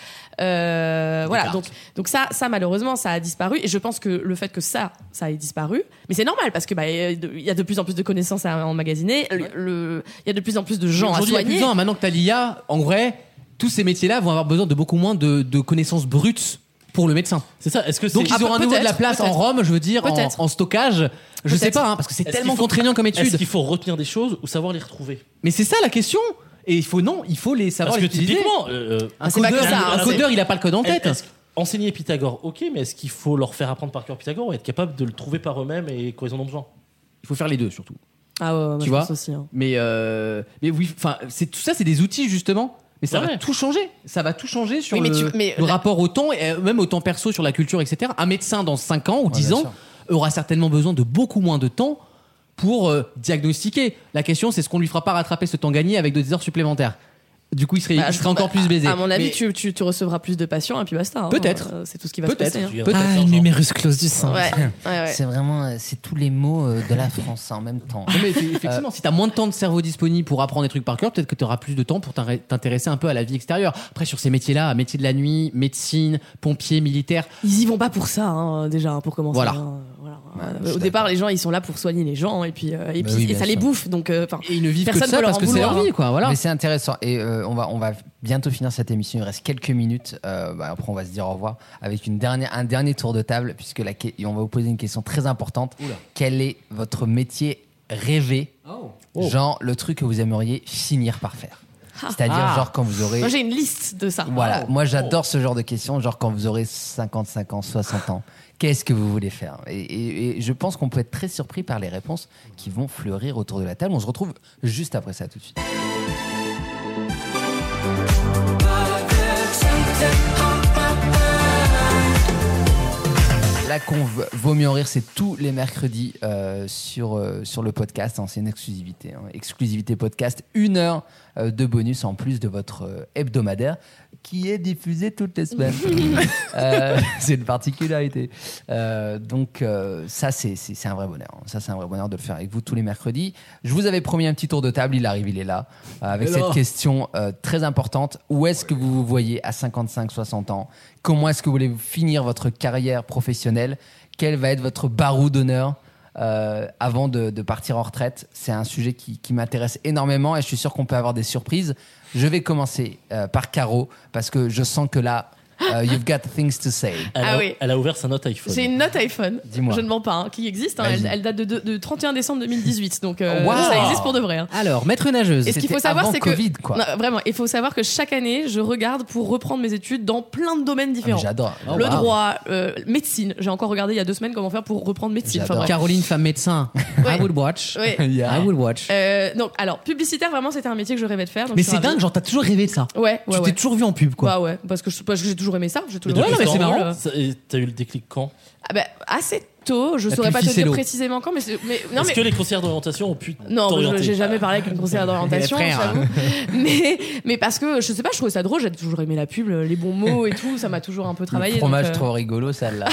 Speaker 4: Euh, voilà. Donc donc ça ça malheureusement ça a disparu et je pense que le fait que ça ça ait disparu, mais c'est normal parce que bah euh, de- il y a de plus en plus de connaissances à emmagasiner, le- le- il y a de plus en plus de gens à
Speaker 3: Aujourd'hui, il y a plus
Speaker 4: soigner.
Speaker 3: besoin. Maintenant que t'as l'IA, en vrai, tous ces métiers-là vont avoir besoin de beaucoup moins de, de connaissances brutes pour le médecin.
Speaker 6: C'est ça. Est-ce que c'est
Speaker 3: Donc ils
Speaker 4: Ah,
Speaker 3: auront à nouveau de la
Speaker 4: peut-être,
Speaker 3: place en
Speaker 4: peut-être.
Speaker 3: Rome, je veux dire, en,
Speaker 4: Peut-être.
Speaker 3: en stockage. Je sais
Speaker 4: Peut-être.
Speaker 3: pas, hein, parce que c'est
Speaker 6: Est-ce
Speaker 3: tellement
Speaker 6: qu'il faut-
Speaker 3: contraignant comme
Speaker 6: Est-ce
Speaker 3: étude.
Speaker 6: qu'il faut retenir des choses ou savoir les retrouver
Speaker 3: Mais c'est ça la question. Et il faut non, il faut les savoir
Speaker 6: Parce que
Speaker 3: les utiliser. Ah,
Speaker 6: typiquement, euh, euh,
Speaker 3: Un
Speaker 4: c'est pas que
Speaker 3: codeur,
Speaker 4: ça, hein,
Speaker 3: un
Speaker 4: c'est-
Speaker 3: codeur, il a pas le code en tête.
Speaker 6: est-ce que- enseigner Pythagore, ok, mais est-ce qu'il faut leur faire apprendre par cœur Pythagore ou être capable de le trouver par eux-mêmes et quand ils en ont besoin
Speaker 3: Il faut faire les deux surtout.
Speaker 4: Ah ouais, ouais, moi,
Speaker 3: Tu
Speaker 4: je
Speaker 3: vois
Speaker 4: pense aussi. hein.
Speaker 3: Mais euh, mais oui, enfin c'est tout ça, c'est des outils justement. Mais ça
Speaker 6: Ouais,
Speaker 3: va
Speaker 6: ouais.
Speaker 3: tout changer. Ça va tout changer sur
Speaker 4: Oui, mais
Speaker 3: le,
Speaker 4: tu- mais
Speaker 3: le
Speaker 4: la-
Speaker 3: rapport au temps et euh, même au temps perso, sur la culture, etc. Un médecin dans 5 ans ou 10
Speaker 2: bien
Speaker 3: ans
Speaker 2: sûr.
Speaker 3: aura certainement besoin de beaucoup moins de temps pour euh, diagnostiquer. La question, c'est ce qu'on lui fera pas rattraper ce temps gagné avec des heures supplémentaires. Du coup, il serait,
Speaker 4: Bah,
Speaker 3: il
Speaker 4: je-
Speaker 3: serait encore
Speaker 4: bah,
Speaker 3: plus baisé.
Speaker 4: À mon avis,
Speaker 3: Mais-
Speaker 4: tu, tu, tu recevras plus de patients et puis basta. hein.
Speaker 3: Peut-être.
Speaker 4: Euh, C'est tout ce qui va se
Speaker 3: Peut-être.
Speaker 4: passer. hein.
Speaker 6: Tu viens
Speaker 3: Peut-être.
Speaker 6: de faire
Speaker 7: ah, le
Speaker 6: genre-
Speaker 7: numerus clausus. hein.
Speaker 4: Ouais, ouais, ouais.
Speaker 2: C'est vraiment, euh, c'est tous les mots euh, de la France hein, en même temps.
Speaker 3: Non, mais effe- effectivement, si t'as moins de temps de cerveau disponible pour apprendre des trucs par cœur, peut-être que t'auras plus de temps pour t'in- t'intéresser un peu à la vie extérieure. Après, sur ces métiers-là, métier de la nuit, médecine, pompier, militaire,
Speaker 4: Ils y vont pas pour ça, hein, déjà, hein, pour commencer.
Speaker 3: Voilà.
Speaker 4: hein, voilà.
Speaker 2: Ouais, Bah, je
Speaker 4: Au
Speaker 2: suis
Speaker 4: départ, les gens, ils sont là pour soigner les gens, et puis, euh, et
Speaker 2: Bah
Speaker 4: puis-
Speaker 2: oui,
Speaker 4: et
Speaker 2: bien
Speaker 4: ça les
Speaker 2: sûr.
Speaker 4: bouffe. Donc, euh, enfin,
Speaker 3: et ils ne vivent que de
Speaker 4: Personne
Speaker 3: ça
Speaker 4: peut leur
Speaker 3: parce
Speaker 4: en
Speaker 3: que c'est leur
Speaker 4: vouloir,
Speaker 3: vie, quoi. Voilà.
Speaker 2: Mais c'est intéressant. Et euh, on, va, on va bientôt finir cette émission. Il reste quelques minutes. Euh, bah, après, on va se dire au revoir avec une dernière, un dernier tour de table, puisque la, que- et on va vous poser une question très importante. Quel est votre métier rêvé Genre le truc que vous aimeriez finir par faire. C'est-à-dire,
Speaker 3: Ah.
Speaker 2: genre quand vous aurez.
Speaker 4: moi, j'ai une liste de ça.
Speaker 2: Voilà, moi j'adore ce genre de questions, genre quand vous aurez 55 ans, 60 ans, qu'est-ce que vous voulez faire et, et- et je pense qu'on peut être très surpris par les réponses qui vont fleurir autour de la table. On se retrouve juste après ça tout de suite. La conve, vaut mieux en rire, c'est tous les mercredis euh, sur, euh, sur le podcast. hein, c'est une exclusivité. hein. Exclusivité podcast, une heure euh, de bonus en plus de votre euh, hebdomadaire qui est diffusé toutes les semaines. Euh, c'est une particularité. Euh, donc euh, ça, c'est c'est- c'est un vrai bonheur. hein. Ça, c'est un vrai bonheur de le faire avec vous tous les mercredis. Je vous avais promis un petit tour de table, il arrive, il est là, euh, avec
Speaker 3: Et
Speaker 2: cette
Speaker 3: là.
Speaker 2: question euh, très importante. Où est-ce que vous vous voyez à 55-60 ans Comment est-ce que vous voulez finir votre carrière professionnelle Quel va être votre barreau d'honneur euh, avant de, de partir en retraite C'est un sujet qui, qui m'intéresse énormément et je suis sûr qu'on peut avoir des surprises. Je vais commencer euh, par Caro parce que je sens que là, euh, you've got things to say.
Speaker 6: Elle, a,
Speaker 4: Ah oui.
Speaker 6: elle a ouvert sa note iPhone.
Speaker 4: J'ai une note iPhone.
Speaker 2: Dis-moi.
Speaker 4: Je ne mens pas, hein, qui existe. hein. elle,
Speaker 2: Vas-y.
Speaker 4: elle date de, de- de 31 décembre 2018, donc euh,
Speaker 2: Wow.
Speaker 4: ça existe pour de vrai. hein.
Speaker 3: Alors, maître nageuse.
Speaker 4: Et ce qu'il faut
Speaker 2: C'était
Speaker 4: savoir,
Speaker 2: avant
Speaker 4: c'est que-
Speaker 2: Covid, quoi.
Speaker 4: Non, vraiment, il faut savoir que chaque année, je regarde pour reprendre mes études dans plein de domaines
Speaker 2: Ah, mais
Speaker 4: différents.
Speaker 2: J'adore.
Speaker 3: Oh,
Speaker 4: le
Speaker 3: wow.
Speaker 4: droit, euh, médecine. J'ai encore regardé il y a deux semaines comment faire pour reprendre médecine. Enfin,
Speaker 2: J'adore.
Speaker 4: bref.
Speaker 3: Caroline, femme médecin.
Speaker 4: Ouais.
Speaker 3: I would watch.
Speaker 4: Ouais.
Speaker 2: Yeah.
Speaker 3: I would watch.
Speaker 4: Euh, donc, alors, publicitaire, vraiment, c'était un métier que je rêvais de faire. donc
Speaker 3: mais
Speaker 4: je
Speaker 3: c'est
Speaker 4: suis ravie.
Speaker 3: dingue, genre, t'as toujours rêvé de ça.
Speaker 4: Ouais, ouais,
Speaker 3: tu
Speaker 4: ouais.
Speaker 3: t'es toujours vu en pub, quoi.
Speaker 4: Bah ouais, parce que je- parce que j'ai toujours aimé ça. J'ai
Speaker 6: Mais
Speaker 4: toujours
Speaker 3: Ouais,
Speaker 6: depuis
Speaker 3: non, mais
Speaker 6: ce
Speaker 3: c'est
Speaker 6: temps,
Speaker 3: marrant.
Speaker 6: ça- et T'as eu le déclic quand
Speaker 4: Ah bah, assez tôt, je
Speaker 3: La
Speaker 4: saurais pas te
Speaker 3: pulfi, c'est
Speaker 4: dire
Speaker 3: l'eau.
Speaker 4: précisément quand, mais, c'est- mais non
Speaker 6: Est-ce
Speaker 4: mais
Speaker 6: que les conseillères d'orientation ont pu
Speaker 4: non, moi,
Speaker 6: t'orienter
Speaker 4: je- j'ai jamais parlé avec une conseillère d'orientation,
Speaker 3: Les frères.
Speaker 4: j'avoue. Mais mais parce que je sais pas, je trouvais ça drôle, j'ai toujours aimé la pub, les bons mots et tout, ça m'a toujours un peu travaillé.
Speaker 2: Le fromage
Speaker 4: donc, euh,
Speaker 2: trop rigolo, celle-là.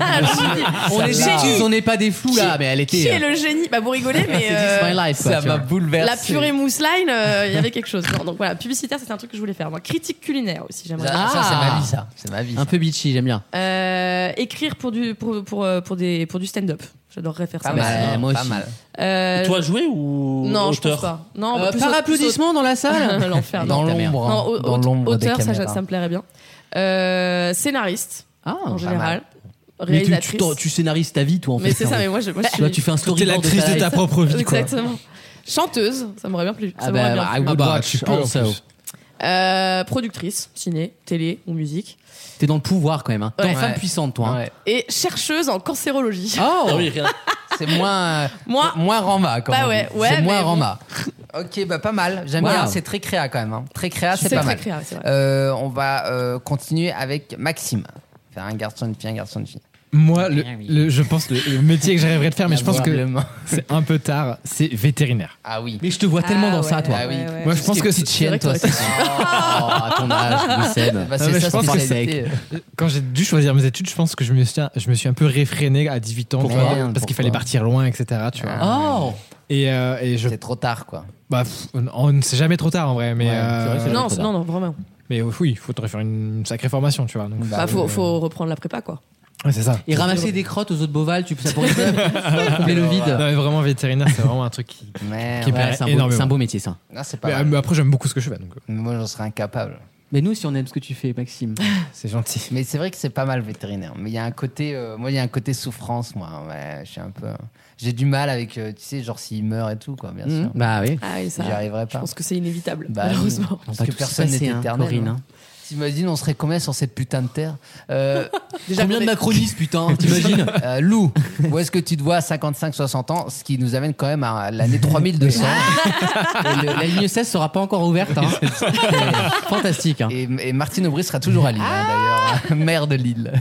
Speaker 4: ah, je me dis,
Speaker 3: On est
Speaker 4: Celle-là.
Speaker 3: génies, on n'est pas des fous, là. Mais elle était.
Speaker 4: Qui est
Speaker 3: euh, Ah,
Speaker 4: le génie Bah vous rigolez, mais
Speaker 3: c'est
Speaker 4: euh,
Speaker 3: This is my life, quoi,
Speaker 2: Ça
Speaker 3: tu
Speaker 2: m'a
Speaker 3: vois.
Speaker 2: bouleversé.
Speaker 4: la purée mousseline, euh, il y avait quelque chose. Non, donc voilà, publicitaire, c'était un truc que je voulais faire. Moi, critique culinaire aussi, j'aimerais.
Speaker 2: Ça, ça, c'est
Speaker 3: Ah.
Speaker 2: ma vie, ça. C'est ma vie.
Speaker 3: Un peu bitchy, j'aime bien.
Speaker 4: Euh, écrire pour du pour pour euh, pour des pour du stand-up. J'adorerais faire
Speaker 2: Pas
Speaker 4: ça.
Speaker 2: mal.
Speaker 3: Bah, moi
Speaker 2: pas
Speaker 3: aussi.
Speaker 2: mal.
Speaker 4: Euh,
Speaker 6: Toi joué ou
Speaker 4: non, je pense
Speaker 6: auteur
Speaker 4: pas. Non, bah,
Speaker 3: Euh,
Speaker 4: plus
Speaker 3: par
Speaker 4: au- plus au-
Speaker 3: applaudissement dans la salle.
Speaker 4: L'enfer.
Speaker 2: Dans
Speaker 4: non.
Speaker 3: ta mère.
Speaker 2: l'ombre.
Speaker 4: Non,
Speaker 2: hein.
Speaker 4: au-
Speaker 2: Dans
Speaker 4: au-
Speaker 2: l'ombre des
Speaker 4: auteur, ça,
Speaker 2: caméras.
Speaker 4: ça me plairait bien. Euh, scénariste
Speaker 3: Ah,
Speaker 4: en
Speaker 2: pas
Speaker 4: général,
Speaker 3: mais tu,
Speaker 4: réalisatrice.
Speaker 3: tu, t'en- tu scénarises ta vie, toi, en fait.
Speaker 4: mais c'est ça,
Speaker 3: hein.
Speaker 4: mais moi je, moi, je
Speaker 3: Tu vois, tu fais un
Speaker 7: T'es
Speaker 3: storyboard
Speaker 7: l'actrice de ta
Speaker 3: life.
Speaker 7: propre vie, quoi.
Speaker 4: Exactement. Chanteuse, ça m'aurait bien plu.
Speaker 3: Ah
Speaker 4: ça
Speaker 3: bah, I
Speaker 4: m'aurait bien plu.
Speaker 3: would
Speaker 7: bah,
Speaker 3: watch
Speaker 7: tu peux, en
Speaker 3: also.
Speaker 7: plus.
Speaker 4: Euh, productrice, ciné, télé ou musique.
Speaker 3: T'es dans le pouvoir quand même. Hein. T'es
Speaker 4: Ouais.
Speaker 3: en femme
Speaker 2: Ouais.
Speaker 3: puissante, toi. hein.
Speaker 2: Ouais.
Speaker 4: Et chercheuse en cancérologie.
Speaker 3: Oh
Speaker 6: Ah oui, rien.
Speaker 2: C'est moins, euh,
Speaker 4: Moi,
Speaker 2: moins Rama, comme
Speaker 4: Bah
Speaker 2: on dit.
Speaker 4: ouais, ouais,
Speaker 2: C'est moins
Speaker 4: mais bon.
Speaker 2: Rama. Ok, bah pas mal. J'aime
Speaker 3: Wow.
Speaker 2: bien. C'est très créa quand même. hein. Très créa, c'est
Speaker 4: Ah, c'est
Speaker 2: pas
Speaker 4: très
Speaker 2: mal.
Speaker 4: créatif, c'est vrai.
Speaker 2: Euh, on va euh, continuer avec Maxime. Faire un garçon, une fille, un garçon, une fille.
Speaker 7: Moi,
Speaker 2: Ah
Speaker 7: le, le- je pense le, le métier que j'arrêverais de faire, mais je pense que
Speaker 2: Probablement.
Speaker 7: c'est un peu tard, c'est vétérinaire.
Speaker 2: Ah oui.
Speaker 3: Mais je te vois tellement
Speaker 4: Ah
Speaker 3: dans ça,
Speaker 4: ouais.
Speaker 3: toi.
Speaker 2: Ah oui.
Speaker 7: Moi, je pense que
Speaker 2: petite chienne, toi.
Speaker 4: C'est vrai que
Speaker 2: c'est-
Speaker 3: Oh, à ton âge, Seb.
Speaker 2: Bah,
Speaker 7: Ah,
Speaker 2: c'est
Speaker 7: mais
Speaker 2: ça,
Speaker 7: je pense que
Speaker 2: spécialité.
Speaker 7: quand j'ai dû choisir mes études, je pense que je me suis, je me suis un peu réfréné à 18 ans, tu
Speaker 2: Pourquoi
Speaker 7: vois,
Speaker 2: Merde,
Speaker 7: parce
Speaker 2: pourquoi
Speaker 7: qu'il
Speaker 2: Ah.
Speaker 7: fallait partir loin, etc. Tu vois.
Speaker 3: Oh
Speaker 7: Et, euh, et je,
Speaker 2: C'est trop tard, quoi.
Speaker 7: bah, pff, on ne sait jamais trop tard en vrai,
Speaker 2: Ouais,
Speaker 7: mais
Speaker 2: c'est vrai,
Speaker 7: euh,
Speaker 2: c'est
Speaker 4: Non, non, non, vraiment.
Speaker 7: mais oui, il faudrait faire une sacrée formation, tu vois. Donc,
Speaker 2: Bah,
Speaker 4: Bah, faut,
Speaker 7: euh,
Speaker 4: faut reprendre la prépa, quoi.
Speaker 7: ouais, c'est ça.
Speaker 3: Et ramasser des crottes aux autres bovales, tu peux ça pourrait te- combler le vide.
Speaker 7: Non, mais vraiment vétérinaire, c'est vraiment un truc qui.
Speaker 2: Mais
Speaker 7: Qui
Speaker 2: ouais.
Speaker 7: paraît
Speaker 3: Ouais, c'est, un beau,
Speaker 7: énormément.
Speaker 3: c'est un beau métier, ça.
Speaker 2: Non, c'est
Speaker 7: Mais,
Speaker 2: pas
Speaker 7: euh,
Speaker 2: mal.
Speaker 7: mais après, j'aime beaucoup ce que je fais, donc euh,
Speaker 2: Moi, j'en serais incapable.
Speaker 3: Mais nous, si on aime ce que tu fais, Maxime.
Speaker 7: c'est gentil.
Speaker 2: Mais c'est vrai que c'est pas mal vétérinaire. Mais il y a un côté, euh, moi, il y a un côté souffrance, moi. Ouais, je suis un peu. J'ai du mal avec, euh, tu sais, genre s'il meurt et tout, quoi. Bien sûr.
Speaker 3: Bah oui.
Speaker 4: Ah, et ça,
Speaker 2: J'y arriverai
Speaker 4: je
Speaker 2: pas.
Speaker 4: pense que c'est inévitable,
Speaker 2: Bah,
Speaker 4: malheureusement.
Speaker 2: Parce
Speaker 3: On va
Speaker 2: que
Speaker 3: tous
Speaker 2: personne
Speaker 3: passer,
Speaker 2: n'est
Speaker 3: hein,
Speaker 2: éternel.
Speaker 3: Corinne, hein.
Speaker 2: T'imagines, on serait combien sur cette putain de terre euh,
Speaker 4: Déjà,
Speaker 3: Combien de
Speaker 4: mais-
Speaker 3: macronistes, putain, t'imagines
Speaker 2: euh, Lou, où est-ce que tu te vois à 55-60 ans Ce qui nous amène quand même à l'année 3200.
Speaker 3: Et le- La ligne 16 sera pas encore ouverte. hein. C'est Fantastique. hein. Ah
Speaker 2: et, et Martine Aubry sera toujours à Lille, hein, d'ailleurs. Maire de Lille.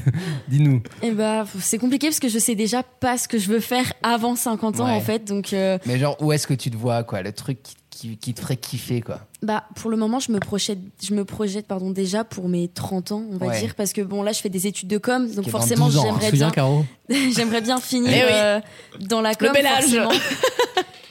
Speaker 2: Dis-nous.
Speaker 5: Et bah, c'est compliqué parce que je sais déjà pas ce que je veux faire avant 50 ans,
Speaker 2: Ouais.
Speaker 5: en fait. Donc, euh,
Speaker 2: Mais genre, où est-ce que tu te vois, quoi Le truc qui, qui- qui te ferait kiffer, quoi.
Speaker 5: bah, pour le moment, je me projette, je me projette pardon, déjà pour mes 30 ans, on va
Speaker 2: Ouais.
Speaker 5: dire. Parce que, bon, là, je fais des études de com, donc
Speaker 2: dans
Speaker 5: forcément,
Speaker 2: 12 ans, hein,
Speaker 5: j'aimerais
Speaker 3: Souviens,
Speaker 5: bien,
Speaker 3: Caro
Speaker 5: j'aimerais bien finir
Speaker 4: Eh oui.
Speaker 5: euh, dans la com.
Speaker 4: bel âge.
Speaker 5: forcément.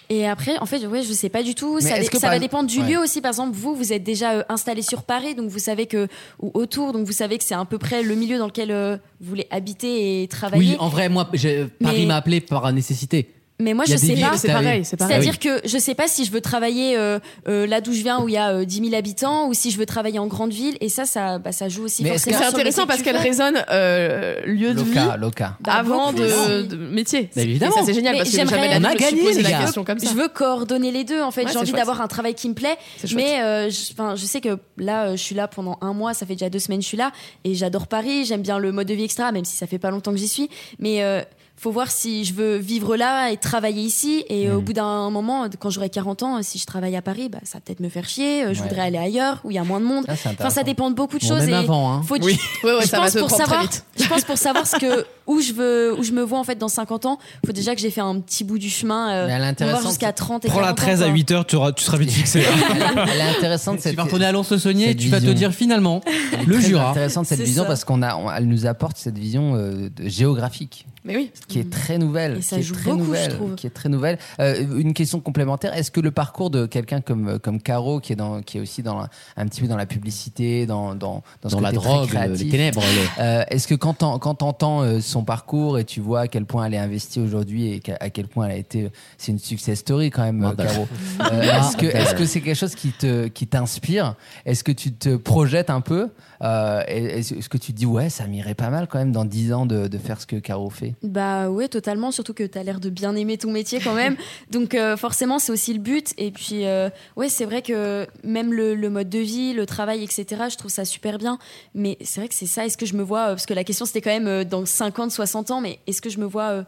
Speaker 5: Et après, en fait, ouais, je sais pas du tout.
Speaker 2: Mais
Speaker 5: ça
Speaker 2: est-ce
Speaker 5: dé-
Speaker 2: que
Speaker 5: ça
Speaker 2: par
Speaker 5: va
Speaker 2: ex-
Speaker 5: dépendre du
Speaker 2: Ouais.
Speaker 5: lieu aussi. Par exemple, vous, vous êtes déjà euh, installé sur Paris, donc vous savez que, ou autour, donc vous savez que c'est à peu près le milieu dans lequel euh, vous voulez habiter et travailler.
Speaker 3: Oui, en vrai, moi, j'ai- Paris
Speaker 5: Mais-
Speaker 3: m'a appelé par nécessité.
Speaker 5: Mais moi,
Speaker 3: Il y
Speaker 5: je
Speaker 3: a des
Speaker 5: sais
Speaker 3: villes,
Speaker 5: pas.
Speaker 4: C'est
Speaker 3: Ah oui.
Speaker 4: pareil, c'est pareil.
Speaker 5: C'est-à-dire que je sais pas si je veux travailler euh, euh, là d'où je viens où il y a euh, 10 000 habitants ou si je veux travailler en grande ville et ça, ça, bah, ça joue aussi
Speaker 2: Mais est-ce
Speaker 5: forcément.
Speaker 4: C'est
Speaker 5: sur le métier
Speaker 4: intéressant
Speaker 5: que
Speaker 4: parce
Speaker 5: tu
Speaker 4: qu'elle
Speaker 5: fais.
Speaker 4: raisonne euh, lieu de vie
Speaker 2: Loca,
Speaker 3: Ah,
Speaker 2: loca.
Speaker 5: Bah,
Speaker 4: avant
Speaker 5: beaucoup.
Speaker 4: de, de métier.
Speaker 3: Bah, évidemment.
Speaker 4: Et ça, c'est génial
Speaker 5: Mais
Speaker 4: parce que jamais
Speaker 5: j'aimerais-
Speaker 4: la vie,
Speaker 5: On a
Speaker 4: je me suis
Speaker 3: gagné,
Speaker 4: posé
Speaker 3: les
Speaker 4: la
Speaker 3: gars.
Speaker 4: question comme ça.
Speaker 5: Je veux coordonner les deux en fait.
Speaker 4: Ouais,
Speaker 5: J'ai
Speaker 4: c'est
Speaker 5: envie
Speaker 4: chouette.
Speaker 5: d'avoir un travail qui me plaît,
Speaker 4: C'est chouette.
Speaker 5: mais euh, je, 'fin, je sais que là, euh, je suis là pendant un mois. Ça fait déjà deux semaines que je suis là et j'adore Paris. J'aime bien le mode de vie extra, même si ça fait pas longtemps que j'y suis. Mais euh, faut voir si je veux vivre là et travailler ici. Et au bout d'un moment, quand j'aurai 40 ans, euh, si je travaille à Paris, bah, ça va peut-être me faire chier. Euh, Je
Speaker 2: Ouais.
Speaker 5: voudrais aller ailleurs où il y a moins de monde.
Speaker 2: Ah, c'est
Speaker 5: Enfin, ça
Speaker 2: intéressant.
Speaker 5: dépend de beaucoup de
Speaker 3: Bon,
Speaker 5: choses.
Speaker 3: même
Speaker 5: et
Speaker 3: avant, hein.
Speaker 5: faut-
Speaker 4: Oui, ouais,
Speaker 5: je
Speaker 4: ça va
Speaker 5: pense
Speaker 4: se
Speaker 5: pour
Speaker 4: prendre très
Speaker 5: savoir,
Speaker 4: vite.
Speaker 5: je pense pour savoir ce que où je veux, où je me vois en fait dans 50 ans, faut déjà que j'ai fait un petit bout du chemin. euh,
Speaker 2: Mais elle est
Speaker 5: on va voir
Speaker 2: intéressante.
Speaker 5: jusqu'à 30 et
Speaker 7: Prends la
Speaker 5: 40 ans,
Speaker 7: 13 à
Speaker 5: quoi.
Speaker 7: 8 heures, tu, auras- tu seras vite fixé.
Speaker 2: Elle est intéressante
Speaker 3: Tu
Speaker 2: cette
Speaker 3: vas retourner à Lons-le-Saunier et
Speaker 2: cette
Speaker 3: tu vas te
Speaker 2: vision.
Speaker 3: dire finalement le
Speaker 2: Très
Speaker 3: Jura.
Speaker 2: intéressante cette
Speaker 4: C'est
Speaker 2: vision
Speaker 4: ça.
Speaker 2: parce qu'on a, on- elle nous apporte cette vision euh, de- géographique
Speaker 4: Mais oui.
Speaker 2: qui est très nouvelle,
Speaker 5: Hmm. Et ça
Speaker 2: qui est
Speaker 5: joue
Speaker 2: très
Speaker 5: beaucoup, je
Speaker 2: nouvelle,
Speaker 5: trouve.
Speaker 2: qui est très nouvelle. Euh, une question complémentaire est-ce que le parcours de quelqu'un comme euh, comme Caro, qui est dans, qui est aussi dans la- un petit peu dans la publicité, dans dans dans, ce
Speaker 3: Dans la
Speaker 2: côté très
Speaker 3: drogue, le-
Speaker 2: créatif,
Speaker 3: les ténèbres. le-
Speaker 2: euh, Est-ce que quand t'en- quand t'entends euh, son parcours et tu vois à quel point elle est investie aujourd'hui et qu'à- à quel point elle a été, c'est une success story quand même, euh,
Speaker 3: Mandal.
Speaker 2: Caro. Euh, est-ce que est-ce que c'est quelque chose qui te qui t'inspire Est-ce que tu te projettes un peu Euh, Est-ce est-ce que tu te dis ouais, ça m'irait pas mal quand même dans 10 ans de, de faire ce que Caro fait
Speaker 5: Bah ouais, totalement. Surtout que t'as l'air de bien aimer ton métier quand même. Donc euh, forcément, c'est aussi le but. Et puis euh, ouais, c'est vrai que même le, le mode de vie, le travail, etc. Je trouve ça super bien. Mais c'est vrai que c'est ça. Est-ce que je me vois euh, Parce que la question c'était quand même euh, dans 50, 60 ans. Mais est-ce que je me vois euh,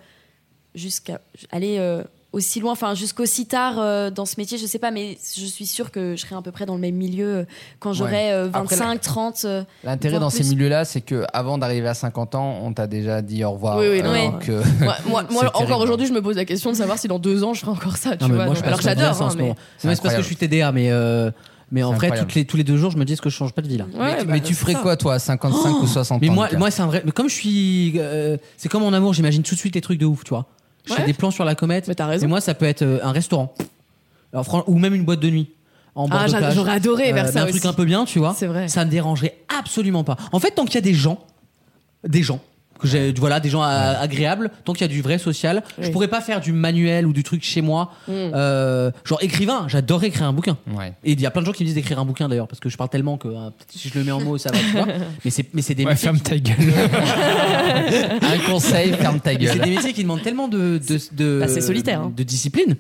Speaker 5: jusqu'à aller euh, aussi loin, enfin jusqu'aussi tard euh, dans ce métier Je sais pas. Mais je suis sûre que je serai à peu près dans le même milieu euh, quand j'aurai euh,
Speaker 2: Après,
Speaker 5: 25, 30. euh,
Speaker 2: L'intérêt
Speaker 5: Voire
Speaker 2: dans ces
Speaker 5: plus.
Speaker 2: milieux-là, c'est que avant d'arriver à 50 ans, on t'a déjà dit au revoir. Euh,
Speaker 4: Oui, oui, non,
Speaker 2: alors
Speaker 4: mais-
Speaker 2: que-
Speaker 4: Moi, moi, moi,
Speaker 2: C'est terrible.
Speaker 4: encore aujourd'hui, je me pose la question de savoir si dans deux ans je ferai encore ça. Tu
Speaker 3: Non, mais
Speaker 4: vois,
Speaker 3: moi,
Speaker 4: donc-
Speaker 3: je
Speaker 4: alors
Speaker 3: pense
Speaker 4: que
Speaker 3: qu'on
Speaker 4: j'adore.
Speaker 3: devrait
Speaker 4: hein,
Speaker 3: s'en
Speaker 4: mais-
Speaker 3: ce moment. Non, mais c'est parce que je suis TDA, mais, euh, mais en
Speaker 2: C'est
Speaker 3: vrai,
Speaker 2: incroyable.
Speaker 3: toutes les, tous les deux jours, je me dis ce que je change pas de vie là.
Speaker 4: Ouais,
Speaker 2: mais, tu-
Speaker 4: bah,
Speaker 2: mais tu
Speaker 4: c'est
Speaker 2: ferais
Speaker 4: ça.
Speaker 2: quoi toi, à 55 ou 60
Speaker 3: Mais
Speaker 2: ans
Speaker 3: moi,
Speaker 2: Lucas
Speaker 3: moi c'est un vrai. Mais comme je suis. euh, c'est comme en amour, j'imagine tout de suite les trucs de ouf, tu vois. Je fais
Speaker 4: Ouais.
Speaker 3: des plans sur la comète.
Speaker 4: Mais t'as raison.
Speaker 3: Et moi, ça peut être euh, un restaurant. Alors, fran- ou même une boîte de nuit. En bord
Speaker 4: Ah,
Speaker 3: de
Speaker 4: j'a-
Speaker 3: plage.
Speaker 4: j'aurais adoré
Speaker 3: Euh,
Speaker 4: vers
Speaker 3: mais
Speaker 4: ça
Speaker 3: un
Speaker 4: aussi.
Speaker 3: truc un peu bien, tu vois.
Speaker 4: C'est vrai.
Speaker 3: Ça me dérangerait absolument pas. En fait, tant qu'il y a des gens, des gens, que j'ai, voilà, des gens euh, agréables, tant qu'il y a du vrai social, je
Speaker 4: Oui.
Speaker 3: pourrais pas faire du manuel ou du truc chez moi.
Speaker 4: Mm.
Speaker 3: Euh, genre écrivain, j'adorais écrire un bouquin.
Speaker 2: Ouais.
Speaker 3: Et il y a plein de gens qui me disent d'écrire un bouquin d'ailleurs, parce que je parle tellement que euh, peut-être si je le mets en mots, ça va, tu vois. Mais c'est, mais c'est des
Speaker 7: Ouais,
Speaker 3: métiers
Speaker 7: ferme ta gueule.
Speaker 2: Un conseil, ferme ta
Speaker 3: mais C'est
Speaker 2: gueule.
Speaker 3: des métiers qui demandent tellement de, de, de-
Speaker 4: Bah, c'est solitaire, hein.
Speaker 3: de discipline.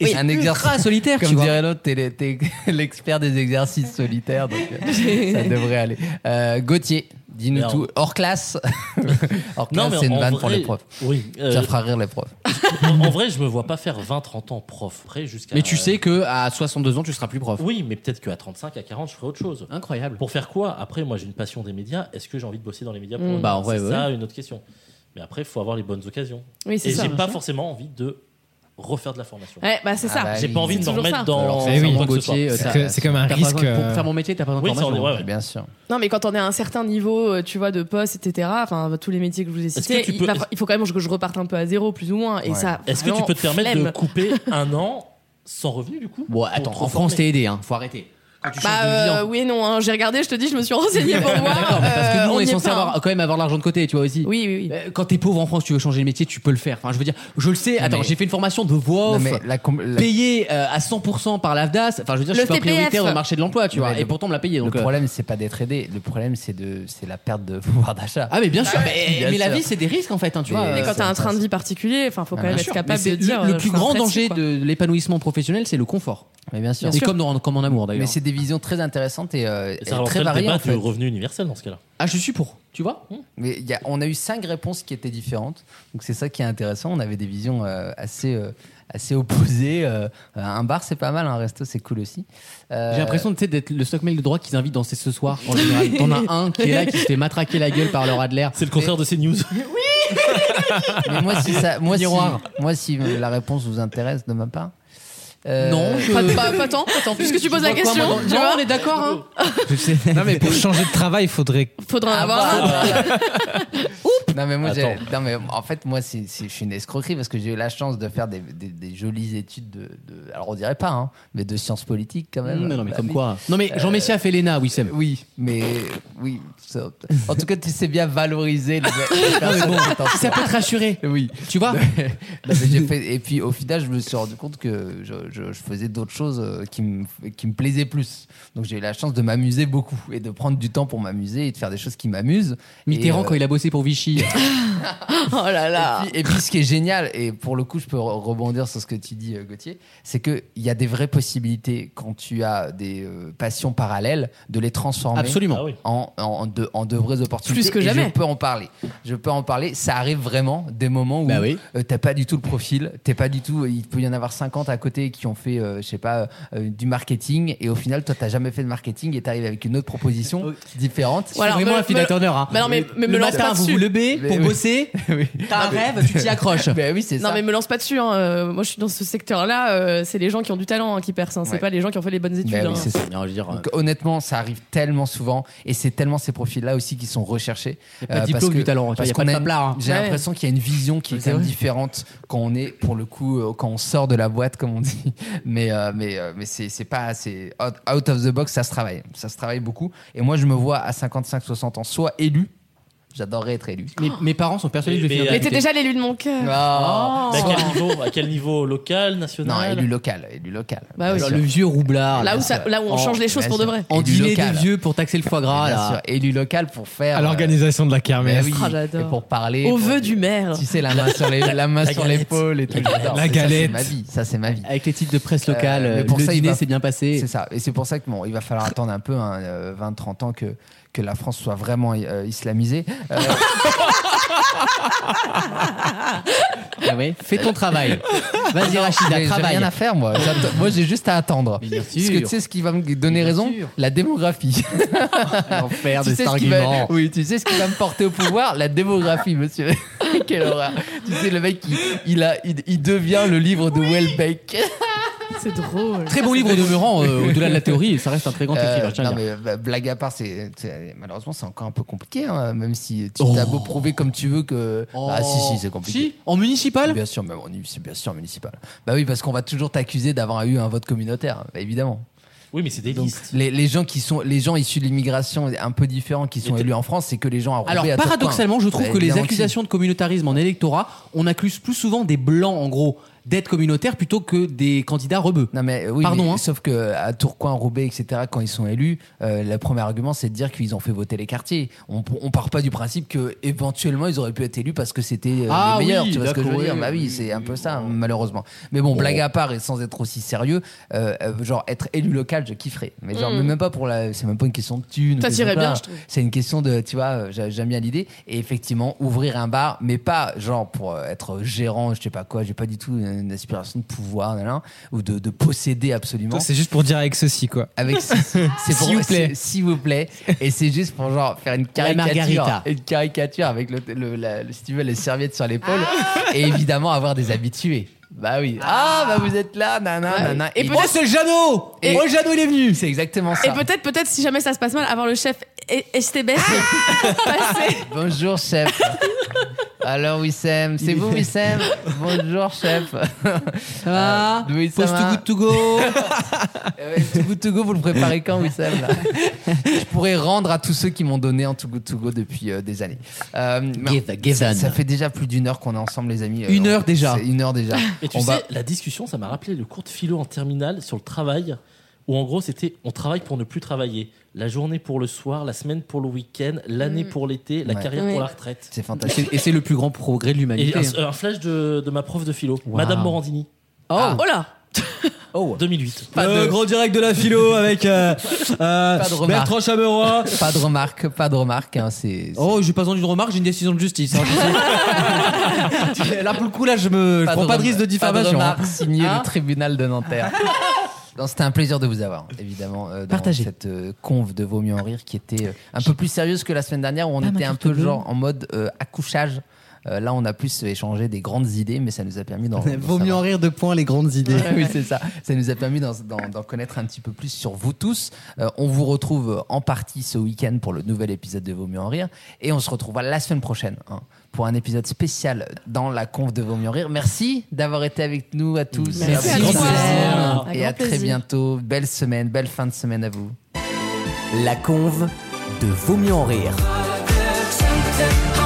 Speaker 3: Et
Speaker 2: Oui.
Speaker 3: c'est
Speaker 2: Un
Speaker 3: ultra
Speaker 2: exercice.
Speaker 3: solitaire, tu
Speaker 2: Comme
Speaker 3: vois.
Speaker 2: dirait l'autre, t'es le- t'es l'expert des exercices solitaires, donc euh, ça devrait aller. Euh, Gauthier, dis-nous
Speaker 6: Merde.
Speaker 2: tout. Hors classe, hors
Speaker 6: Non,
Speaker 2: classe,
Speaker 6: mais
Speaker 2: c'est une
Speaker 6: en
Speaker 2: vanne pour
Speaker 6: vrai-
Speaker 2: les profs.
Speaker 6: Oui. euh,
Speaker 2: Ça fera rire les profs.
Speaker 6: en, en vrai, je me vois pas faire 20-30 ans prof. Après, jusqu'à.
Speaker 3: Mais tu sais que à 62 ans, tu seras plus prof.
Speaker 6: Oui, mais peut-être qu'à 35, à 40, je ferai autre chose.
Speaker 3: Incroyable.
Speaker 6: Pour faire quoi Après, moi, j'ai une passion des médias. Est-ce que j'ai envie de bosser dans les médias pour
Speaker 4: Mm.
Speaker 6: le
Speaker 3: Bah,
Speaker 6: moment
Speaker 3: en vrai,
Speaker 6: C'est
Speaker 3: ouais.
Speaker 6: ça, une autre question. Mais après, il faut avoir les bonnes occasions.
Speaker 4: Oui, c'est
Speaker 6: Et
Speaker 4: ça.
Speaker 6: j'ai pas forcément envie de refaire de la formation.
Speaker 4: Ouais, bah c'est
Speaker 2: Ah
Speaker 4: ça.
Speaker 2: bah,
Speaker 6: J'ai
Speaker 2: oui,
Speaker 6: pas envie de
Speaker 2: c'est
Speaker 6: me
Speaker 4: toujours
Speaker 6: remettre
Speaker 4: ça.
Speaker 6: dans.
Speaker 7: Alors, c'est
Speaker 6: dans
Speaker 7: oui,
Speaker 6: quoi que ce soit.
Speaker 3: Gauthier, euh,
Speaker 7: C'est
Speaker 3: t'as-
Speaker 7: que- c'est comme un
Speaker 3: t'as pas
Speaker 7: risque,
Speaker 3: besoin- Pour
Speaker 7: euh,
Speaker 3: faire mon métier, t'as pas besoin de
Speaker 6: Oui, ça, on
Speaker 3: formation. hein.
Speaker 6: est- ouais, ouais.
Speaker 2: Bien sûr.
Speaker 4: Non, mais quand on est à un certain niveau, euh, tu vois, de poste, etc., enfin, tous les métiers que je vous ai
Speaker 6: que
Speaker 4: cités,
Speaker 6: tu
Speaker 4: il,
Speaker 6: peux-
Speaker 4: va- il faut quand même que je reparte un peu à zéro, plus ou moins. Et
Speaker 2: Ouais.
Speaker 4: ça.
Speaker 6: Est-ce que tu
Speaker 4: vraiment,
Speaker 6: peux te permettre de
Speaker 4: euh, flemme.
Speaker 6: couper un an sans revenu, du coup
Speaker 3: Bon,
Speaker 6: pour
Speaker 3: attends,
Speaker 6: te
Speaker 3: en France,
Speaker 6: reformer
Speaker 3: t'es aidé, hein. Faut arrêter. Quand tu
Speaker 4: Bah
Speaker 3: changes de vie,
Speaker 4: euh,
Speaker 3: en-
Speaker 4: oui et non, hein. j'ai regardé, je te dis, je me suis renseigné pour moi.
Speaker 3: D'accord, mais parce que
Speaker 4: euh,
Speaker 3: nous, on
Speaker 4: y
Speaker 3: est censé
Speaker 4: pas, hein.
Speaker 3: avoir, quand même avoir de l'argent de côté, tu vois aussi.
Speaker 4: Oui, oui, oui.
Speaker 3: Euh, Quand t'es pauvre en France, tu veux changer de métier, tu peux le faire. Enfin, je veux dire, je le sais. Attends,
Speaker 2: mais-
Speaker 3: j'ai fait une formation de voix
Speaker 2: Non,
Speaker 3: off,
Speaker 2: mais la com- la-
Speaker 3: payée euh, à 100% par l'AFDAS. Enfin, je veux dire, je suis
Speaker 4: Le
Speaker 3: pas
Speaker 4: TPF.
Speaker 3: prioritaire dans le marché de l'emploi, tu
Speaker 2: Ouais,
Speaker 3: vois.
Speaker 2: le-
Speaker 3: Et pourtant, on me l'a payé.
Speaker 2: le
Speaker 3: Donc, euh,
Speaker 2: problème, c'est pas d'être aidé. Le problème, c'est de, c'est la perte de pouvoir d'achat.
Speaker 3: Ah mais bien sûr, mais,
Speaker 2: Bah bien
Speaker 3: mais la
Speaker 2: sûr.
Speaker 3: vie c'est des risques en fait, hein, tu
Speaker 2: Mais-
Speaker 3: vois.
Speaker 4: Mais
Speaker 2: euh,
Speaker 4: quand
Speaker 2: c'est
Speaker 4: t'as un train de
Speaker 2: ça.
Speaker 4: vie particulier, enfin, faut quand
Speaker 2: Ah,
Speaker 4: même
Speaker 2: bien
Speaker 4: être
Speaker 3: sûr,
Speaker 4: capable
Speaker 3: mais c'est
Speaker 4: de dire.
Speaker 3: le,
Speaker 4: euh,
Speaker 3: le plus
Speaker 4: je suis un
Speaker 3: grand
Speaker 4: traître,
Speaker 3: danger
Speaker 4: quoi.
Speaker 3: de l'épanouissement professionnel, c'est le confort.
Speaker 2: Mais bien sûr.
Speaker 3: Et comme, dans- comme en amour
Speaker 2: Mais
Speaker 3: d'ailleurs.
Speaker 2: c'est des visions très intéressantes et, euh, et
Speaker 6: Ça
Speaker 2: très
Speaker 6: rentrait le
Speaker 2: variées
Speaker 6: débat
Speaker 2: en fait.
Speaker 6: du revenu universel dans ce cas-là.
Speaker 3: Ah je suis pour, tu vois.
Speaker 2: Mais il y a- on a eu cinq réponses qui étaient différentes. Donc c'est ça qui est intéressant. On avait des visions euh, assez, euh, assez opposées. euh, un bar, c'est pas mal. Un resto, c'est cool aussi. Euh,
Speaker 3: J'ai l'impression tu sais, d'être le stockmail de droite qu'ils invitent dans ces ce soir. En général, t'en as un qui est là qui se fait matraquer la gueule par leur Adler.
Speaker 6: C'est le contraire de ces news.
Speaker 2: Mais moi, si, ça, moi, si,
Speaker 3: Miroir.
Speaker 2: moi, si la réponse vous intéresse de ma part. euh,
Speaker 3: Non, je-
Speaker 4: Pas, pas, pas tant, pas tant, puisque tu poses la
Speaker 3: Quoi,
Speaker 4: question.
Speaker 3: moi,
Speaker 4: tu
Speaker 3: non,
Speaker 4: vois,
Speaker 3: on est d'accord. Hein.
Speaker 7: Je sais. Non, mais pour changer de travail, il faudrait.
Speaker 4: Faudra en avoir un.
Speaker 2: Non mais moi, j'ai-
Speaker 6: Attends.
Speaker 2: non, mais en fait moi c'est, c'est- je suis une escroquerie parce que j'ai eu la chance de faire des, des- des jolies études de, de- alors on dirait pas hein, mais de sciences politiques quand même.
Speaker 3: Non, non mais
Speaker 2: Bah,
Speaker 3: comme
Speaker 2: oui.
Speaker 3: quoi. Non mais Jean Messia fait Léna, Wissem.
Speaker 2: Oui, mais oui. ça- En tout cas, tu sais bien valoriser les, les
Speaker 3: Non, mais
Speaker 2: personnes
Speaker 3: bon,
Speaker 2: qui t'en
Speaker 3: Ah, ça peut te rassurer,
Speaker 2: Oui.
Speaker 3: tu vois.
Speaker 4: Ah.
Speaker 2: Non, mais j'ai fait- et puis au final, je me suis rendu compte que je, je- je faisais d'autres choses euh, qui me, qui me plaisaient plus. Donc j'ai eu la chance de m'amuser beaucoup et de prendre du temps pour m'amuser et de faire des choses qui m'amusent.
Speaker 3: Mitterrand
Speaker 2: Et, euh,
Speaker 3: quand il a bossé pour Vichy.
Speaker 4: Oh là là.
Speaker 2: et puis, et puis, ce qui est génial, et pour le coup je peux re- rebondir sur ce que tu dis euh, Gauthier, c'est qu'il y a des vraies possibilités quand tu as des euh, passions parallèles de les transformer
Speaker 3: Absolument.
Speaker 6: Ah oui.
Speaker 2: en, en de, en de vraies opportunités.
Speaker 4: Plus que
Speaker 2: Et
Speaker 4: jamais.
Speaker 2: je peux en parler. Je peux en parler. Ça arrive vraiment des moments où
Speaker 3: Bah oui.
Speaker 2: euh, t'as pas du tout le profil, t'es pas du tout. Il peut y en avoir 50 à côté qui ont fait, euh, je sais pas, euh, du marketing. Et au final, toi, t'as jamais fait de marketing et t'arrives avec une autre proposition différente.
Speaker 4: Voilà,
Speaker 3: vraiment
Speaker 4: me-
Speaker 3: un fil à
Speaker 4: me-
Speaker 3: Turner. Hein.
Speaker 4: Mais non, mais- mais
Speaker 3: le
Speaker 4: me lance
Speaker 3: matin,
Speaker 4: pas
Speaker 3: vous
Speaker 4: dessus.
Speaker 3: vous levez
Speaker 2: Mais
Speaker 3: pour
Speaker 2: oui.
Speaker 3: bosser.
Speaker 2: Oui.
Speaker 3: T'as un
Speaker 2: Ah, mais-
Speaker 3: rêve, tu t'y accroches.
Speaker 2: Ben oui, c'est
Speaker 4: Non
Speaker 2: ça.
Speaker 4: mais me lance pas dessus. hein. Euh, moi je suis dans ce secteur-là. euh, c'est les gens qui ont du talent hein, qui percent. hein. C'est
Speaker 2: Ouais.
Speaker 4: pas les gens qui ont fait les bonnes études.
Speaker 2: Ben oui,
Speaker 4: hein.
Speaker 2: c'est ça.
Speaker 6: Non, je veux dire, euh,
Speaker 2: Donc, honnêtement, ça arrive tellement souvent et c'est tellement ces profils-là aussi qui sont recherchés.
Speaker 3: Y a pas de
Speaker 2: Euh,
Speaker 3: diplôme,
Speaker 2: parce que-
Speaker 3: du talent.
Speaker 2: parce
Speaker 3: Il y a pas
Speaker 2: qu'on
Speaker 3: de
Speaker 2: une-
Speaker 3: blabla, hein.
Speaker 2: J'ai
Speaker 4: Ouais.
Speaker 2: l'impression qu'il y a une vision qui est
Speaker 3: Mais
Speaker 2: quand
Speaker 3: c'est
Speaker 2: même
Speaker 3: vrai.
Speaker 2: différente quand on est, pour le coup, euh, quand on sort de la boîte, comme on dit. Mais, euh, mais, euh, mais c'est c'est pas assez. Out, out of the box, ça se travaille. Ça se travaille beaucoup. Et moi, je me vois à 55-60 ans, soit élu. J'adorerais être élu. Oh.
Speaker 3: Mes, mes parents sont persuadés
Speaker 6: Mais-
Speaker 3: de
Speaker 6: mais-
Speaker 3: faire
Speaker 4: Mais t'es déjà l'élu de mon cœur.
Speaker 2: Non,
Speaker 6: mais à quel niveau À quel niveau Local,
Speaker 2: non,
Speaker 6: national
Speaker 2: élu local. Élu local.
Speaker 4: Bah oui.
Speaker 2: Bien
Speaker 3: Genre
Speaker 2: sûr.
Speaker 3: le vieux roublard.
Speaker 4: Là où
Speaker 3: là.
Speaker 4: ça, là où on
Speaker 3: En-
Speaker 4: change les
Speaker 2: bien
Speaker 4: choses pour de
Speaker 2: sûr.
Speaker 4: vrai.
Speaker 3: En
Speaker 2: élu
Speaker 3: dîner
Speaker 2: local.
Speaker 3: des vieux pour taxer le foie gras.
Speaker 2: Bien
Speaker 3: Ah, Là.
Speaker 2: sûr, élu local pour
Speaker 3: Ah
Speaker 2: faire.
Speaker 7: à
Speaker 2: euh,
Speaker 7: l'organisation de la
Speaker 2: Mais
Speaker 7: kermesse.
Speaker 3: Bah
Speaker 2: oui,
Speaker 4: Ah, j'adore.
Speaker 2: et pour parler.
Speaker 4: Au
Speaker 2: pour-
Speaker 4: vœu du maire.
Speaker 2: Tu sais, la main sur les- la main
Speaker 6: La
Speaker 2: sur
Speaker 6: galette.
Speaker 2: l'épaule et tout. J'adore.
Speaker 7: La
Speaker 2: Ça,
Speaker 7: galette.
Speaker 2: C'est ma vie. Ça, c'est ma vie.
Speaker 3: Avec les titres de presse
Speaker 2: Euh,
Speaker 3: locale,
Speaker 2: mais
Speaker 3: euh,
Speaker 2: pour
Speaker 3: le
Speaker 2: ça, il
Speaker 3: dîner
Speaker 2: va-
Speaker 3: s'est bien passé.
Speaker 2: C'est ça. Et c'est pour ça que bon, il va falloir attendre un peu, hein, euh, 20-30 ans, que, que la France soit vraiment euh, islamisée. Euh,
Speaker 3: Ah ouais. Fais ton travail. Vas-y Rachida,
Speaker 2: mais j'ai
Speaker 3: travaille.
Speaker 2: rien à faire, moi. J'atte- moi, j'ai juste à attendre.
Speaker 3: Mais bien
Speaker 2: Parce que tu
Speaker 3: sûr.
Speaker 2: sais ce qui va me donner
Speaker 3: Bien
Speaker 2: raison
Speaker 3: sûr.
Speaker 2: La démographie.
Speaker 3: L'enfer
Speaker 2: tu
Speaker 3: de
Speaker 2: sais
Speaker 3: cet
Speaker 2: ce qui va-
Speaker 3: argument.
Speaker 2: oui, tu sais ce qui va me porter au pouvoir La démographie, monsieur. Quelle horreur. Tu sais, le mec, il, il a, il, il devient le livre de Welbeck.
Speaker 4: C'est drôle.
Speaker 3: Très bon livre au demeurant, euh, au-delà de la théorie, ça reste un très grand
Speaker 2: Euh,
Speaker 3: écrivain. je tiens à
Speaker 2: non,
Speaker 3: le dire.
Speaker 2: mais bah, blague à part, c'est c'est- malheureusement, c'est encore un peu compliqué, hein, même si tu
Speaker 3: Oh.
Speaker 2: as beau prouver comme tu veux que. Ah, si, si, c'est compliqué.
Speaker 3: Si, en municipal
Speaker 2: Bien sûr, mais bon, c'est bien sûr municipal. Bah oui, parce qu'on va toujours t'accuser d'avoir eu un vote communautaire, bah, évidemment.
Speaker 6: Oui, mais c'est des
Speaker 2: Donc,
Speaker 6: listes.
Speaker 2: les, les gens qui sont, les gens issus de l'immigration un peu différents qui sont
Speaker 6: Mais t'es-
Speaker 2: élus en France, c'est que les gens à Roubaix,
Speaker 3: Alors
Speaker 2: à Tourcoing.
Speaker 3: paradoxalement, je trouve
Speaker 2: Bah,
Speaker 3: que les
Speaker 2: évidemment si.
Speaker 3: accusations de communautarisme en électorat, on accuse plus souvent des blancs en gros d'être communautaires plutôt que des candidats rebeux.
Speaker 2: Non mais euh, oui,
Speaker 3: Pardon,
Speaker 2: mais
Speaker 3: hein.
Speaker 2: sauf que à Tourcoing, Roubaix, etc. Quand ils sont élus, euh, le premier argument c'est de dire qu'ils ont fait voter les quartiers. On, on part pas du principe que éventuellement ils auraient pu être élus parce que c'était euh,
Speaker 3: Ah
Speaker 2: les
Speaker 3: oui,
Speaker 2: meilleurs. tu vois ce que je veux
Speaker 3: d'accord,
Speaker 2: dire
Speaker 3: oui,
Speaker 2: Bah oui,
Speaker 3: oui,
Speaker 2: c'est un peu
Speaker 3: oui,
Speaker 2: ça
Speaker 3: bon.
Speaker 2: malheureusement. Mais bon, blague à part et sans être aussi sérieux, euh, euh, genre être élu local, je kifferais. Mais genre
Speaker 4: Mm.
Speaker 2: même pas pour la, c'est même pas une question de thune. ou
Speaker 4: Ça
Speaker 2: quelque
Speaker 4: t'irait
Speaker 2: chose
Speaker 4: bien,
Speaker 2: là.
Speaker 4: je trouve.
Speaker 2: C'est une question de, tu vois, euh, j'a- j'aime bien l'idée. Et effectivement, ouvrir un bar, mais pas genre pour euh, être gérant, je sais pas quoi. J'ai pas du tout une une aspiration de pouvoir, nan, nan, ou de, de posséder absolument.
Speaker 7: Toi, C'est juste pour dire avec ceci, quoi.
Speaker 2: Avec c'est pour
Speaker 7: S'il vous plaît.
Speaker 2: c'est- s'il vous plaît. Et c'est juste pour genre faire une caricature,
Speaker 3: margarita.
Speaker 2: une caricature avec le, le, la, le- si tu veux, les serviettes sur l'épaule. Et évidemment avoir des habitués. Bah oui. Ah bah vous êtes là, nana, nana.
Speaker 4: Et
Speaker 2: Et
Speaker 4: peut-être-
Speaker 2: moi,
Speaker 3: c'est Jeannot
Speaker 2: Et-
Speaker 3: Moi Jeannot il est venu
Speaker 2: c'est exactement ça.
Speaker 4: Et peut-être, peut-être, si jamais ça se passe mal, avoir le chef E- Estébès passer.
Speaker 2: Bonjour chef. Alors Wissem, c'est vous Wissem Bonjour chef.
Speaker 3: Ça
Speaker 4: Ah,
Speaker 3: va
Speaker 2: Euh, oui, ça
Speaker 3: Post
Speaker 2: va.
Speaker 3: to good to go
Speaker 2: Euh, Too Good To Go, vous le préparez quand Wissem là Je pourrais rendre à tous ceux qui m'ont donné en Too Good To Go depuis euh, des années. Euh, mais
Speaker 3: Give- give
Speaker 2: ça,
Speaker 3: on.
Speaker 2: ça fait déjà plus d'une heure qu'on est ensemble les amis. Euh,
Speaker 3: Une
Speaker 2: on-
Speaker 3: heure déjà.
Speaker 2: c'est Une heure déjà.
Speaker 6: Et tu
Speaker 2: On
Speaker 6: sais,
Speaker 2: va-
Speaker 6: la discussion, ça m'a rappelé le cours de philo en terminale sur le travail, où en gros c'était on travaille pour ne plus travailler, la journée pour le soir, la semaine pour le week-end, l'année pour l'été, la
Speaker 2: Ouais.
Speaker 6: carrière
Speaker 5: Ouais.
Speaker 6: pour la retraite.
Speaker 2: C'est
Speaker 3: Et
Speaker 2: fantastique.
Speaker 3: c'est- Et c'est le plus grand progrès de
Speaker 6: Et
Speaker 3: l'humanité. hein.
Speaker 6: un,
Speaker 2: hein.
Speaker 6: un flash de, de ma prof de philo,
Speaker 3: Wow.
Speaker 6: Madame Morandini,
Speaker 3: Oh,
Speaker 4: Oh là
Speaker 6: 2008.
Speaker 3: Le grand direct de la philo avec euh, euh,
Speaker 2: Pas de remarque.
Speaker 3: Bertrand Chameroy.
Speaker 2: Pas de remarque, pas de remarque. hein, c'est, c'est-
Speaker 3: Oh, j'ai pas besoin d'une remarque, j'ai une décision de justice. hein, je sais. là, pour le coup, là, je me je prends pas de
Speaker 2: rem-
Speaker 3: risque de
Speaker 2: Pas de
Speaker 3: diffamation. hein.
Speaker 2: remarque, signé
Speaker 3: Hein
Speaker 2: le tribunal de Nanterre. Non, C'était un plaisir de vous avoir, évidemment, euh, dans
Speaker 3: Partagez.
Speaker 2: cette euh, conve de Vaut mieux en rire qui était euh, un peu plus sérieuse que la semaine dernière où on
Speaker 3: Pas ma
Speaker 2: était un
Speaker 3: carte
Speaker 2: peu
Speaker 3: bleue.
Speaker 2: genre en mode euh, accouchage. Euh, là, on a plus échangé des grandes idées, mais ça nous a permis d'en. d'en
Speaker 3: Vaut mieux en
Speaker 2: savoir-
Speaker 3: rire de point les grandes idées.
Speaker 2: oui, c'est ça. Ça nous a permis d'en- d'en d'en connaître un petit peu plus sur vous tous. Euh, on vous retrouve en partie ce week-end pour le nouvel épisode de Vaut mieux en rire. Et on se retrouvera la semaine prochaine hein, pour un épisode spécial dans la conf de Vaut mieux en rire. Merci d'avoir été avec nous à tous.
Speaker 4: Merci
Speaker 2: Et à
Speaker 4: à
Speaker 2: vous.
Speaker 4: toi.
Speaker 5: Un
Speaker 2: Et
Speaker 5: grand
Speaker 2: à très
Speaker 5: plaisir.
Speaker 2: bientôt. Belle semaine, belle fin de semaine à vous.
Speaker 1: La conve de Vaut mieux en rire.
Speaker 8: Sometimes